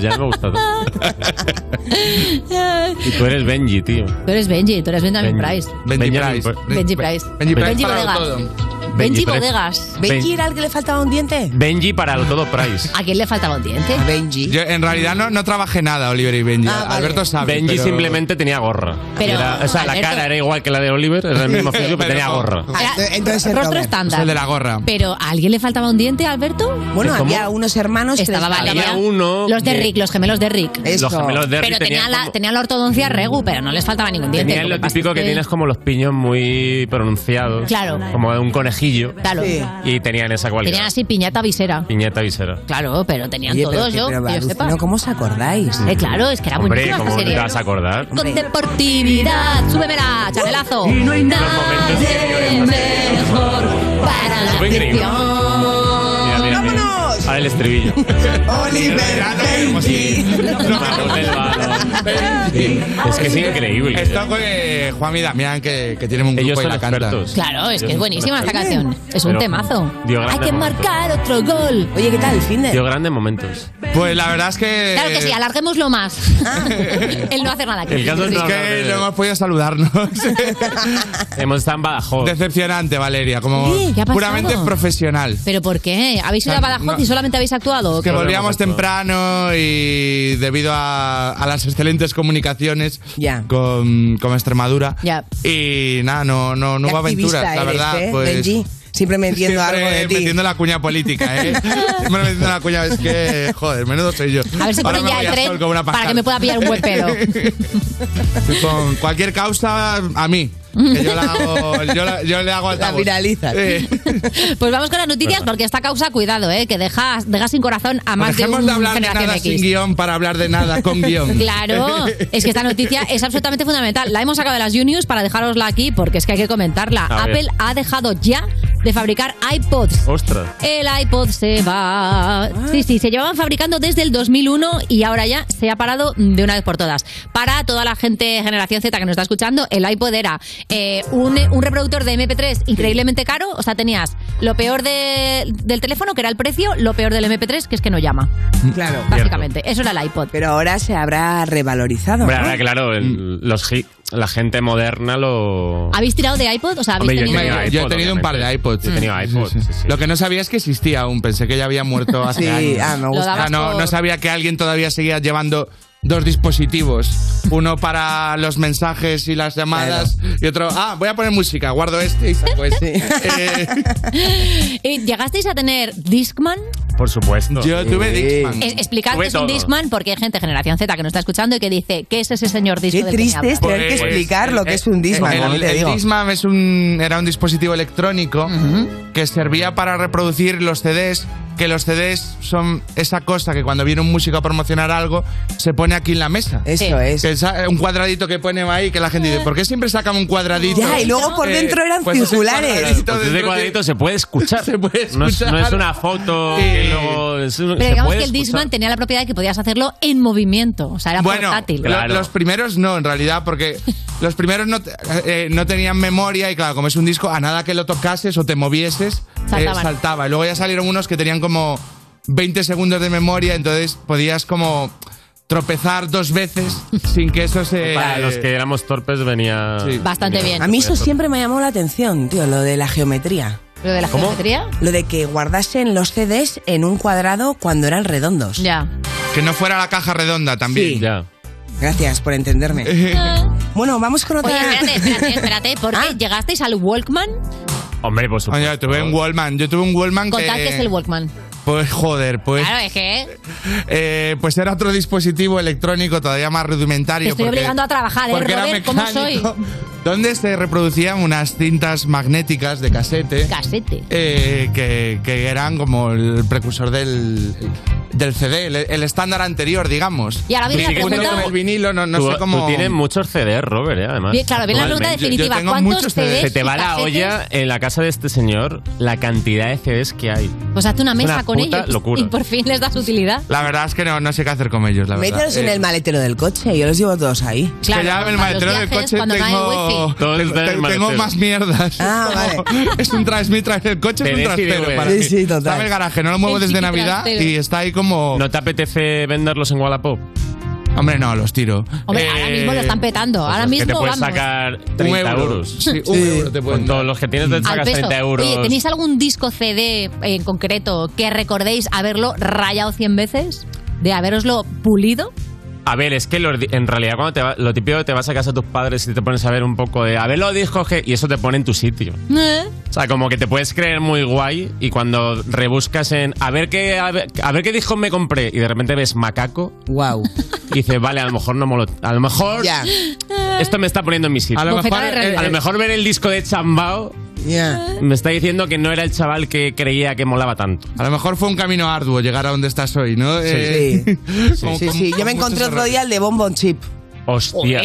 S12: ya me ha gustado. Y tú eres Benji, tío.
S3: Tú eres Benji, tú eres Benjamin Price. Benji Price.
S12: Benji Price
S3: Benji
S12: para
S3: Bodegas.
S12: todo.
S3: Benji,
S12: Benji Price.
S3: Bodegas.
S12: Ben- Benji
S3: era el que le faltaba un diente?
S12: Benji para lo todo Price.
S3: ¿A quién le faltaba un diente?
S4: Benji.
S33: Yo en realidad no, no trabajé nada, Oliver y Benji. Alberto sabe.
S12: Benji
S33: pero-
S12: simplemente tenía gorra.
S3: Ah, Pero,
S12: Era- o sea, la
S3: Alberto-
S12: cara era igual que la de Oliver, era el mismo físico, pero tenía gorra.
S4: Entonces,
S3: Rostro estándar. Pero ¿a alguien le faltaba un diente, Alberto?
S4: Bueno, ¿Cómo? había unos hermanos.
S3: Estaba
S4: tres-
S3: Valeria.
S4: Había uno
S3: Los de
S4: que-
S3: Rick, los gemelos de Rick.
S4: Esto. Los gemelos de Rick
S3: Pero tenía
S12: tenían
S3: la, tenía la ortodoncia regu, pero no les faltaba ningún diente.
S12: Tenía
S3: Lo
S12: lo
S3: que pasa
S12: típico
S3: es
S12: que tienes como los piños muy pronunciados.
S3: Claro.
S12: Como de un conejillo.
S3: Claro. Sí.
S12: Y tenían esa cualidad.
S3: Tenían así piñata visera.
S12: Piñeta visera.
S3: Claro, pero tenían
S12: Oye, pero
S3: todos
S12: que-
S3: yo,
S12: pero
S3: que yo sepa.
S4: No, ¿cómo os acordáis?
S3: Eh, claro, es que era
S12: Hombre,
S3: buenísima
S12: ¿cómo
S3: esta
S12: no te
S3: serie.
S12: vas a acordar?
S3: Con deportividad, súbemela, chanelazo. Y no hay nadie mejor para la
S12: Fue increíble. Mira, mira, mira. A el estribillo.
S33: Es
S12: que es increíble.
S33: Esto con eh, Juan y Damián, que, que tienen un grupo
S12: Ellos
S33: y
S12: son
S33: la cantan.
S12: expertos.
S3: Claro, es que es buenísima esta canción. Es un
S12: Pero
S3: temazo.
S12: dio grandes
S3: Hay que
S12: momentos.
S3: marcar otro gol.
S4: Oye, ¿qué tal el fin
S12: Dio grandes momentos.
S33: Pues la verdad es que...
S3: Claro que
S12: Eh.
S3: sí, alarguémoslo más.
S4: Ah.
S3: Él no hace nada aquí.
S33: es que no hemos podido saludarnos.
S12: Hemos estado en Badajoz.
S33: Decepcionante, Valeria, como
S3: Sí, ¿qué ha pasado?
S33: puramente profesional.
S3: ¿Pero por qué? ¿Habéis ido a Badajoz
S33: No.
S3: y solamente habéis actuado?
S33: Que volvíamos temprano y debido a, a las excelentes comunicaciones con, con Extremadura.
S3: Ya.
S33: Y nada, no, no, no
S4: Qué
S33: hubo
S4: activista
S33: aventuras, la
S4: eres,
S33: verdad.
S4: ¿eh,
S33: pues,
S4: Benji? Siempre me entiendo
S33: siempre
S4: algo de ti.
S33: metiendo la cuña política, ¿eh? Siempre metiendo la cuña, es que, joder, menudo soy yo.
S3: A ver si
S33: Ahora
S3: ponen
S33: me
S3: ya el
S33: voy a
S3: tren
S33: Sol con una
S3: para
S33: pajar.
S3: que me pueda pillar un buen pelo.
S33: Fui Con cualquier causa, a mí. Que yo, la hago, yo, la- yo le hago altavoz.
S4: viralizas.
S33: Sí.
S3: Pues vamos con las noticias
S33: Verdad.
S3: porque esta causa, cuidado, ¿eh? que deja, deja sin corazón a más de
S33: Dejemos
S3: un
S33: de hablar de
S3: generación
S33: nada
S3: X.
S33: sin guión para hablar de nada con guión.
S3: Claro, es que esta noticia es absolutamente fundamental. La hemos sacado de las Unius para dejarosla aquí porque es que hay que comentarla.
S12: A ver.
S3: Apple ha dejado ya de fabricar iPods.
S12: Ostras.
S3: El iPod se va. Sí, sí, se llevaban fabricando desde el 2001 y ahora ya se ha parado de una vez por todas. Para toda la gente generación Z que nos está escuchando, el iPod era eh, un, un reproductor de MP3 increíblemente caro. O sea, tenías lo peor de- del teléfono, que era el precio, lo peor del MP3, que es que no llama.
S4: Claro.
S3: Básicamente, eso era el iPod.
S4: Mm, Pero ahora se habrá revalorizado.
S12: Hombre,
S4: ¿no?
S12: ahora, claro,
S33: Mm.
S12: el- los, hi- la gente moderna lo.
S3: ¿Habéis tirado de iPod? O sea, ¿habéis
S12: Hombre, yo
S3: tenido-
S12: tenía
S33: Yo he
S12: iPod,
S33: tenido un par de
S12: obviamente.
S33: iPods.
S12: Yo he tenido iPods, sí,
S33: Lo que no sabía es que existía aún. Pensé que ya había muerto hace
S12: Sí,
S33: años.
S12: ah, me Lo gusta. dabas
S33: Ah, no,
S12: por-
S33: no sabía que alguien todavía seguía llevando dos dispositivos. Uno para los mensajes y las llamadas. Y otro, ah, voy a poner música, guardo este y saco este. Eh,
S3: ¿Y ¿Llegasteis a tener Discman?
S12: Por supuesto.
S33: Yo tuve Discman.
S3: Es- Eh, explicad
S12: Tuve
S3: qué es un
S12: todo.
S3: Discman porque hay gente de generación Z que nos está escuchando y que dice, ¿qué es ese señor Disco?
S4: Qué triste es tener que explicar lo que es un Discman,
S33: El,
S4: también te
S33: el
S4: digo.
S33: Discman es un, era un dispositivo electrónico que servía para reproducir los CDs. Que los CDs son esa cosa que cuando viene un músico a promocionar algo se pone aquí en la mesa.
S4: Eso Sí. es. Eh.
S33: Que sa- eh, un cuadradito que pone ahí que la gente dice, ¿por qué siempre sacan un cuadradito?
S4: Ya, y luego por dentro eran
S33: ese
S4: circulares.
S33: cuadradito
S12: Pues ese
S33: dentro
S12: cuadrito se puede escuchar. Se puede No es,
S33: escuchar.
S12: no es una foto
S33: Sí.
S12: que luego. es un-
S3: Pero
S12: se
S3: digamos
S12: puede
S3: que el
S12: escuchar.
S3: Discman tenía la propiedad de que podías hacerlo en movimiento, o sea, era
S33: bueno,
S3: portátil.
S33: lo- los primeros no, en realidad, porque los primeros no, te- eh, no tenían memoria y claro, como es un disco, a nada que lo tocases o te movieses, eh,
S3: Saltaban.
S33: saltaba. Y luego ya salieron unos que tenían como 20 segundos de memoria, entonces podías como tropezar dos veces sin que eso se...
S12: Para los que éramos torpes venía... venía-
S4: A mí eso
S12: venía
S4: siempre me llamó la atención, tío, lo de la geometría.
S26: ¿Lo de la
S4: ¿Cómo?
S26: geometría?
S4: Lo de que guardasen los CDs en un cuadrado cuando eran redondos.
S26: Ya.
S33: Que no fuera la caja redonda también.
S4: Sí.
S12: Ya.
S4: Gracias por entenderme. bueno, vamos con otra...
S3: Oye, espérate, espérate, espérate, porque
S4: Ah.
S3: llegasteis al Walkman.
S12: Hombre, por
S33: supuesto. Yo tuve un Wallman, yo tuve un Wallman
S3: Contad
S33: que...
S3: que es
S12: Eh,
S3: el Walkman.
S33: Pues joder, pues...
S3: Claro, es que
S33: eh, pues era otro dispositivo electrónico todavía más rudimentario.
S3: te estoy
S33: porque-
S3: obligando a trabajar, ¿eh,
S33: porque era
S3: Robert? ¿Cómo soy?
S33: mecánico. donde se reproducían unas cintas magnéticas de casete.
S3: Casete.
S33: que, que eran como el precursor del, del CD, el, el estándar anterior, digamos.
S3: Y ahora viene la
S33: Junto
S3: pregunta-
S33: con el vinilo, no, no
S12: tú,
S33: sé cómo.
S12: tú tienes muchos CDs, Robert, ¿eh? además.
S3: Bien, claro, viene la pregunta
S12: Actualmente.
S3: definitiva. ¿Cuántos CDs?
S12: Se te va
S3: y
S12: la
S3: casetes?
S12: olla en la casa de este señor la cantidad de CDs que hay.
S3: Pues hazte una mesa
S12: Una
S3: con
S12: puta
S3: ellos
S12: locura.
S3: y por fin les das utilidad.
S33: La verdad es que no, no sé qué hacer con ellos, la verdad.
S4: Mételos en
S33: Eh,
S4: el maletero del coche, yo los llevo todos ahí.
S33: es que ya el maletero del coche tengo,
S12: Todos
S33: tengo-
S12: están en el
S33: tengo
S12: maletero.
S33: más mierdas.
S4: Ah, vale.
S33: Es un tras, mi tras- el coche es un
S12: CDs y
S33: trastero
S12: DVDs.
S33: para
S12: Sí,
S33: mí.
S12: sí,
S33: Está en el garaje, no lo muevo desde Navidad y está ahí como...
S12: ¿No te apetece venderlos en Wallapop?
S33: Hombre, no, los tiro. Eh,
S3: Hombre, ahora mismo lo están petando. ahora
S12: Eh, pues Que te
S3: mismo
S12: puedes
S3: vamos.
S12: sacar 30
S33: euro.
S12: euros.
S33: Sí, un euro te
S12: Con todos los que tienes te
S3: Al
S12: sacas
S3: peso.
S12: 30 euros.
S3: Oye, ¿tenéis algún disco CD en concreto que recordéis haberlo rayado 100 veces? ¿De haberoslo pulido?
S12: A ver, es que lo- en realidad cuando te va- lo típico que te vas a casa de tus padres y te pones a ver un poco de... A ver los discos que... Y eso te pone en tu sitio. O sea, como que te puedes creer muy guay y cuando rebuscas en a ver qué a ver, a ver qué discos me compré y de repente ves macaco.
S4: Wow.
S12: Y dices, vale, a lo mejor no molo, a lo mejor
S4: Ya.
S12: esto me está poniendo en mi sitio.
S33: A lo Bofetada mejor- de realidad.
S12: a lo mejor ver el disco de Chambao me está diciendo que no era el chaval que creía que molaba tanto.
S33: A lo mejor fue un camino arduo llegar a donde estás hoy, ¿no? Eh,
S12: Sí.
S33: con-
S4: Sí,
S33: con-
S4: sí, yo
S33: con
S4: me encontré
S33: muchos
S4: otro día el de Bonbon Chip.
S12: Hostia.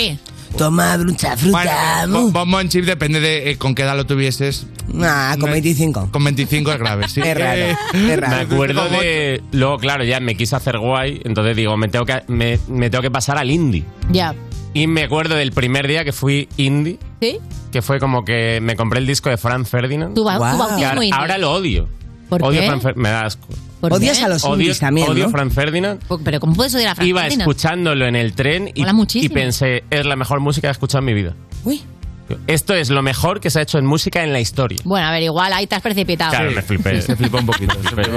S4: Toma mucha fruta.
S33: Bueno, bo- bombón chip depende de eh, con qué edad lo tuvieses.
S4: Ah, con 25.
S33: Con 25 es grave, sí.
S4: Es raro,
S33: Eh, Este
S4: es raro.
S12: Me acuerdo de. Luego, claro, ya me quise hacer guay, entonces digo, me tengo que, me, me tengo que pasar al indie.
S3: Ya.
S12: Y me acuerdo del primer día que fui indie,
S3: ¿Sí?
S12: que fue como que me compré el disco de Franz Ferdinand.
S3: Tu ba- tu Guau. bautismo
S12: Y ahora,
S3: indie.
S12: ahora lo odio.
S3: ¿Por
S12: odio
S3: qué?
S12: Franz Fer- me da asco.
S3: ¿Por Odias qué? a los
S12: Odio-
S3: indies también,
S12: Odio
S3: ¿no?
S12: Franz Ferdinand.
S3: Pero ¿cómo puedes odiar a Frank
S12: Iba
S3: Ferdinand?
S12: escuchándolo en el tren y,
S3: Mola muchísimo.
S12: y pensé, es la mejor música que he escuchado en mi vida.
S4: Uy.
S12: Esto es lo mejor que se ha hecho en música en la historia.
S3: Bueno, a ver, igual ahí te has precipitado.
S12: Claro, me flipé.
S33: Sí, se flipó un poquito.
S12: Me flipé.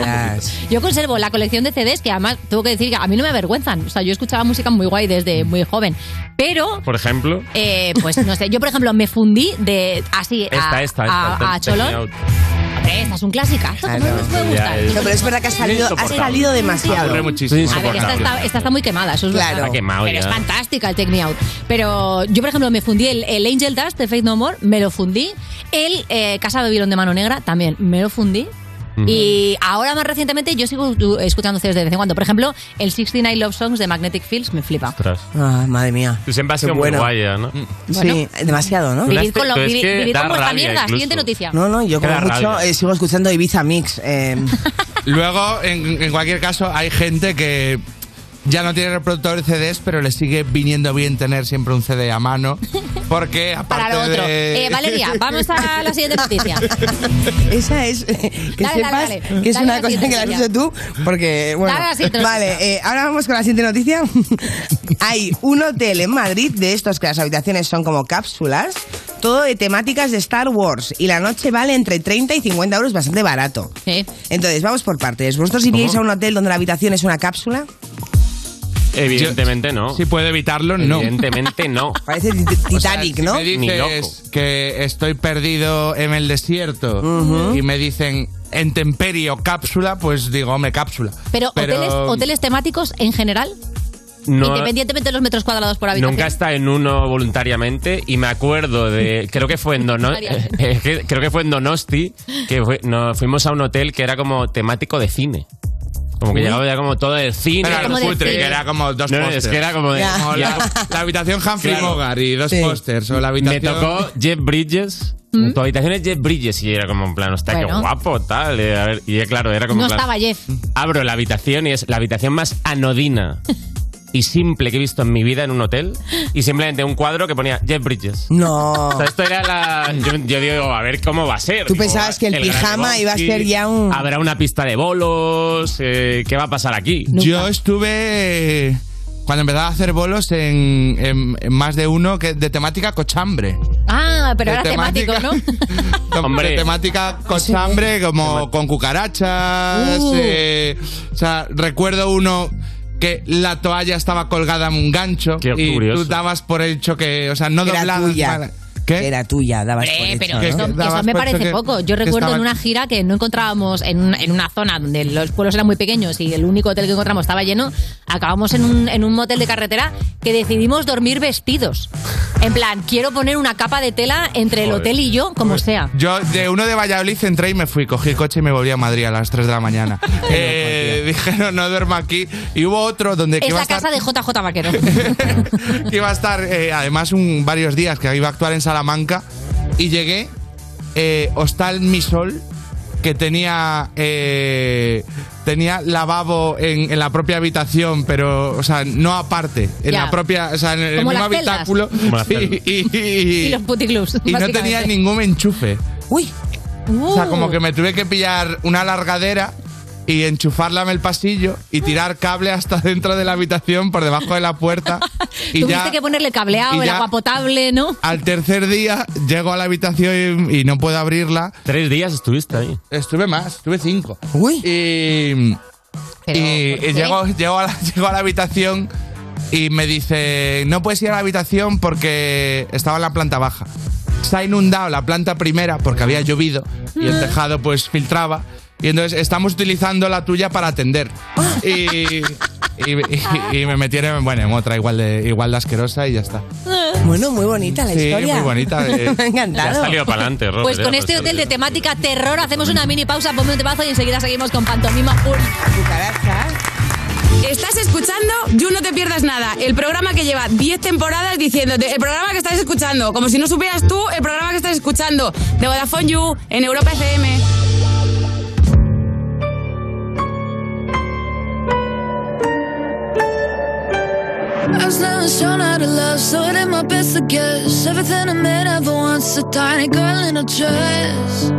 S3: Yo conservo la colección de CDs que además tengo que decir que a mí no me avergüenzan. O sea, yo escuchaba música muy guay desde muy joven. Pero,
S12: Por ejemplo,
S3: eh, pues no sé, yo por ejemplo me fundí de así
S12: esta,
S3: a,
S12: esta, esta.
S3: a-
S12: esta,
S3: a
S12: tenía
S3: Cholón.
S12: otra.
S3: Hombre, esta es un clásico. ¿Cómo no nos puede
S12: Ya
S3: gustar?
S12: es-
S4: No, pero es verdad que ha salido, ha
S12: Insoportable.
S4: salido demasiado.
S12: Aburre muchísimo.
S3: A ver, esta está, esta está muy quemada, eso es
S4: Claro.
S3: verdad.
S12: Está quemado
S3: Pero
S12: ya.
S3: es fantástica el Take Me Out. Pero yo, por ejemplo, me fundí el, el Angel Dust de Faith No More, me lo fundí. El eh, Casa Babilón de Mano Negra también me lo fundí.
S12: Ujú.
S3: Y ahora más recientemente yo sigo tu- escuchando CDs de vez en cuando. Por ejemplo, el 69 Love Songs de Magnetic Fields me flipa.
S4: Ah, madre mía.
S12: Tú siempre has
S4: Qué
S12: sido
S4: bueno.
S12: muy guaya, ¿no?
S4: Sí, demasiado, ¿no?
S3: Vivir con, lo- vivir- vivir con vuestra mierda. Siguiente noticia.
S4: No, no, yo
S33: Qué
S4: como
S33: da
S4: mucho
S33: rabia.
S4: eh, sigo escuchando Ibiza Mix. eh,
S33: Luego, en, en cualquier caso, hay gente que ya no tiene reproductor de CDs, pero le sigue viniendo bien tener siempre un CD a mano. Porque aparte
S3: Para lo otro.
S33: de-
S3: Eh, Valeria, vamos a la siguiente noticia.
S4: Esa es. eh, Que
S3: Dale, dale,
S4: sepas
S3: dale.
S4: que es
S3: Dale
S4: una
S3: la
S4: cosa
S3: siguiente
S4: que la has
S3: noticia.
S4: dicho tú, porque, bueno.
S3: Dale la siguiente noticia.
S4: vale, eh, ahora vamos con la siguiente noticia. Hay un hotel en Madrid de estos que las habitaciones son como cápsulas, todo de temáticas de Star Wars, y la noche vale entre 30 y 50 euros, bastante barato. Entonces, vamos por partes. ¿Vosotros iríais a un hotel donde la habitación es una cápsula?
S12: Evidentemente no.
S33: Si puedo evitarlo, no.
S12: Evidentemente no.
S4: Parece tit- Titanic, ¿no?
S33: Me
S12: Ni loco.
S33: dices que estoy perdido en el desierto y me dicen en temperio cápsula, pues digo, hombre, cápsula.
S3: Pero,
S33: Pero-
S3: hoteles, hoteles temáticos en general,
S12: um, No,
S3: independientemente de los metros cuadrados por habitación.
S12: nunca está en uno voluntariamente y me acuerdo de creo que fue en Dono- eh, que- creo que fue en Donosti que fue- nos fuimos a un hotel que era como temático de cine. Como que
S33: Uy.
S12: llegaba ya como todo el cine,
S33: Era Como de cutre, cine. que era como dos
S12: No, no,
S33: pósters.
S12: es que era como de-
S33: Ya. Como la- la habitación Humphrey Bogart y dos pósters, o la habitación-
S12: Me tocó Jeff Bridges. Tu habitación es Jeff Bridges y era como en plan, hostia,
S3: ¿Mm? Bueno.
S12: qué guapo, tal. eh, a ver, y eh, claro, era como
S3: No
S12: en plan-
S3: estaba Jeff.
S12: Abro la habitación y es la habitación más anodina y simple que he visto en mi vida en un hotel. Y simplemente un cuadro que ponía Jeff Bridges.
S4: No.
S12: O sea, esto era la. Yo, yo digo, a ver cómo va a ser.
S4: Tú
S12: Digo,
S4: pensabas que el
S12: Gran
S4: pijama
S12: Lebowski,
S4: iba a ser ya un-
S12: Habrá una pista de bolos. eh, ¿Qué va a pasar aquí?
S33: Yo estuve cuando empezaba a hacer bolos en, en- en más de uno que de temática cochambre.
S3: Ah, pero
S33: De
S3: ahora temático, ¿no?
S33: De temática cochambre, como con cucarachas.
S3: Uh.
S33: eh, o sea, recuerdo uno que la toalla estaba colgada en un gancho y
S12: curioso.
S33: tú dabas por hecho que, o sea, no
S4: Era
S33: doblabas.
S4: tuya.
S33: para- ¿Qué?
S4: Era tuya, dabas
S3: Eh,
S4: por hecho,
S3: pero
S4: ¿no?
S3: eso, eso
S33: dabas
S3: me
S33: por
S3: parece
S33: hecho que-
S3: poco. Yo
S33: que
S3: recuerdo
S33: estaba-
S3: en una gira que no encontrábamos en una, en una zona donde los pueblos eran muy pequeños y el único hotel que encontramos estaba lleno, acabamos en un, en un motel de carretera que decidimos dormir vestidos. En plan, quiero poner una capa de tela entre el
S33: Joder.
S3: hotel y yo, como sea.
S33: Yo de uno de Valladolid entré y me fui, cogí el coche y me volví a Madrid a las 3 de la mañana. eh, dijeron, no duermo aquí. Y hubo otro donde que
S3: Es
S33: iba a
S3: la
S33: estar
S3: casa de JJ Vaquero.
S33: que iba a estar eh, además un, varios días, que iba a actuar en Salamanca. Y llegué, eh, Hostal Misol, que tenía, eh, tenía lavabo en, en la propia habitación, pero, o sea, no aparte, en
S3: Ya.
S33: la propia, o sea, en el
S3: Como
S33: mismo
S3: las celdas.
S33: habitáculo.
S3: Como las
S33: Y,
S3: celdas.
S33: y-
S3: y los puticlubs.
S33: y no tenía
S3: básicamente. Uh.
S33: ningún enchufe.
S3: Uy.
S33: O sea, como que me tuve que pillar una largadera y enchufarla en el pasillo y
S3: Ah.
S33: tirar cable hasta dentro de la habitación por debajo de la puerta. Y
S3: Tuviste
S33: ya
S3: que ponerle cableado,
S33: y
S3: el
S33: ya-
S3: agua potable, ¿no?
S33: al tercer día llego a la habitación y, y no puedo abrirla.
S12: Tres días estuviste ahí.
S33: Estuve más, estuve cinco. Uy. Y, y- y llego, llego a la, llego a la habitación y me dice, no puedes ir a la habitación porque estaba en la planta baja. Se ha inundado la planta primera porque había llovido y el tejado pues filtraba. Y entonces estamos utilizando la tuya para atender. Y, y, y- y me metieron bueno, en otra igual de, igual de asquerosa y ya está.
S4: Bueno, muy bonita la
S33: Sí,
S4: historia.
S33: muy bonita, eh.
S4: Me ha encantado.
S12: Ya ha salido para adelante, Robert.
S3: Pues con
S12: ya,
S3: este
S12: pues,
S3: hotel de temática terror hacemos una mini pausa, ponme un temazo y enseguida seguimos con Pantomima Full.
S32: Estás escuchando You No Te Pierdas Nada, el programa que lleva 10 temporadas diciéndote, el programa que estás escuchando, como si no supieras tú el programa que estás escuchando, de Vodafone You en Europa FM.
S35: I was never shown how to love, so I did my best to guess. Everything a man ever wants, a tiny girl in a dress.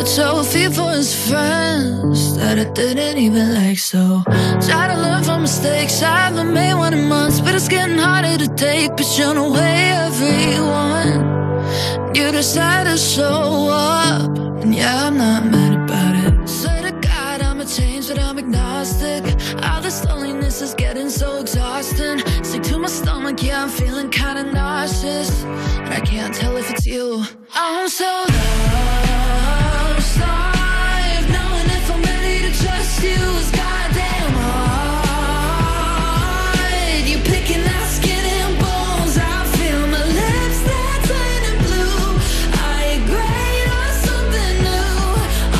S35: A trophy for his friends that I didn't even like, so. Try to learn from mistakes, I haven't made one in months, but it's getting harder to take. But you know, way everyone, you decide to show up. And yeah, I'm not mad about it. Swear to God, I'm a change, but I'm agnostic. All this loneliness is getting so exhausting. Sick to my stomach, yeah, I'm feeling kinda nauseous. But I can't tell if it's you. I'm so lost. I've known if I'm ready to trust you is goddamn hard. You're picking out skin and bones. I feel my lips, they're turning blue. I agree on something new.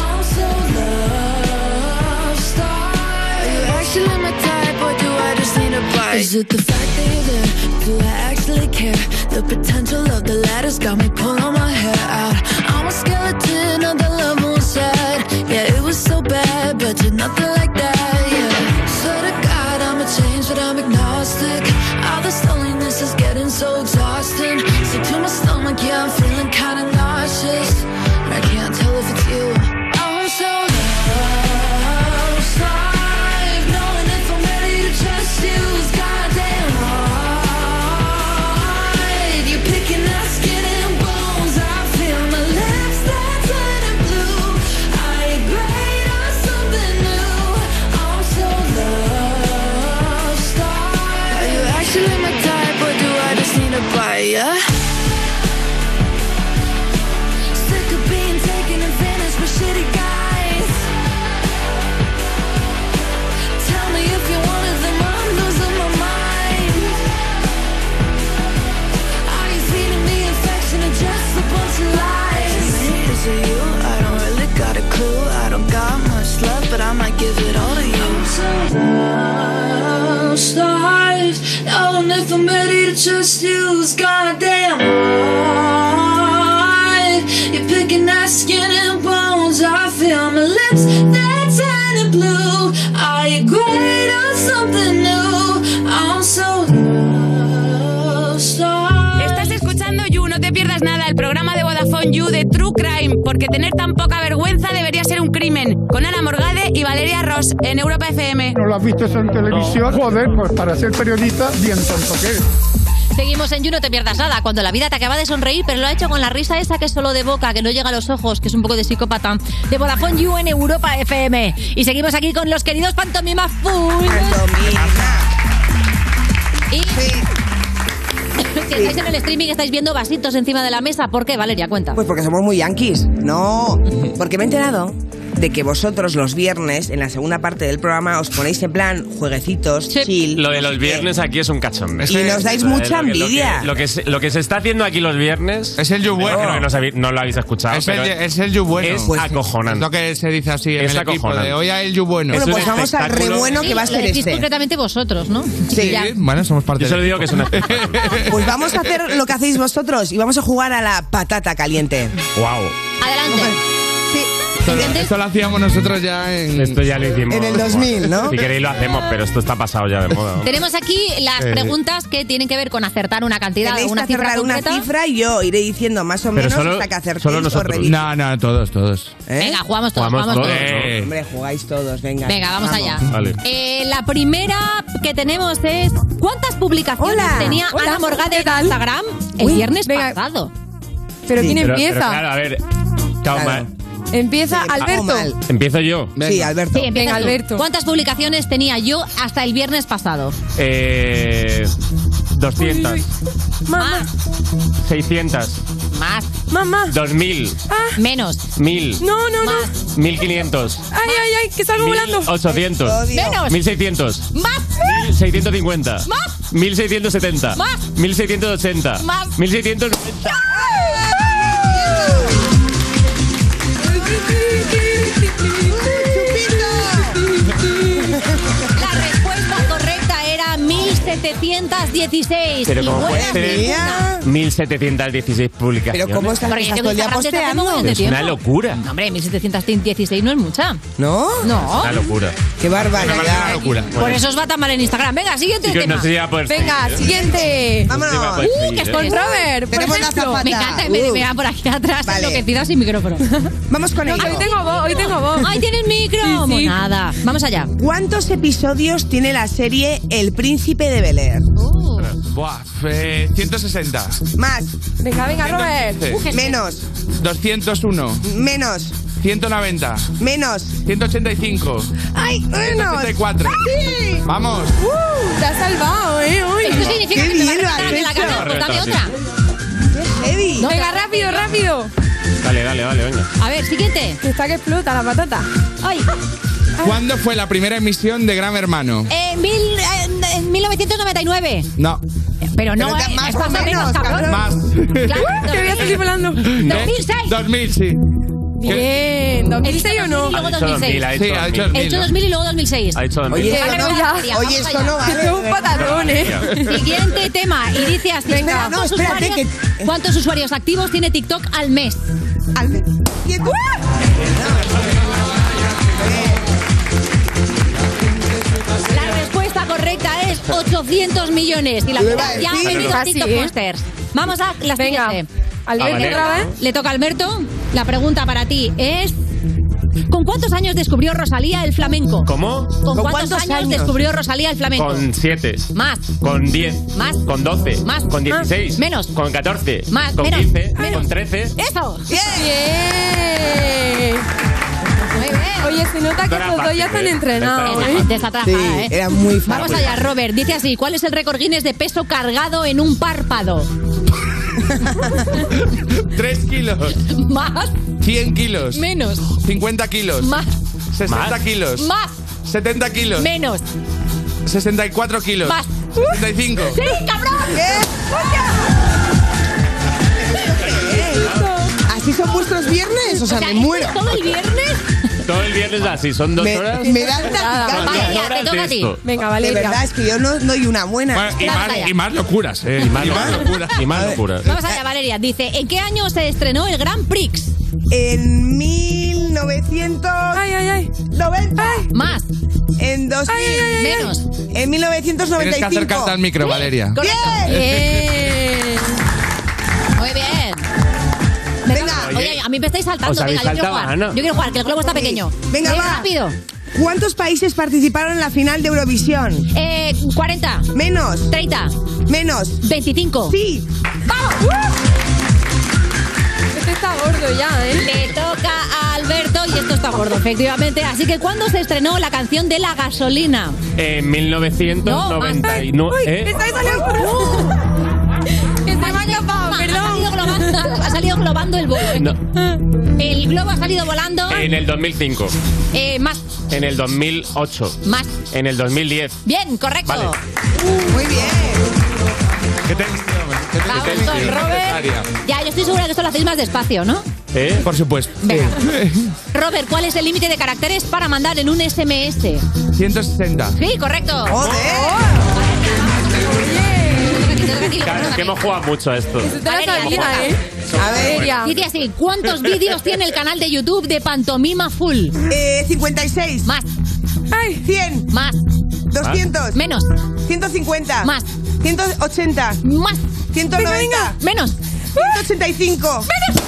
S35: I'm so lost. Are you actually my type, or do I just need a bite? Is it the fact that you're there? Do I actually care? The potential of the ladder's got me pulling my hair out. I'm a skeleton of the love on side. Yeah, it was so bad, but you're nothing like that. Yeah, swear to God I'm a change, but I'm agnostic. All this loneliness is getting so exhausting. Sick to my stomach, yeah, I'm feeling kinda nauseous, but I can't tell if it's you. I'm so lost. I've known if I'm ready to trust you is goddamn hard. You're picking out skin and bones. I feel my lips they're turning blue. I agree on something new. I'm so lost. Are you actually my type, or do I just need a bite? Yeah. Sick of being taken advantage by shitty guys. Tell me if you're one of them, I'm losing my mind. Are you feeding me affection or just a bunch of lies?
S36: Is it me? Is it you? I don't really got a clue. I don't got much love, but I might give it all to you.
S35: lost eyes. Knowing if I'm ready to trust you is goddamn hard. You're picking at skin and bones. I feel my lips, they're turning blue. Are you great on something new? I'm so lost.
S32: Estás escuchando You No Te Pierdas nada, el programa de Vodafone You de True Crime, porque tener tan poca vergüenza debería ser un crimen. Con Ana Morgade y Valeria Ross en Europa FM.
S37: ¿No lo has visto eso en televisión? Joder, pues para ser periodista, bien tonto que eres.
S3: Seguimos en You, no te pierdas nada. Cuando la vida te acaba de sonreír, pero lo ha hecho con la risa esa que es solo de boca, que no llega a los ojos, que es un poco de psicópata. De Vodafone You en Europa FM. Y seguimos aquí con los queridos Pantomima Full. Y. Si estáis en el streaming, estáis viendo vasitos encima de la mesa. ¿Por qué, Valeria? Cuenta.
S4: Pues porque somos muy yanquis. No, porque me he enterado de que vosotros los viernes, en la segunda parte del programa, os ponéis en plan jueguecitos, chill.
S12: Lo de los viernes aquí es un cachondeo.
S4: Y nos dais
S12: O sea,
S4: mucha
S12: lo que- lo que-
S4: envidia.
S12: Lo que, se- lo, que, se está haciendo aquí los viernes. Es el yo
S33: bueno.
S12: Creo que no, sabéis- no lo habéis escuchado.
S33: Es el-
S12: pero
S33: es el you bueno.
S12: Es
S33: Pues-
S12: acojonante.
S33: Es lo que se dice así en
S12: Es
S33: el equipo
S12: acojonante.
S33: de hoy a el you
S12: Bueno,
S33: bueno.
S12: Es un pues vamos al espectáculo. re bueno
S3: Sí, lo decís
S4: este.
S3: concretamente vosotros, ¿no? Sí.
S33: Bueno, somos parte
S12: Yo solo digo que es una.
S4: Pues vamos a hacer lo que hacéis vosotros y vamos a jugar a la patata caliente.
S12: ¡Wow!
S3: Adelante.
S33: Esto, lo- esto lo hacíamos nosotros ya en.
S12: Esto ya lo hicimos.
S33: En el 2000, ¿no?
S12: Si queréis lo hacemos, pero esto está pasado ya de moda. ¿no?
S3: Tenemos aquí las
S12: Eh.
S3: preguntas que tienen que ver con acertar una cantidad o
S4: Tenéis que
S3: una cifra
S4: acertar una
S3: concreta.
S4: cifra y yo iré diciendo más o menos hasta que acertéis o reviséis.
S33: No, no, todos, todos. Eh.
S3: Venga, jugamos todos, jugamos todos.
S4: Hombre, jugáis todos, venga.
S3: Venga, vamos
S12: Ah,
S3: allá.
S33: Vale.
S3: Eh, la primera que tenemos es ¿cuántas publicaciones
S20: Hola.
S3: tenía
S20: Hola,
S3: Ana Morgade en Instagram el
S20: Uy,
S3: viernes pasado?
S20: Pero ¿quién
S12: Pero-
S20: empieza?
S12: pero claro, a ver. Chao, ma-
S20: Empieza Alberto.
S12: Empiezo yo.
S4: Alberto.
S3: Sí, empieza
S20: Venga,
S3: tú.
S20: Alberto.
S3: ¿Cuántas publicaciones tenía yo hasta el viernes pasado?
S12: Eh, 200.
S3: Más.
S12: 600.
S3: Más. Ah.
S20: Mamá.
S12: 2000.
S3: Menos.
S12: 1000.
S20: No, no, no.
S12: 1500.
S20: Ay, ay, ay, que salgo volando.
S12: 800.
S20: Menos.
S12: 1600.
S3: Más.
S12: 650.
S3: Más.
S12: 1670.
S3: Más.
S12: 1680.
S3: Más.
S12: 1690.
S3: La respuesta correcta era 1716.
S12: Pero
S3: Y
S12: como
S3: buena
S12: puede ser
S3: fortuna.
S12: 1716 publicaciones.
S4: Pero ¿cómo estás?
S3: Porque yo
S4: todo el día
S3: Instagram desde hace
S4: posteando.
S3: mogollón de
S12: Es una
S3: tiempo.
S12: locura.
S3: No, Hombre, 1716 no es mucha.
S4: ¿No?
S3: No.
S12: Una locura.
S4: Qué barbaridad.
S12: Una locura.
S3: Por eso os va tan mal en Instagram. Venga, siguiente
S12: Y que
S3: tema.
S12: Pues no se va a poder
S20: Venga,
S12: seguir, ¿eh?
S20: siguiente.
S12: Vámonos. No se va a poder
S3: Uh,
S12: seguir,
S3: que
S12: ¿eh?
S3: estoy
S12: Con
S20: Robert, por
S3: Tenemos la
S20: ejemplo.
S3: zapata. Me encanta y me,
S20: Uh.
S3: me va por aquí atrás enloquecida sin micrófono.
S4: Vamos con ello.
S20: Hoy tengo voz, hoy tengo voz.
S3: ¡Ay, tienes micro!
S4: Pues
S20: Sí, sí.
S3: Monada. Vamos allá.
S4: ¿Cuántos episodios tiene la serie El Príncipe de Bel Air?
S33: Buah, eh, 160.
S4: Más.
S20: Venga, venga,
S33: Sí.
S20: Robert.
S4: Menos,
S33: 201.
S4: menos,
S33: 190.
S4: menos.
S33: 185.
S4: ¡Ay, menos!
S33: 174.
S4: ¡Sí!
S33: Vamos.
S20: Uh, te has salvado, eh, hoy.
S3: Esto significa
S4: Qué
S3: que te va
S4: bien lo
S3: a
S4: has
S3: regalar la
S4: hecho.
S3: canal. Pues dame otra.
S4: Heavy.
S3: No,
S20: Venga, rápido, rápido.
S12: Dale, dale, dale, venga.
S3: A ver, siguiente.
S20: Que está que explota la patata.
S3: Ay. Ah.
S33: ¿Cuándo fue la primera emisión de Gran Hermano?
S3: En, eh, mil, en, en 1999.
S33: No.
S3: Pero no,
S4: Pero
S3: eh,
S4: más
S3: es
S4: o
S3: más o menos,
S4: menos,
S3: cabrón.
S33: Más.
S3: Claro,
S20: Te voy a salir
S3: 2000.
S20: volando.
S3: 2006.
S33: 2000, sí.
S20: Bien, ¿2006 o no?
S3: Y luego
S12: Ha dicho
S3: 2006.
S12: 2000, ha
S33: Sí, ha dicho
S12: dicho
S3: He
S33: 2000.
S3: hecho
S33: ¿no?
S3: 2000 y luego 2006.
S12: Ha dicho 2000.
S4: Oye,
S20: Vamos
S4: esto no,
S20: allá,
S4: vale, oye,
S3: vamos
S4: esto
S3: allá.
S4: no vale.
S20: Es un patadón, eh.
S3: Siguiente tema. Y dice así.
S4: Venga,
S3: ¿cuántos,
S4: no, espérate, eh.
S3: usuarios, cuántos usuarios activos tiene TikTok al mes?
S4: Al- y- ¡Ah!
S3: La respuesta correcta es 800 millones. Y la
S4: Lo iba
S3: mitad
S4: a
S3: ya han
S4: decir.
S3: venido
S20: Casi,
S3: TikTok
S20: ¿eh?
S3: posters. Vamos a la
S20: Venga.
S3: siguiente.
S20: Alberto,
S12: Vale.
S20: otra vez.
S3: Le toca a Alberto. La pregunta para ti es... ¿Con cuántos años descubrió Rosalía el flamenco? ¿Con,
S12: ¿Cómo?
S4: ¿Con
S3: cuántos,
S4: cuántos
S3: años,
S4: años?
S3: descubrió Rosalía el flamenco?
S12: Con 7.
S3: Más.
S12: Con 10.
S3: Más.
S12: Con 12.
S3: Más.
S12: Con
S3: Más.
S12: 16.
S3: Menos.
S12: Con 14.
S3: Más.
S12: Con
S3: Menos.
S12: 15.
S3: Menos.
S12: Con 13.
S3: ¡Eso!
S20: Bien.
S3: Muy bien.
S20: Oye, se nota que
S12: Era
S20: los dos ya están
S12: fácil, ¿eh?
S20: entrenados,
S12: Era
S20: ¿eh?
S3: Gente está
S4: Sí,
S3: atajada, ¿eh?
S4: era muy fácil.
S3: Vamos allá, Robert. Dice así, ¿cuál es el récord Guinness de peso cargado en un párpado?
S33: 3 kilos.
S3: Más,
S33: 100 kilos.
S3: menos,
S33: 50 kilos.
S3: más,
S33: 60 kilos.
S3: más,
S33: 70 kilos.
S3: menos.
S33: 64 kilos.
S3: Más.
S33: 65.
S3: ¡Sí, cabrón!
S4: ¿Así son vuestros viernes? O sea,
S3: O sea,
S4: me muero.
S3: ¿Todo el viernes?
S12: Todo el viernes así. Son dos
S4: Me,
S12: horas.
S4: me dan taquicardia.
S12: Dos
S3: Valeria, te
S12: horas
S3: toca
S12: de
S3: a ti.
S12: esto.
S20: Venga,
S4: De
S20: Valeria.
S4: verdad, es que yo no doy una buena.
S33: Bueno, y,
S3: Vamos
S33: más,
S3: allá.
S33: y más locuras, eh.
S12: Y más locura. Y más locura.
S3: Vamos allá, Valeria. Dice, ¿en qué año se estrenó el Grand Prix?
S4: En 1990.
S20: Ay, ay, ay.
S3: Más,
S4: En 2000.
S3: menos.
S4: En
S33: Tienes que acercarte
S4: 1995.
S3: Eh,
S33: al micro, Valeria.
S3: Correcto.
S4: Bien.
S3: Bien. Muy bien. Oye, a mí me estáis saltando.
S4: os habéis
S3: Venga, yo quiero
S4: saltado,
S3: jugar.
S4: Ana.
S3: Yo quiero jugar, que el globo está pequeño. Eh,
S4: Venga, va.
S3: rápido.
S4: ¿Cuántos países participaron en la final de Eurovisión?
S3: Eh, 40.
S4: Menos.
S3: 30.
S4: Menos.
S3: 25.
S4: Sí.
S3: ¡Vamos!
S38: Este está gordo ya, ¿eh?
S3: Le toca a Alberto y esto está gordo, efectivamente. Así que, ¿cuándo se estrenó la canción de la gasolina?
S12: En 1999. ¿eh?
S3: saliendo Que se me ha escapado, perdón. Ha salido, globando, ha salido globando el bolo.
S12: No,
S3: El globo ha salido volando.
S12: en el 2005.
S3: Eh, más,
S12: En el 2008.
S3: más.
S12: En el 2010.
S3: Bien, correcto.
S12: Vale.
S4: Muy bien.
S12: ¿Qué te Este
S3: Vamos con Robert. Ya, yo estoy segura que esto lo hacéis más despacio, ¿no?
S12: ¿Eh? Por supuesto.
S3: Robert, ¿cuál es el límite de caracteres para mandar en un SMS?
S33: 160.
S3: Sí, correcto.
S12: Claro, que hemos jugado mucho a esto.
S3: A ver, Iria,
S4: A ver, ya.
S3: Dice así, ¿cuántos vídeos tiene el canal de YouTube de Pantomima Full?
S4: Eh, 56.
S3: Más.
S4: Ay, 100.
S3: Más.
S4: 200.
S3: Ah. Menos.
S4: 150.
S3: Más.
S4: 180.
S3: Más.
S4: 190.
S3: Menos.
S4: 185.
S3: Menos.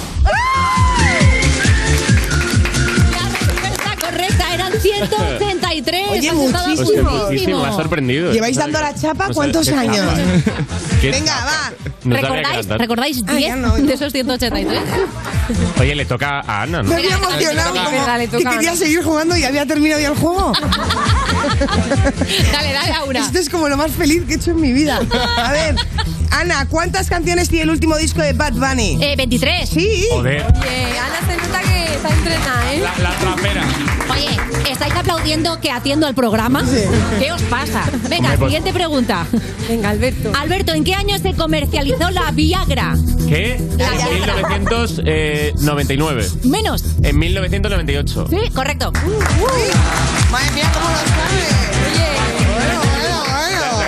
S3: Está correcta, eran 183.
S4: Oye,
S3: Has estado
S12: Hostia,
S4: muchísimo.
S12: muchísimo, me ha sorprendido. eh,
S4: ¿Lleváis dando la chapa
S12: No
S4: cuántos
S12: sabía que-
S4: años?
S12: Qué
S4: Venga, va.
S12: No sabía que
S3: ¿Recordáis,
S12: eran tantos.
S3: ¿Recordáis 10 de esos 183?
S12: Oye, le toca a Ana, ¿no?
S4: Me había emocionado
S12: Le toca-
S4: como
S3: Dale,
S4: que
S3: toca
S4: quería
S3: ahora.
S4: seguir jugando y había terminado ya el juego.
S3: dale, dale, Aura.
S4: Esto es como lo más feliz que he hecho en mi vida. A ver, Ana, ¿cuántas canciones tiene el último disco de Bad Bunny?
S3: Eh, 23.
S4: Sí.
S12: Joder.
S38: Oye, Ana se nota que está entrenada, ¿eh?
S12: La, la trapera.
S3: Oye, ¿estáis aplaudiendo que atiendo al programa? ¿Qué os pasa? Venga,
S12: Hombre, pues-
S3: siguiente pregunta. Venga, Alberto. Alberto, ¿en qué año se comercializó la Viagra?
S12: ¿Qué?
S3: La
S12: En eh, 1999.
S3: Menos.
S12: En 1998.
S3: Sí, correcto.
S4: Uh, Madre mía, ¿cómo lo sabes?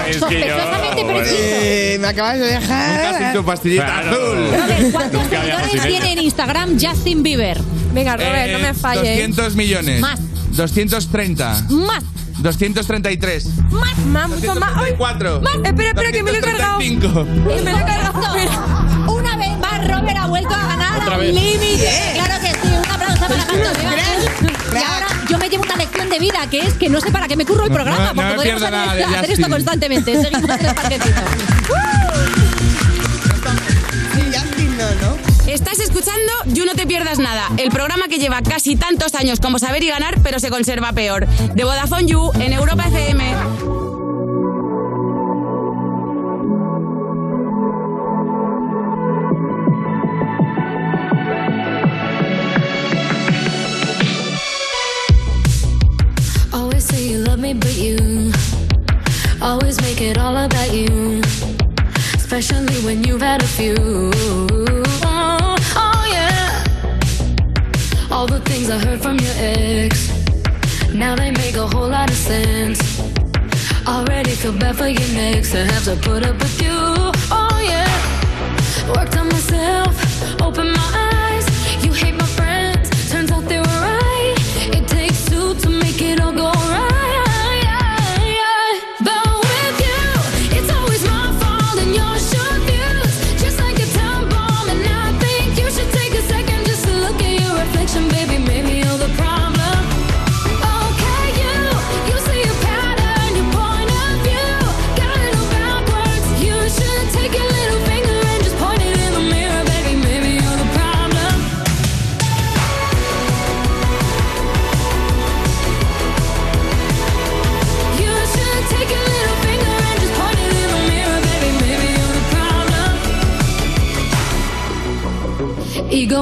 S12: Es que yo-
S3: Sospechosamente preciso.
S4: Eh, me acabas de dejar.
S33: Casi tu pastillita
S12: Claro.
S33: azul.
S3: ¿Cuántos
S33: Nunca había
S3: seguidores
S33: posible.
S3: tiene en Instagram Justin Bieber? Venga,
S33: Eh, 200 millones.
S3: Más.
S33: 230.
S3: Más.
S33: 233.
S3: Más.
S38: Más, Mm. mucho más. Ay,
S33: 234.
S38: más. Espera, espera, que me lo he cargado.
S33: 235.
S38: Que me lo he cargado.
S3: Correcto. Una vez más, Robert ha vuelto a ganar
S33: Otra
S3: al
S33: vez.
S3: límite.
S38: Bien.
S3: Claro que sí, un aplauso para Pantomima. Y ahora yo me llevo una lección de vida, que es que no sé para qué me curro el
S33: No,
S3: programa,
S33: no, no
S3: porque
S33: me
S3: podemos
S33: pierdo
S3: hacer,
S33: nada de
S3: hacer
S33: Justin.
S3: esto constantemente. Seguimos en el parquecito.
S32: Estás escuchando You No Te Pierdas Nada, el programa que lleva casi tantos años como saber y ganar, pero se conserva peor. De Vodafone You en Europa FM.
S39: Always say you love me, but you always make it all about you. Especially when you've had a few. Oh, oh, yeah. All the things I heard from your ex, now they make a whole lot of sense. Already feel bad for your next to have to put up with you. Oh, yeah. Worked on myself, opened my eyes. You hate my friends, turns out they were right. It takes two to make it all go right. But with you, it's always my fault and your short views. Just like a time bomb, and I think you should take a second just to look at your reflection, baby. Maybe you're the problem. Okay, you, you see a pattern, your point of view. Got a little backwards. You should take your little finger and just point it in the mirror, baby. Maybe you're the problem. You should take your little finger and just point it in the mirror, baby. Maybe you're the problem. Ego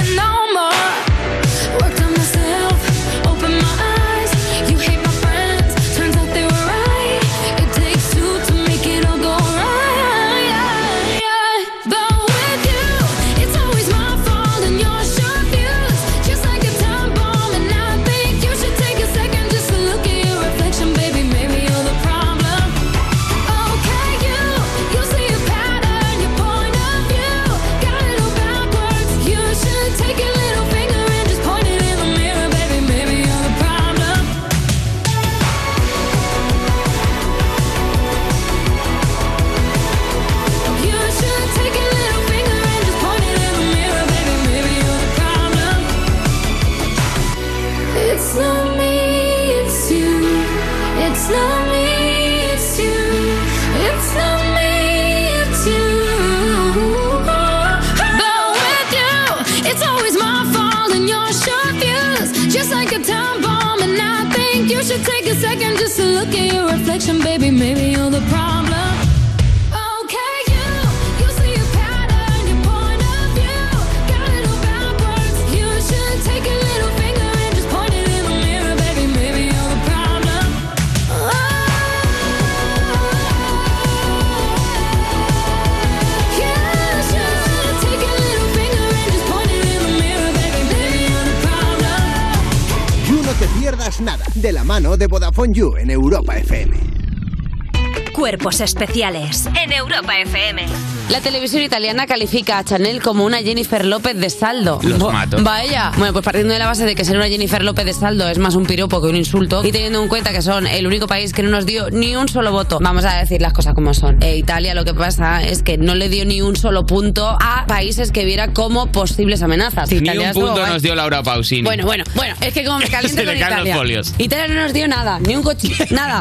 S39: no more. Worked on myself, opened my eyes. You hate my friends, turns out they were right. It takes two to make it all go right. But with you, it's always my fault and your short views. Just like a time bomb, and I think you should take a second just to look at your reflection, baby. Maybe you're the problem. Okay, you, you see a pattern, your point of view. Got a little backwards.
S34: addiction, baby, maybe you're the problem. Okay, you, you see a pattern, your point of view. Got it all backwards. You should take a little finger and just point it in the mirror, baby, maybe you're the problem. Oh.
S5: You No Te Pierdas Nada, de la mano de Vodafone You en Europa FM.
S2: Cuerpos especiales en Europa FM.
S11: La televisión italiana califica a Chanel como una Jennifer López de saldo.
S2: Los
S11: Va-
S2: mato.
S11: Vaya. Bueno, pues partiendo de la base de que ser una Jennifer López de saldo es más un piropo que un insulto y teniendo en cuenta que son el único país que no nos dio ni un solo voto, vamos a decir las cosas como son. E Italia lo que pasa es que no le dio ni un solo punto a países que viera como posibles amenazas.
S16: Ni
S11: Italia
S16: un
S11: estuvo
S16: punto
S11: guay.
S16: nos dio Laura Pausini.
S11: Bueno, bueno, bueno, es que como me caliento
S16: Se le
S11: con
S16: caen los
S11: Italia.
S16: folios.
S11: Italia no nos dio nada, ni un coche, nada.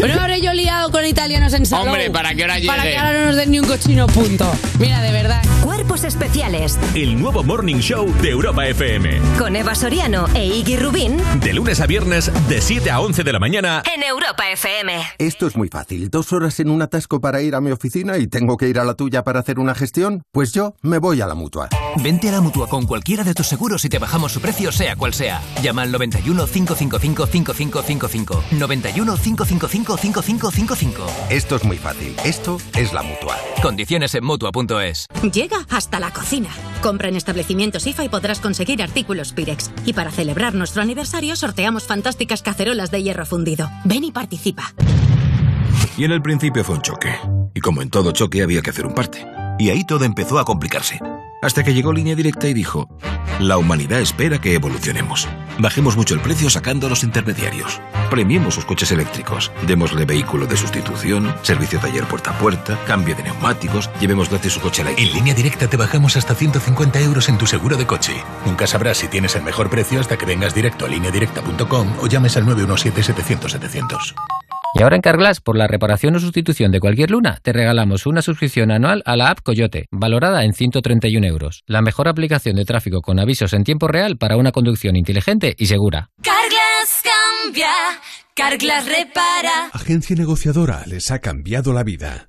S11: Pero ahora yo liado con italianos en salón.
S16: Hombre, ¿para qué hora
S11: Para
S16: llegue?
S11: que ahora no nos den ni un cochino punto. Mira, de verdad.
S2: Cuerpos especiales
S1: El nuevo Morning Show de Europa FM.
S2: con Eva Soriano e Iggy Rubín
S1: De lunes a viernes, de 7 a 11 de la mañana.
S2: en Europa FM.
S31: Esto es muy fácil. Dos horas en un atasco para ir a mi oficina y tengo que ir a la tuya para hacer una gestión. Pues yo me voy a la mutua.
S14: Vente a la Mutua con cualquiera de tus seguros y te bajamos su precio sea cual sea. Llama al 91 555 5555. 91 555 5555.
S31: Esto es muy fácil. Esto es la mutua.
S14: Condiciones en Mutua.es.
S5: Llega hasta la cocina. Compra en establecimientos IFA y podrás conseguir artículos Pirex. Y para celebrar nuestro aniversario sorteamos fantásticas cacerolas de hierro fundido. Ven y participa.
S11: Y en el principio fue un choque. Y como en todo choque había que hacer un parte. Y ahí todo empezó a complicarse. Hasta que llegó Línea Directa y dijo, la humanidad espera que evolucionemos. Bajemos mucho el precio sacando a los intermediarios. Premiemos sus coches eléctricos. Démosle vehículo de sustitución, servicio taller puerta a puerta, cambio de neumáticos, llevemos gratis su coche a la...
S16: En línea directa te bajamos hasta 150 euros en tu seguro de coche. Nunca sabrás si tienes el mejor precio hasta que vengas directo a lineadirecta.com o llames al 917-700-700.
S21: Y ahora en Carglass, por la reparación o sustitución de cualquier luna, te regalamos una suscripción anual a la app Coyote, valorada en 131 euros. La mejor aplicación de tráfico con avisos en tiempo real para una conducción inteligente y segura.
S34: Carglass cambia, Carglass repara.
S30: Agencia negociadora les ha cambiado la vida.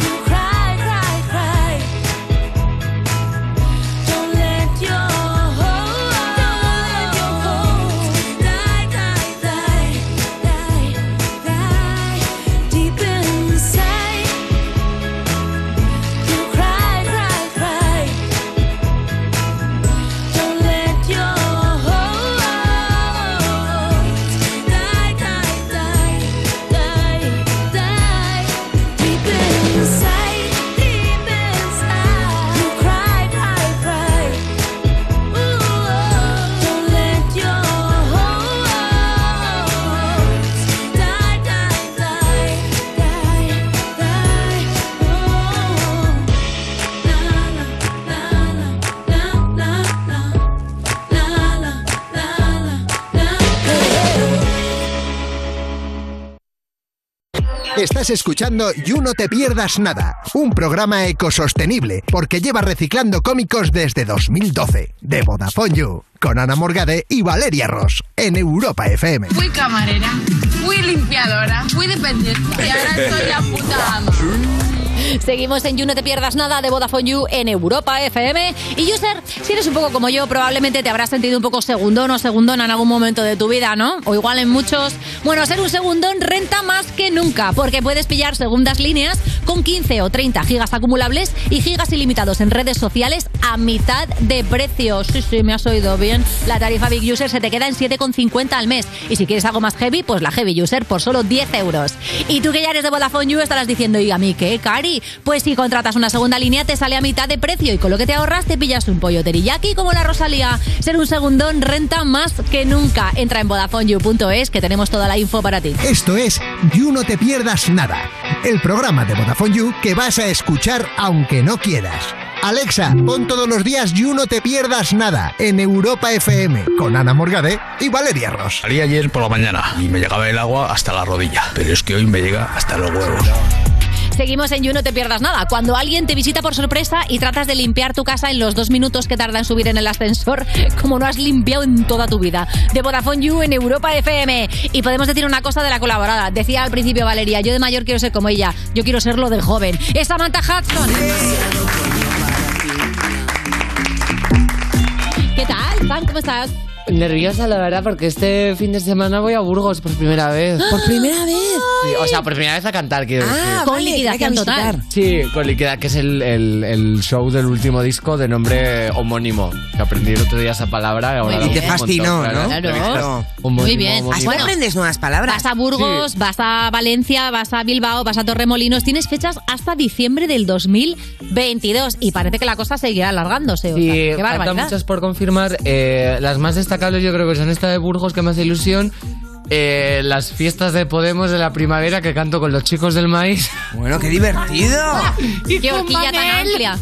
S34: you cry, cry, cry. Don't let your hope, don't let your hope die, die, die, die, die. Deep inside, you cry, cry, cry. Don't let your hope die, die, die, die, die. Deep inside, deep inside, you cry, cry, cry. Don't let your hope die, die, die, die, die. Oh, la la la la.
S5: Estás escuchando You No Te Pierdas Nada, un programa ecosostenible porque lleva reciclando cómicos desde 2012. De Vodafone You, con Ana Morgade y Valeria Ross, en Europa FM.
S6: Fui camarera, fui limpiadora, fui dependiente y ahora soy la puta ama.
S3: Seguimos en You, no te pierdas nada de Vodafone You en Europa FM. Y User, si eres un poco como yo, probablemente te habrás sentido un poco segundón o segundona en algún momento de tu vida, ¿no? O igual en muchos. Bueno, ser un segundón renta más que nunca, porque puedes pillar segundas líneas con 15 o 30 gigas acumulables y gigas ilimitados en redes sociales a mitad de precio. Sí, sí, me has oído bien. La tarifa Big User se te queda en 7,50 al mes. Y si quieres algo más heavy, pues la Heavy User por solo 10 euros. Y tú que ya eres de Vodafone You estarás diciendo, ¿y a mí qué, Cari? Polloterí. Pues si contratas una segunda línea te sale a mitad de precio y con lo que te ahorras te pillas un Polloterí. Y aquí como la Rosalía, ser un segundón renta más que nunca. Entra en VodafoneYou.es que tenemos toda la info para ti.
S15: Esto es You No Te Pierdas Nada, el programa de Vodafone You que vas a escuchar aunque no quieras. Alexa, pon todos los días You No Te Pierdas Nada en Europa FM con Ana Morgade y Valeria Ross.
S7: Salí ayer por la mañana y me llegaba el agua hasta la rodilla, pero es que hoy me llega hasta los huevos.
S3: Seguimos en You, no te pierdas nada. Cuando alguien te visita por sorpresa y tratas de limpiar tu casa en los dos minutos que tarda en subir en el ascensor, como no has limpiado en toda tu vida. De Vodafone You en Europa FM. Y podemos decir una cosa de la colaborada. Decía al principio Valeria, yo de mayor quiero ser como ella, yo quiero serlo de joven. Es Samantha Hudson. ¿Qué tal, Sam? ¿Cómo estás?
S29: Nerviosa, la verdad, porque este fin de semana voy a Burgos por primera vez.
S3: ¿Por primera vez?
S29: Sí, o sea, por primera vez a cantar, quiero decir.
S3: Con liquidación total.
S29: Sí, con Liquidad, que es el, el- el show del último disco de nombre homónimo. Que aprendí el otro día esa palabra. y ahora
S5: Muy
S29: la
S5: bien. Te
S29: uso un montón,
S5: fascinó, ¿no?
S29: He visto
S5: Claro.
S29: homónimo,
S3: Muy bien. Ah,
S29: homónimo.
S5: Así aprendes nuevas palabras.
S3: Vas a Burgos, vas a Valencia, vas a Bilbao, vas a Torremolinos. Tienes fechas hasta diciembre del 2022 y parece que la cosa seguirá alargándose. o sea,
S29: Sí,
S3: qué
S29: faltan
S3: barbaridad.
S29: muchas por confirmar. Eh, las más destacables yo creo que son esta de Burgos, que me hace ilusión. eh, las fiestas de Podemos de la primavera que canto con los chicos del maíz. Bueno, qué divertido.
S3: Ah, Qué horquilla tan amplia.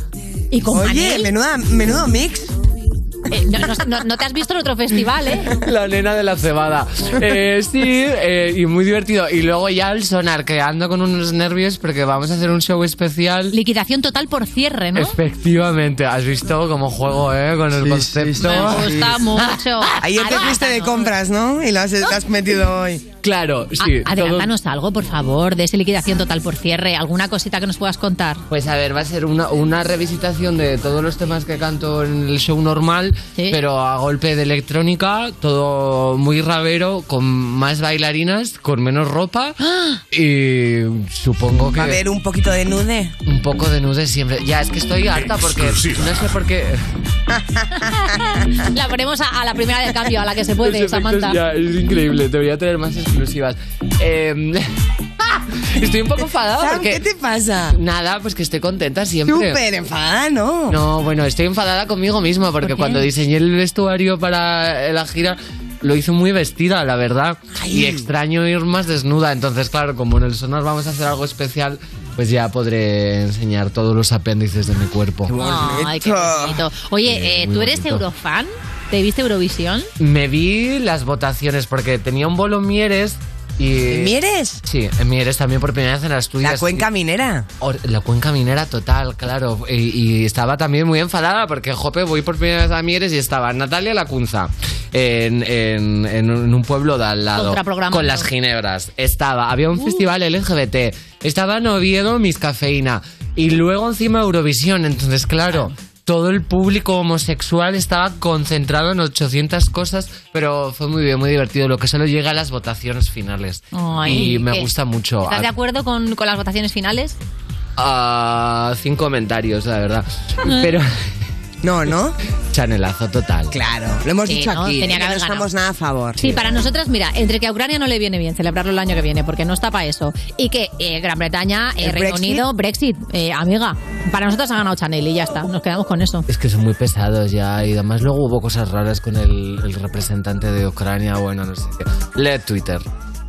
S3: Y con
S5: Oye,
S3: Manel.
S5: menuda- menudo mix.
S3: Eh, no, no- no- no te has visto en otro festival, ¿eh?
S29: La nena de la cebada. Eh, sí, eh, y muy divertido. Y luego ya el sonar, que ando con unos nervios porque vamos a hacer un show especial.
S3: Liquidación total por cierre, ¿no?
S29: Efectivamente, has visto cómo juego, ¿eh? Con el concepto.
S3: Me gusta mucho.
S5: Ayer te
S3: ah,
S5: fuiste de compras, ¿no? Y lo has, lo has metido hoy.
S29: Claro, Ah, sí.
S3: A- Adelántanos algo, por favor, de esa liquidación total por cierre. ¿Alguna cosita que nos puedas contar?
S29: Pues a ver, va a ser una, una revisitación de todos los temas que canto en el show normal, pero a golpe de electrónica, todo muy rabero, con más bailarinas, con menos ropa y supongo que...
S5: Va a haber un poquito de nude.
S29: Un poco de nude siempre. Ya, es que estoy harta porque no sé por qué...
S3: La ponemos a, a la primera del cambio, a la que se puede,
S29: Los efectos
S3: Samantha.
S29: ya, es increíble, debería tener más exclusivas. Eh, estoy un poco enfadada.
S5: Sam,
S29: porque,
S5: ¿qué te pasa?
S29: Nada, pues que estoy contenta siempre.
S5: Súper enfadada, ¿no?
S29: No, bueno, estoy enfadada conmigo misma porque cuando diseñé el vestuario para eh, la gira lo hice muy vestida, la verdad. Y extraño ir más desnuda. Entonces, claro, como en el sonar vamos a hacer algo especial, pues ya podré enseñar todos los apéndices de mi cuerpo.
S3: Ay, qué bonito. Oye, eh,
S29: muy
S3: ¿tú eres
S29: bonito.
S3: eurofan? ¿Te viste Eurovisión?
S29: Me vi las votaciones porque tenía un bolo en Mieres y...
S5: ¿En Mieres?
S29: Sí, en Mieres también por primera vez en Asturias.
S5: La cuenca minera.
S29: Or- La cuenca minera total, claro. Y, y estaba también muy enfadada porque, jope, voy por primera vez a Mieres y estaba Natalia Lacunza en, en- en un en un pueblo de al lado.
S3: Contraprogramando.
S29: Con las ginebras. Estaba, había un festival LGBT. Estaba en Oviedo Mis Cafeína. Y luego encima Eurovisión. Entonces, claro. Todo el público homosexual estaba concentrado en 800 cosas, pero fue muy bien, muy divertido. Lo que solo llega a las votaciones finales.
S3: Ay,
S29: y me
S3: ¿qué?
S29: gusta mucho.
S3: ¿Estás
S29: A-
S3: de acuerdo con, con las votaciones finales?
S29: Ah, sin comentarios, la verdad.
S3: Ah.
S29: Pero.
S5: No, ¿no?
S29: Chanelazo total.
S5: Claro, lo hemos
S3: Sí,
S5: dicho
S3: ¿no?
S5: aquí. ¿eh?
S3: Tenía que
S5: no
S3: haber
S5: estamos nada a favor.
S3: Sí, para nosotras, mira, entre que a Ucrania no le viene bien celebrarlo el año que viene, porque no está para eso, y que eh, Gran Bretaña, eh,
S29: ¿El
S3: Reino
S29: Brexit?
S3: Unido, Brexit, eh, amiga, para nosotras ha ganado Chanel y ya está, nos quedamos con eso.
S29: Es que son muy pesados ya. Y además luego hubo cosas raras con el, el representante de Ucrania. Bueno, no sé. qué. Lee Twitter.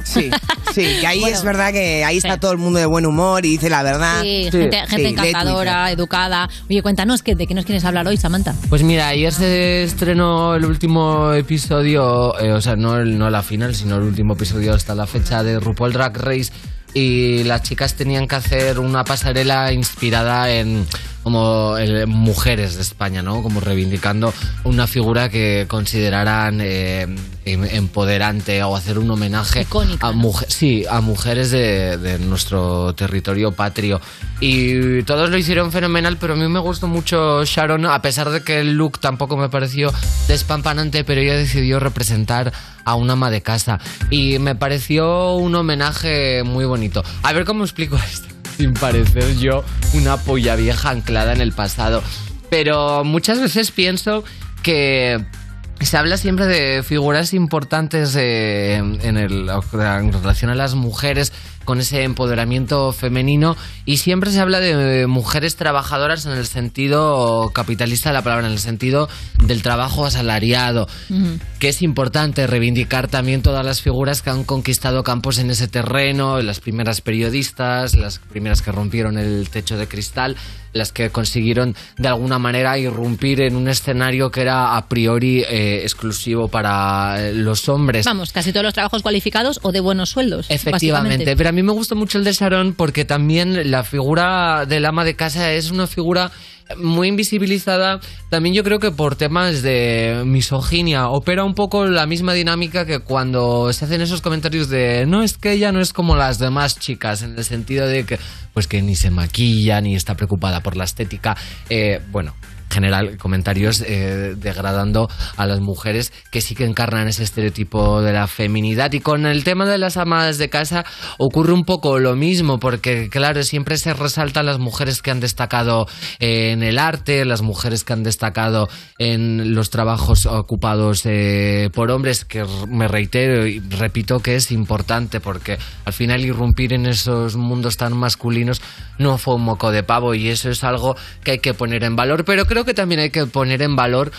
S5: Sí, sí, que ahí es verdad que ahí está todo el mundo de buen humor y dice la verdad.
S3: Sí, gente, gente
S5: Sí,
S3: encantadora, educada. Oye, cuéntanos, ¿qué- ¿de qué nos quieres hablar hoy, Samantha?
S29: Pues mira, ayer se estrenó el último episodio, eh, o sea, no, el- no la final, sino el último episodio hasta la fecha de RuPaul Drag Race y las chicas tenían que hacer una pasarela inspirada en como en mujeres de España, ¿no? Como reivindicando una figura que consideraran eh, em- empoderante o hacer un homenaje a mujeres, sí, a mujeres de, de nuestro territorio patrio. Y todos lo hicieron fenomenal, pero a mí me gustó mucho Sharon, a pesar de que el look tampoco me pareció despampanante, pero ella decidió representar a una ama de casa. Y me pareció un homenaje muy bonito. A ver cómo explico esto. Sin parecer yo una polla vieja anclada en el pasado. Pero muchas veces pienso que Se habla siempre de figuras importantes eh, en, el, en relación a las mujeres con ese empoderamiento femenino y siempre se habla de eh, mujeres trabajadoras en el sentido capitalista de la palabra, en el sentido del trabajo asalariado
S34: Mm-hmm.
S29: que es importante reivindicar también todas las figuras que han conquistado campos en ese terreno, las primeras periodistas, las primeras que rompieron el techo de cristal, las que consiguieron de alguna manera irrumpir en un escenario que era a priori eh, exclusivo para eh, los hombres.
S3: Vamos, casi todos los trabajos cualificados o de buenos sueldos.
S29: Efectivamente,
S3: básicamente.
S29: pero a mí me gusta mucho el de Sharon porque también la figura del ama de casa es una figura muy invisibilizada, también yo creo que por temas de misoginia opera un poco la misma dinámica que cuando se hacen esos comentarios de no es que ella no es como las demás chicas en el sentido de que pues que ni se maquilla ni está preocupada por la estética, eh, bueno general comentarios eh, degradando a las mujeres que sí que encarnan ese estereotipo de la feminidad. Y con el tema de las amadas de casa ocurre un poco lo mismo, porque claro, siempre se resaltan las mujeres que han destacado eh, en el arte, las mujeres que han destacado en los trabajos ocupados eh, por hombres, que r- me reitero y repito que es importante, porque al final irrumpir en esos mundos tan masculinos no fue un moco de pavo y eso es algo que hay que poner en valor, pero creo que también hay que poner en valor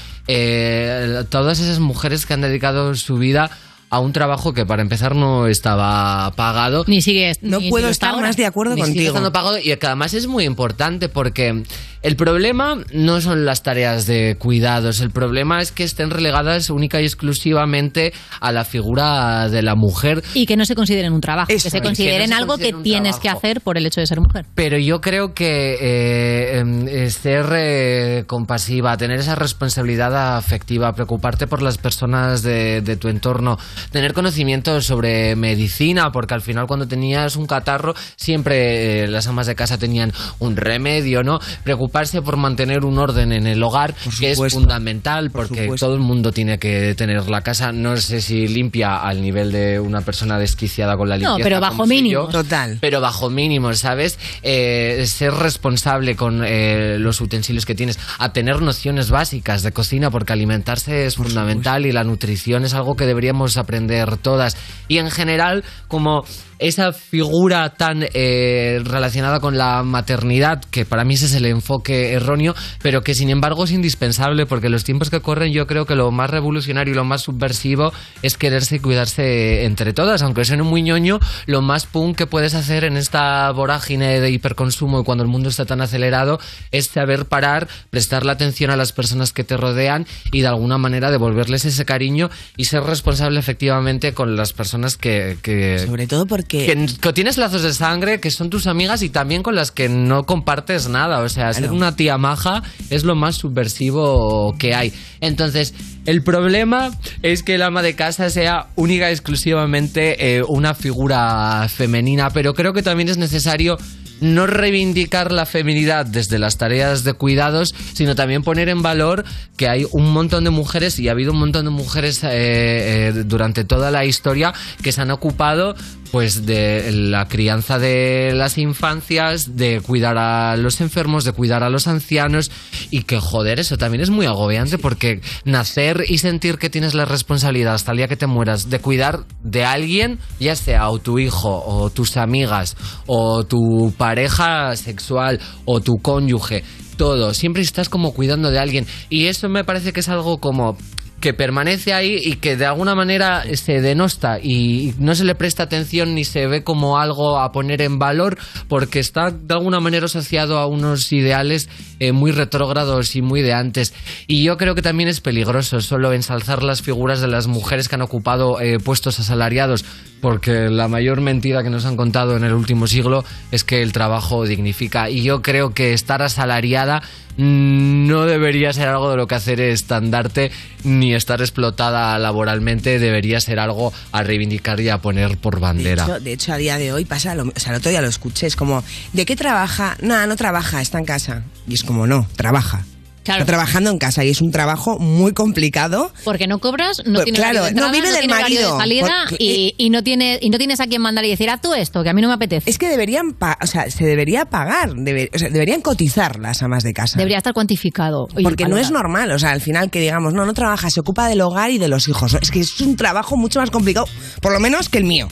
S29: eh, todas esas mujeres que han dedicado su vida a un trabajo que para empezar no estaba pagado.
S3: Ni sigue. No
S5: puedo estar más de acuerdo
S29: Ni sigue
S5: contigo.
S29: estando pagado y que además es muy importante porque el problema no son las tareas de cuidados, el problema es que estén relegadas única y exclusivamente a la figura de la mujer
S3: Y que no se consideren un trabajo, que se
S29: es. Y
S3: consideren
S29: que no se
S3: algo que
S29: considere un
S3: tienes
S29: trabajo.
S3: que hacer por el hecho de ser mujer.
S29: Pero yo creo que eh, em, eh, ser eh, compasiva, tener esa responsabilidad afectiva, preocuparte por las personas de, de tu entorno, tener conocimiento sobre medicina, porque al final cuando tenías un catarro siempre eh, las amas de casa tenían un remedio, ¿no? Preocuparse por mantener un orden en el hogar, que es fundamental, porque todo el mundo tiene que tener la casa, no sé si limpia al nivel de una persona desquiciada con la
S3: No,
S29: limpieza.
S3: pero
S29: como
S3: bajo
S29: soy yo,
S3: mínimos.
S5: Total.
S29: pero bajo mínimo, ¿sabes? Eh, ser responsable con eh, los utensilios que tienes, a tener nociones básicas de cocina, porque alimentarse es fundamental y la nutrición es algo que deberíamos aprender todas. Y en general, como esa figura tan eh, relacionada con la maternidad, que para mí ese es el enfoque erróneo, pero que sin embargo es indispensable, porque los tiempos que corren yo creo que lo más revolucionario y lo más subversivo es quererse y cuidarse entre todas, aunque suene muy ñoño, lo más punk que puedes hacer en esta vorágine de hiperconsumo y cuando el mundo está tan acelerado es saber parar, prestar la atención a las personas que te rodean y de alguna manera devolverles ese cariño y ser responsable efectivamente con las personas que... que
S5: Sobre todo porque...
S29: Que, que tienes lazos de sangre, que son tus amigas y también con las que no compartes nada. O sea, ser una tía maja es lo más subversivo que hay. Entonces, el problema es que el ama de casa sea única y exclusivamente eh, una figura femenina, pero creo que también es necesario no reivindicar la feminidad desde las tareas de cuidados, sino también poner en valor que hay un montón de mujeres y ha habido un montón de mujeres eh, eh, durante toda la historia que se han ocupado pues de la crianza de las infancias, de cuidar a los enfermos, de cuidar a los ancianos y que joder, eso también es muy agobiante porque nacer y sentir que tienes la responsabilidad hasta el día que te mueras de cuidar de alguien, ya sea o tu hijo o tus amigas o tu pareja sexual o tu cónyuge, todo, siempre estás como cuidando de alguien y eso me parece que es algo como que permanece ahí y que de alguna manera se denosta y no se le presta atención ni se ve como algo a poner en valor porque está de alguna manera asociado a unos ideales eh, muy retrógrados y muy de antes. Y yo creo que también es peligroso solo ensalzar las figuras de las mujeres que han ocupado eh, puestos asalariados porque la mayor mentira que nos han contado en el último siglo es que el trabajo dignifica y yo creo que estar asalariada mm, no debería ser algo de lo que hacer estandarte ni estar explotada laboralmente debería ser algo a reivindicar y a poner por bandera.
S5: De hecho, de hecho, a día de hoy pasa lo O sea, el otro día lo escuché, es como, ¿de qué trabaja? Nada, no trabaja, está en casa. Y es como, no, trabaja.
S3: Claro.
S4: Está trabajando en casa y es un trabajo muy complicado.
S3: Porque no cobras, no
S4: Pues
S3: tiene
S4: claro,
S3: horario de
S4: no
S3: entrada,
S4: viene del
S3: tiene horario
S4: marido,
S3: de salida
S4: por-
S3: y, y no tiene, y no tienes a quien mandar y decir, haz tú esto, que a mí no me apetece.
S4: Es que deberían, pa- o sea, se debería pagar, debe- o sea, deberían cotizar las amas de casa.
S3: Debería estar cuantificado. y
S4: Porque no es
S3: valorado.
S4: normal, o sea, al final que digamos, no, no trabaja, se ocupa del hogar y de los hijos. Es que es un trabajo mucho más complicado, por lo menos que el mío.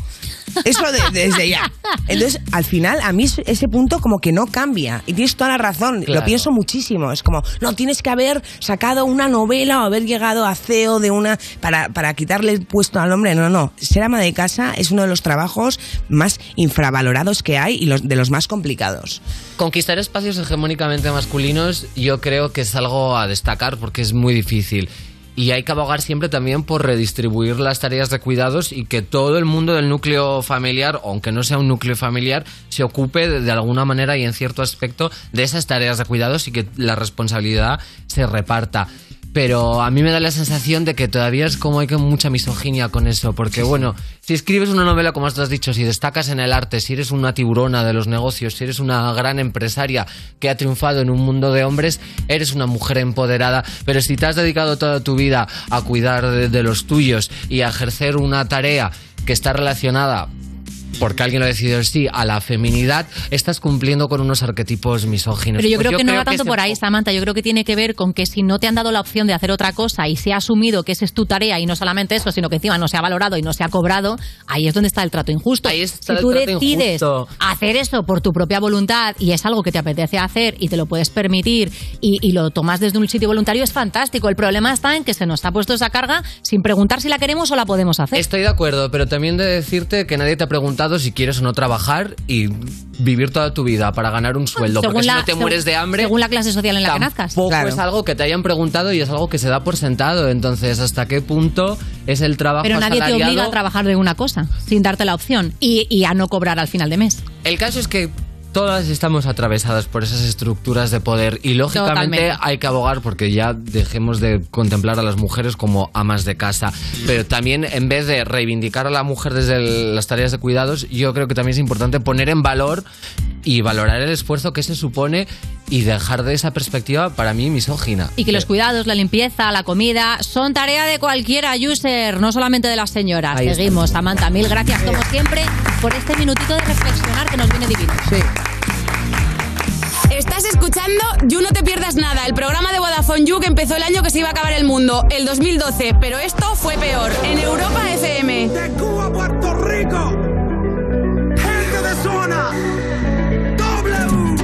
S4: Eso de- desde ya. Entonces, al final, a mí es- ese punto como que no cambia. Y tienes toda la razón,
S29: Claro.
S4: lo pienso muchísimo. Es como, no, tienes que haber sacado una novela o haber llegado a CEO de una. para, para quitarle el puesto al hombre. No, no. Ser ama de casa es uno de los trabajos más infravalorados que hay y los, de los más complicados.
S29: Conquistar espacios hegemónicamente masculinos yo creo que es algo a destacar porque es muy difícil. Y hay que abogar siempre también por redistribuir las tareas de cuidados y que todo el mundo del núcleo familiar, aunque no sea un núcleo familiar, se ocupe de, de alguna manera y en cierto aspecto de esas tareas de cuidados y que la responsabilidad se reparta. Pero a mí me da la sensación de que todavía es como hay que mucha misoginia con eso, porque bueno, si escribes una novela, como tú has dicho, si destacas en el arte, si eres una tiburona de los negocios, si eres una gran empresaria que ha triunfado en un mundo de hombres, eres una mujer empoderada, pero si te has dedicado toda tu vida a cuidar de, de los tuyos y a ejercer una tarea que está relacionada porque alguien lo ha decidido sí a la feminidad, estás cumpliendo con unos arquetipos misóginos.
S3: Pero yo
S29: Pues
S3: creo que no va tanto
S29: ese
S3: por ahí, Samantha. Yo creo que tiene que ver con que si no te han dado la opción de hacer otra cosa y se ha asumido que esa es tu tarea y no solamente eso, sino que encima no se ha valorado y no se ha cobrado, ahí es donde está el trato injusto.
S29: el
S3: si tú
S29: trato
S3: decides
S29: injusto.
S3: hacer eso por tu propia voluntad y es algo que te apetece hacer y te lo puedes permitir y, y lo tomas desde un sitio voluntario, es fantástico. El problema está en que se nos ha puesto esa carga sin preguntar si la queremos o la podemos hacer.
S29: Estoy de acuerdo, pero también de decirte que nadie te ha preguntado si quieres o no trabajar y vivir toda tu vida para ganar un sueldo.
S3: Según
S29: porque si
S3: la-
S29: no te
S3: según-
S29: mueres de hambre.
S3: Según la clase social en la que nazcas.
S29: Poco es algo que te hayan preguntado y es algo que se da por sentado. Entonces, ¿hasta qué punto es el trabajo
S3: Pero nadie te
S29: asalariado?
S3: obliga a trabajar de una cosa sin darte la opción y, y a no cobrar al final de mes.
S29: El caso es que todas estamos atravesadas por esas estructuras de poder y lógicamente
S3: Totalmente.
S29: hay que abogar porque ya dejemos de contemplar a las mujeres como amas de casa. Pero también en vez de reivindicar a la mujer desde el- las tareas de cuidados, yo creo que también es importante poner en valor y valorar el esfuerzo que se supone y dejar de esa perspectiva para mí misógina.
S3: Y que los cuidados, la limpieza, la comida, son tarea de cualquiera user, no solamente de las señoras.
S29: Ahí está.
S3: Seguimos, Samantha, mil gracias como siempre por este minutito de reflexionar que nos viene divino.
S32: Estás escuchando You No Te Pierdas Nada, el programa de Vodafone You que empezó el año que se iba a acabar el mundo, el 2012, pero esto fue peor, en Europa FM.
S34: De Cuba a Puerto Rico. Gente de zona. W.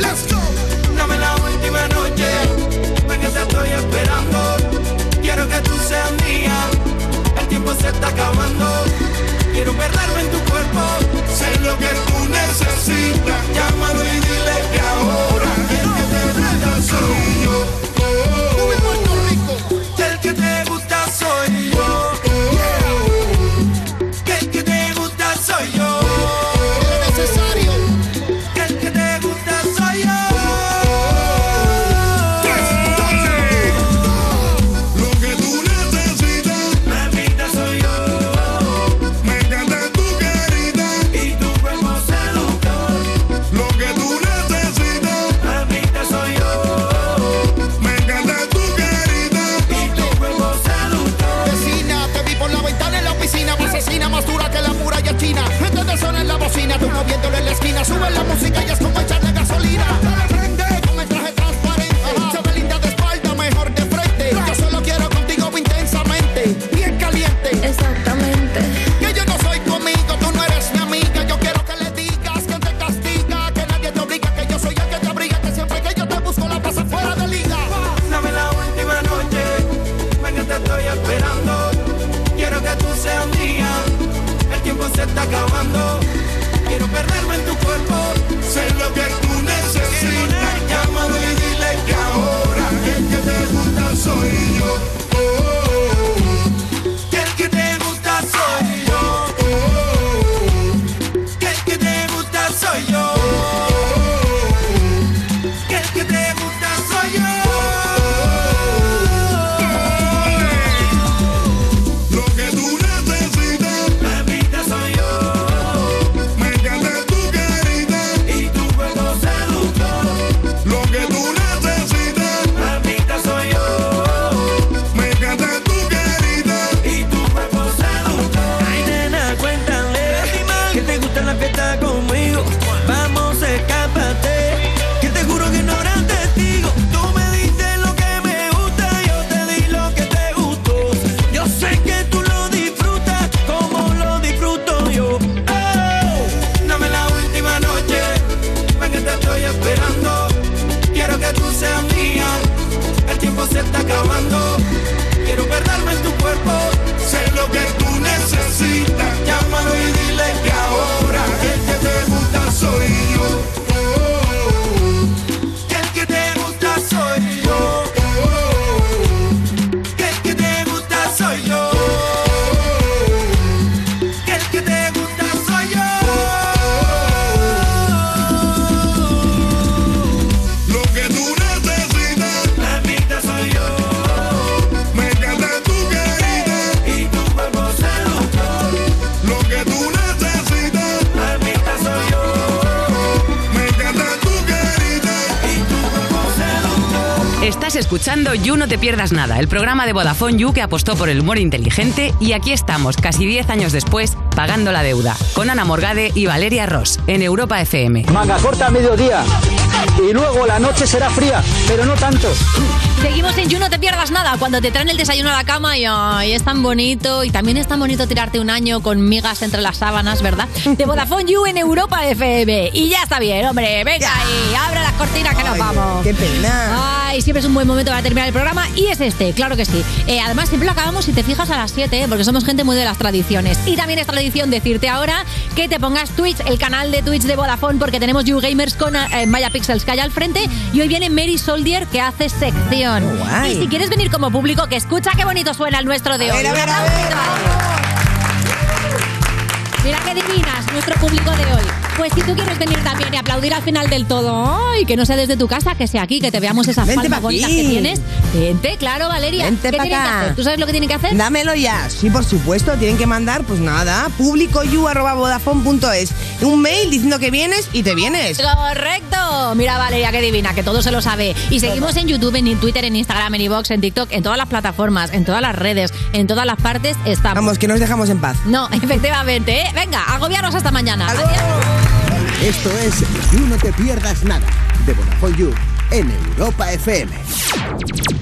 S34: Let's go. Dame la última noche, porque te estoy esperando. Quiero que tú seas mía, el tiempo se está acabando. Quiero perderme en tu cuerpo, sé lo que tú necesitas. Llámalo y dile que ahora el que te gusta soy yo. Oh, Que el que te gusta soy yo. Que el que te gusta soy yo. necesario. Que el que te gusta soy yo. Lo que tú necesitas, mamita soy yo. Me encanta tu carita y tu cuerpo seductor. Lo que tú necesitas, mamita soy yo. Me encanta tu carita y tu cuerpo seductor.
S40: Vecina, te vi por la ventana en la piscina, mi asesina más dura que la muralla china. Gente de zona en la bocina, tú moviéndole en la esquina, sube la música y es como echarle gasolina. Hasta la frente, con el traje transparente, se ve linda de espalda, mejor de frente. Yo solo quiero contigo intensamente, bien caliente. Exactamente. Que yo no soy conmigo, tú no eres mi amiga, yo quiero que le digas que te castiga, que nadie te obliga, que yo soy el que te abriga, que siempre que yo te busco la pasa fuera de liga.
S34: Dame la última noche, venga te estoy esperando. Quiero que tú seas mía, el tiempo se está acabando. Quiero perderme en tu cuerpo, sé lo Oh,
S41: Estás escuchando You No Te Pierdas Nada, el programa de Vodafone You que apostó por el humor inteligente y aquí estamos, casi 10 años después, pagando la deuda, con Ana Morgade y Valeria Ross, en Europa FM.
S21: Manga corta a mediodía. Y luego la noche será fría, pero no tanto.
S3: Seguimos en You, no te pierdas nada. Cuando te traen el desayuno a la cama y ay, es tan bonito. Y también es tan bonito tirarte un año con migas entre las sábanas, ¿verdad? De Vodafone You en Europa FM. Y ya está bien, hombre. Venga ahí, abre las cortinas que nos vamos. Qué pena. Ay, siempre es un buen momento para terminar el programa. Y es este, claro que sí. Eh, además, siempre lo acabamos si te fijas a las 7, ¿eh? porque somos gente muy de las tradiciones. Y también es tradición decirte ahora que te pongas Twitch, el canal de Twitch de Vodafone, porque tenemos You Gamers con eh, Maya Pixels que hay al frente. Y hoy viene Mary Soldier que hace sección.
S4: Guay.
S3: Y si quieres venir como público, que escucha qué bonito suena el nuestro de
S4: A
S3: hoy.
S4: ver, a
S3: Un
S4: ver, a
S3: aplausito ahí. Mira qué divinas nuestro público de hoy. Pues si tú quieres venir también y aplaudir al final del todo, y que no sea desde tu casa, que sea aquí, que te veamos esas
S4: Vente
S3: palmas
S4: pa' aquí.
S3: bonitas que tienes, Eh, vente, claro, Valeria.
S4: Vente
S3: ¿Qué
S4: pa'
S3: tienen que
S4: acá.
S3: hacer? ¿Tú sabes lo que tienen que hacer?
S4: Dámelo ya. Sí, por supuesto, tienen que mandar, pues nada, publicoyu.vodafone.es. Un mail diciendo que vienes y te vienes.
S3: Correcto. Mira, Valeria, qué divina, que todo se lo sabe. Y seguimos en YouTube, en Twitter, en Instagram, en iVoox, en TikTok, en todas las plataformas, en todas las redes, en todas las partes estamos.
S4: Vamos, que nos dejamos en paz.
S3: No, efectivamente. ¿eh? Venga, agobiaros hasta mañana.
S5: Esto es You No Te Pierdas Nada de Vodafone You en Europa FM.